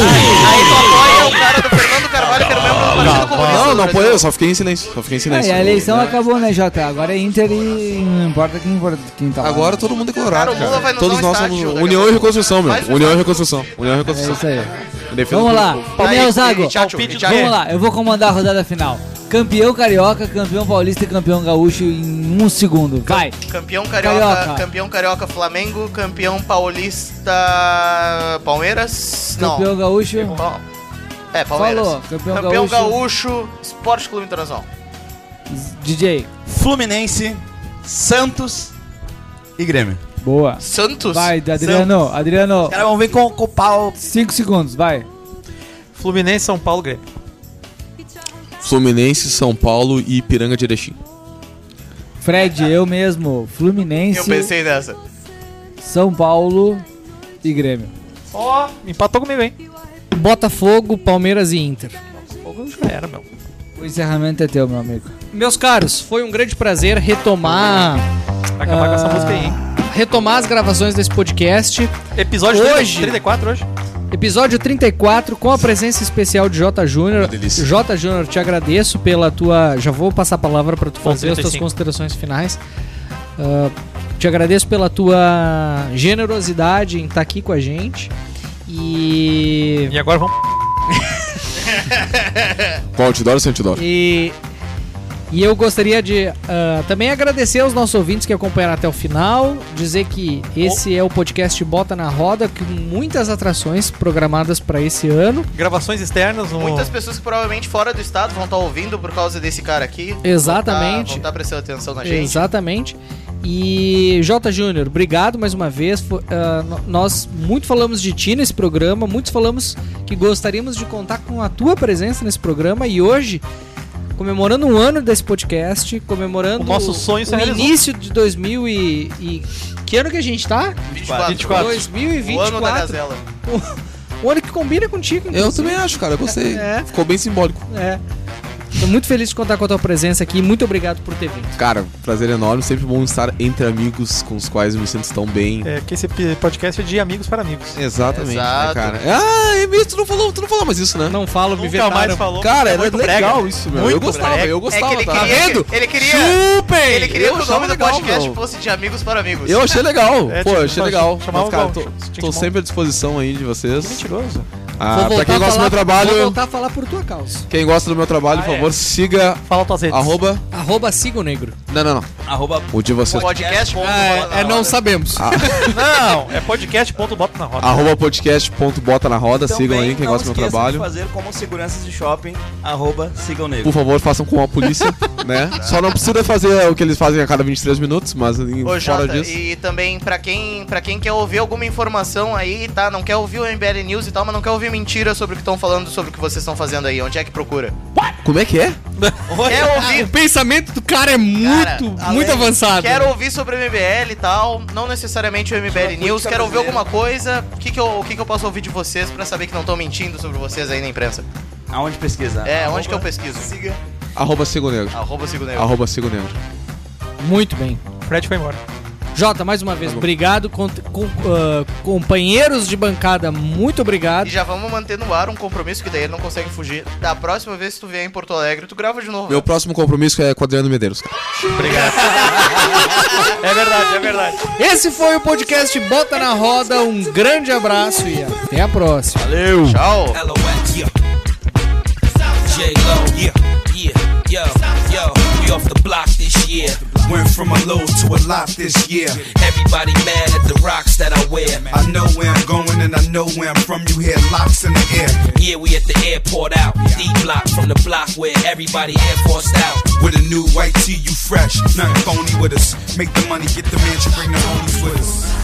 Speaker 11: É
Speaker 5: tu apoia é o cara do Fernando Carvalho, que era o mesmo do Partido Comunista.
Speaker 11: Não, não apoio, eu só fiquei em silêncio. Só fiquei em
Speaker 9: Ah,
Speaker 11: silêncio.
Speaker 9: e a eleição acabou, né, Jota? Agora é Inter e não importa quem, for- quem tá lá.
Speaker 11: Agora todo mundo é colorado,
Speaker 9: Cara, o Lula
Speaker 11: cara.
Speaker 9: vai nos
Speaker 11: Todos
Speaker 9: dar um
Speaker 11: nós
Speaker 9: estádio
Speaker 11: somos
Speaker 9: daqui a
Speaker 11: União e
Speaker 9: pouco.
Speaker 11: Reconstrução, meu.
Speaker 9: Faz- um
Speaker 11: União e Reconstrução. União e Reconstrução.
Speaker 9: É isso
Speaker 11: Eu defendo
Speaker 9: Vamos
Speaker 11: o
Speaker 9: lá,
Speaker 11: povo.
Speaker 9: Palmeiras Água.
Speaker 11: Tchatcho, tchatcho.
Speaker 9: Vamos lá, eu vou comandar a rodada final. Campeão carioca, campeão paulista e campeão gaúcho em um segundo. Vai.
Speaker 5: Campeão carioca,
Speaker 9: Carioca.
Speaker 5: campeão carioca Flamengo, campeão paulista Palmeiras.
Speaker 9: Campeão
Speaker 5: não.
Speaker 9: gaúcho.
Speaker 5: É, Palmeiras.
Speaker 9: Falou, campeão
Speaker 5: gaúcho. Esporte Clube Internacional.
Speaker 9: DJ.
Speaker 8: Fluminense, Santos e Grêmio.
Speaker 9: Boa.
Speaker 5: Santos?
Speaker 9: Vai, Adriano. Adriano. Os
Speaker 8: caras vão vir com, o pau.
Speaker 9: 5 segundos, vai.
Speaker 16: Fluminense, São Paulo, Grêmio.
Speaker 11: Fluminense, São Paulo e Ipiranga de Erechim.
Speaker 9: Fred, eu mesmo. Fluminense.
Speaker 11: Eu pensei
Speaker 5: nessa.
Speaker 9: São Paulo e Grêmio.
Speaker 16: Ó, empatou comigo, hein?
Speaker 4: Botafogo, Palmeiras e Inter.
Speaker 16: Já era, meu.
Speaker 9: O encerramento é teu, meu amigo.
Speaker 4: Meus caros, foi um grande prazer retomar.
Speaker 16: acabar com essa
Speaker 4: ah,
Speaker 16: música aí, hein?
Speaker 4: Retomar as gravações desse podcast.
Speaker 16: Episódio
Speaker 4: hoje,
Speaker 16: 34 hoje.
Speaker 4: Episódio 34, com a presença especial de Jota Júnior. Jota Júnior, te agradeço pela tua. Já vou passar a palavra para tu
Speaker 16: Bom,
Speaker 4: fazer as tuas
Speaker 16: 35.
Speaker 4: considerações finais. Ah, te agradeço pela tua generosidade em estar aqui com a gente. E.
Speaker 16: E agora vamos.
Speaker 11: Qual outdoor ou sem outdoor?
Speaker 4: E, e eu gostaria de ah, também agradecer aos nossos ouvintes que acompanharam até o final, dizer que esse é o podcast Bota na Roda, com muitas atrações programadas para esse ano.
Speaker 16: Gravações externas um, no.
Speaker 5: Muitas pessoas que provavelmente fora do estado vão estar ouvindo por causa desse cara aqui. Tá,
Speaker 4: Exatamente.
Speaker 5: Vão estar prestando atenção na gente.
Speaker 4: Exatamente. E J. Júnior, obrigado mais uma vez. Fo- ah, no- nós muito falamos de ti nesse programa, muitos falamos que gostaríamos de contar com a tua presença nesse programa e hoje, comemorando um ano desse podcast, comemorando
Speaker 16: O nosso sonho se
Speaker 4: o
Speaker 16: realizou.
Speaker 4: início de 2000 e, e- que ano que a gente tá?
Speaker 16: 24.
Speaker 4: 2024.
Speaker 5: O ano da gazela.
Speaker 4: O ano que combina contigo.
Speaker 11: Eu também acho, cara. Eu gostei.
Speaker 4: É.
Speaker 11: Ficou bem simbólico.
Speaker 4: É. Tô muito feliz de contar com a tua presença aqui. Muito obrigado por ter vindo.
Speaker 11: Cara, prazer enorme. Sempre bom estar entre amigos com os quais eu me sinto tão bem.
Speaker 16: É, que esse pi- podcast é de amigos para amigos.
Speaker 11: Exatamente, né,
Speaker 16: Exato.
Speaker 11: cara? Ah, é mesmo, tu não falou, tu não falou mais isso, né?
Speaker 4: Não falo, me
Speaker 16: Nunca mais falou.
Speaker 11: Cara,
Speaker 16: É
Speaker 11: era
Speaker 16: muito
Speaker 11: legal
Speaker 16: brega.
Speaker 11: isso, meu. eu
Speaker 16: Muito
Speaker 11: gostava,
Speaker 16: brega.
Speaker 11: eu gostava,
Speaker 5: é que ele
Speaker 11: tá
Speaker 5: queria,
Speaker 11: vendo?
Speaker 5: Ele queria,
Speaker 11: Chupem!
Speaker 5: ele queria
Speaker 11: Eu
Speaker 5: que o
Speaker 11: achava
Speaker 5: nome do
Speaker 11: legal,
Speaker 5: podcast
Speaker 11: meu.
Speaker 5: fosse de amigos para amigos.
Speaker 11: Eu achei legal.
Speaker 5: É, tipo,
Speaker 11: Pô, eu achei
Speaker 5: nós
Speaker 11: legal.
Speaker 5: chamava
Speaker 11: Mas, cara,
Speaker 5: o
Speaker 11: tô,
Speaker 5: Gal.
Speaker 11: tô sempre à disposição aí de vocês.
Speaker 16: mentiroso.
Speaker 11: Ah, pra quem gosta do
Speaker 4: Vou
Speaker 11: meu trabalho,
Speaker 4: voltar a falar por tua causa.
Speaker 11: quem gosta do meu trabalho,
Speaker 4: Ah,
Speaker 11: por
Speaker 4: é.
Speaker 11: favor, siga.
Speaker 16: Fala tuas redes.
Speaker 11: Arroba.
Speaker 4: Arroba siga o negro.
Speaker 11: Não, não, não.
Speaker 8: Arroba.
Speaker 11: O de vocês.
Speaker 5: Podcast.
Speaker 4: É, é, não sabemos.
Speaker 5: Ah.
Speaker 16: Não, é podcast.bota na roda.
Speaker 11: Arroba podcast.bota na roda.
Speaker 5: Então
Speaker 8: Também
Speaker 11: Sigam aí quem
Speaker 8: Então não
Speaker 11: gosta do
Speaker 8: esqueçam
Speaker 11: meu
Speaker 8: de
Speaker 11: trabalho.
Speaker 8: fazer como seguranças de shopping, arroba sigam negro.
Speaker 11: Por favor, façam com a polícia,
Speaker 5: (laughs)
Speaker 11: né? Só não precisa fazer o que eles fazem a cada 23 minutos, mas em-
Speaker 5: Ô,
Speaker 11: fora
Speaker 5: Jota,
Speaker 11: disso.
Speaker 5: e também pra quem, pra quem quer ouvir alguma informação aí, tá? Não quer ouvir o MBL News e tal, mas não quer ouvir mentira sobre o que estão falando, sobre o que vocês estão fazendo aí. Onde é que procura?
Speaker 11: Como é que é?
Speaker 5: Quer ouvir?
Speaker 4: O pensamento do cara é
Speaker 5: Ah. Cara,
Speaker 4: muito, muito
Speaker 5: além-
Speaker 4: avançado.
Speaker 5: Quero ouvir sobre o MBL e tal, não necessariamente o MBL News, quero ouvir alguma coisa. O que que eu, o que que eu posso ouvir de vocês pra saber que não estão mentindo sobre vocês aí na imprensa?
Speaker 8: Aonde pesquisar?
Speaker 5: É, onde que eu pesquiso?
Speaker 11: Arroba siga o negro.
Speaker 5: Arroba siga o negro.
Speaker 11: Arroba siga o negro.
Speaker 4: Muito bem.
Speaker 16: Fred foi embora.
Speaker 4: Jota, mais uma vez,
Speaker 5: Tá
Speaker 4: obrigado. Com, com- ah, companheiros de bancada, muito obrigado.
Speaker 5: E já vamos manter no ar um compromisso que daí ele não consegue fugir. Da próxima vez que tu vier em Porto Alegre, tu grava de novo. né?
Speaker 11: Meu próximo compromisso é com o Adriano Medeiros. cara.
Speaker 16: É verdade, é verdade.
Speaker 4: Esse foi o podcast Bota na Roda. Um grande abraço e até a próxima.
Speaker 8: Valeu.
Speaker 5: Tchau.
Speaker 18: J-Lo, yeah, yeah, yo, yo. We off the block this year. Went from a low to a lot this year. Everybody mad at the rocks that I wear. I know where I'm going
Speaker 8: and I know where I'm from. You hear locks in the air. Yeah, we at the airport out. D block from the block where everybody air forced out. With a new white tee, you fresh. Nothing phony with us. Make the money, get the mansion, bring the homies with us.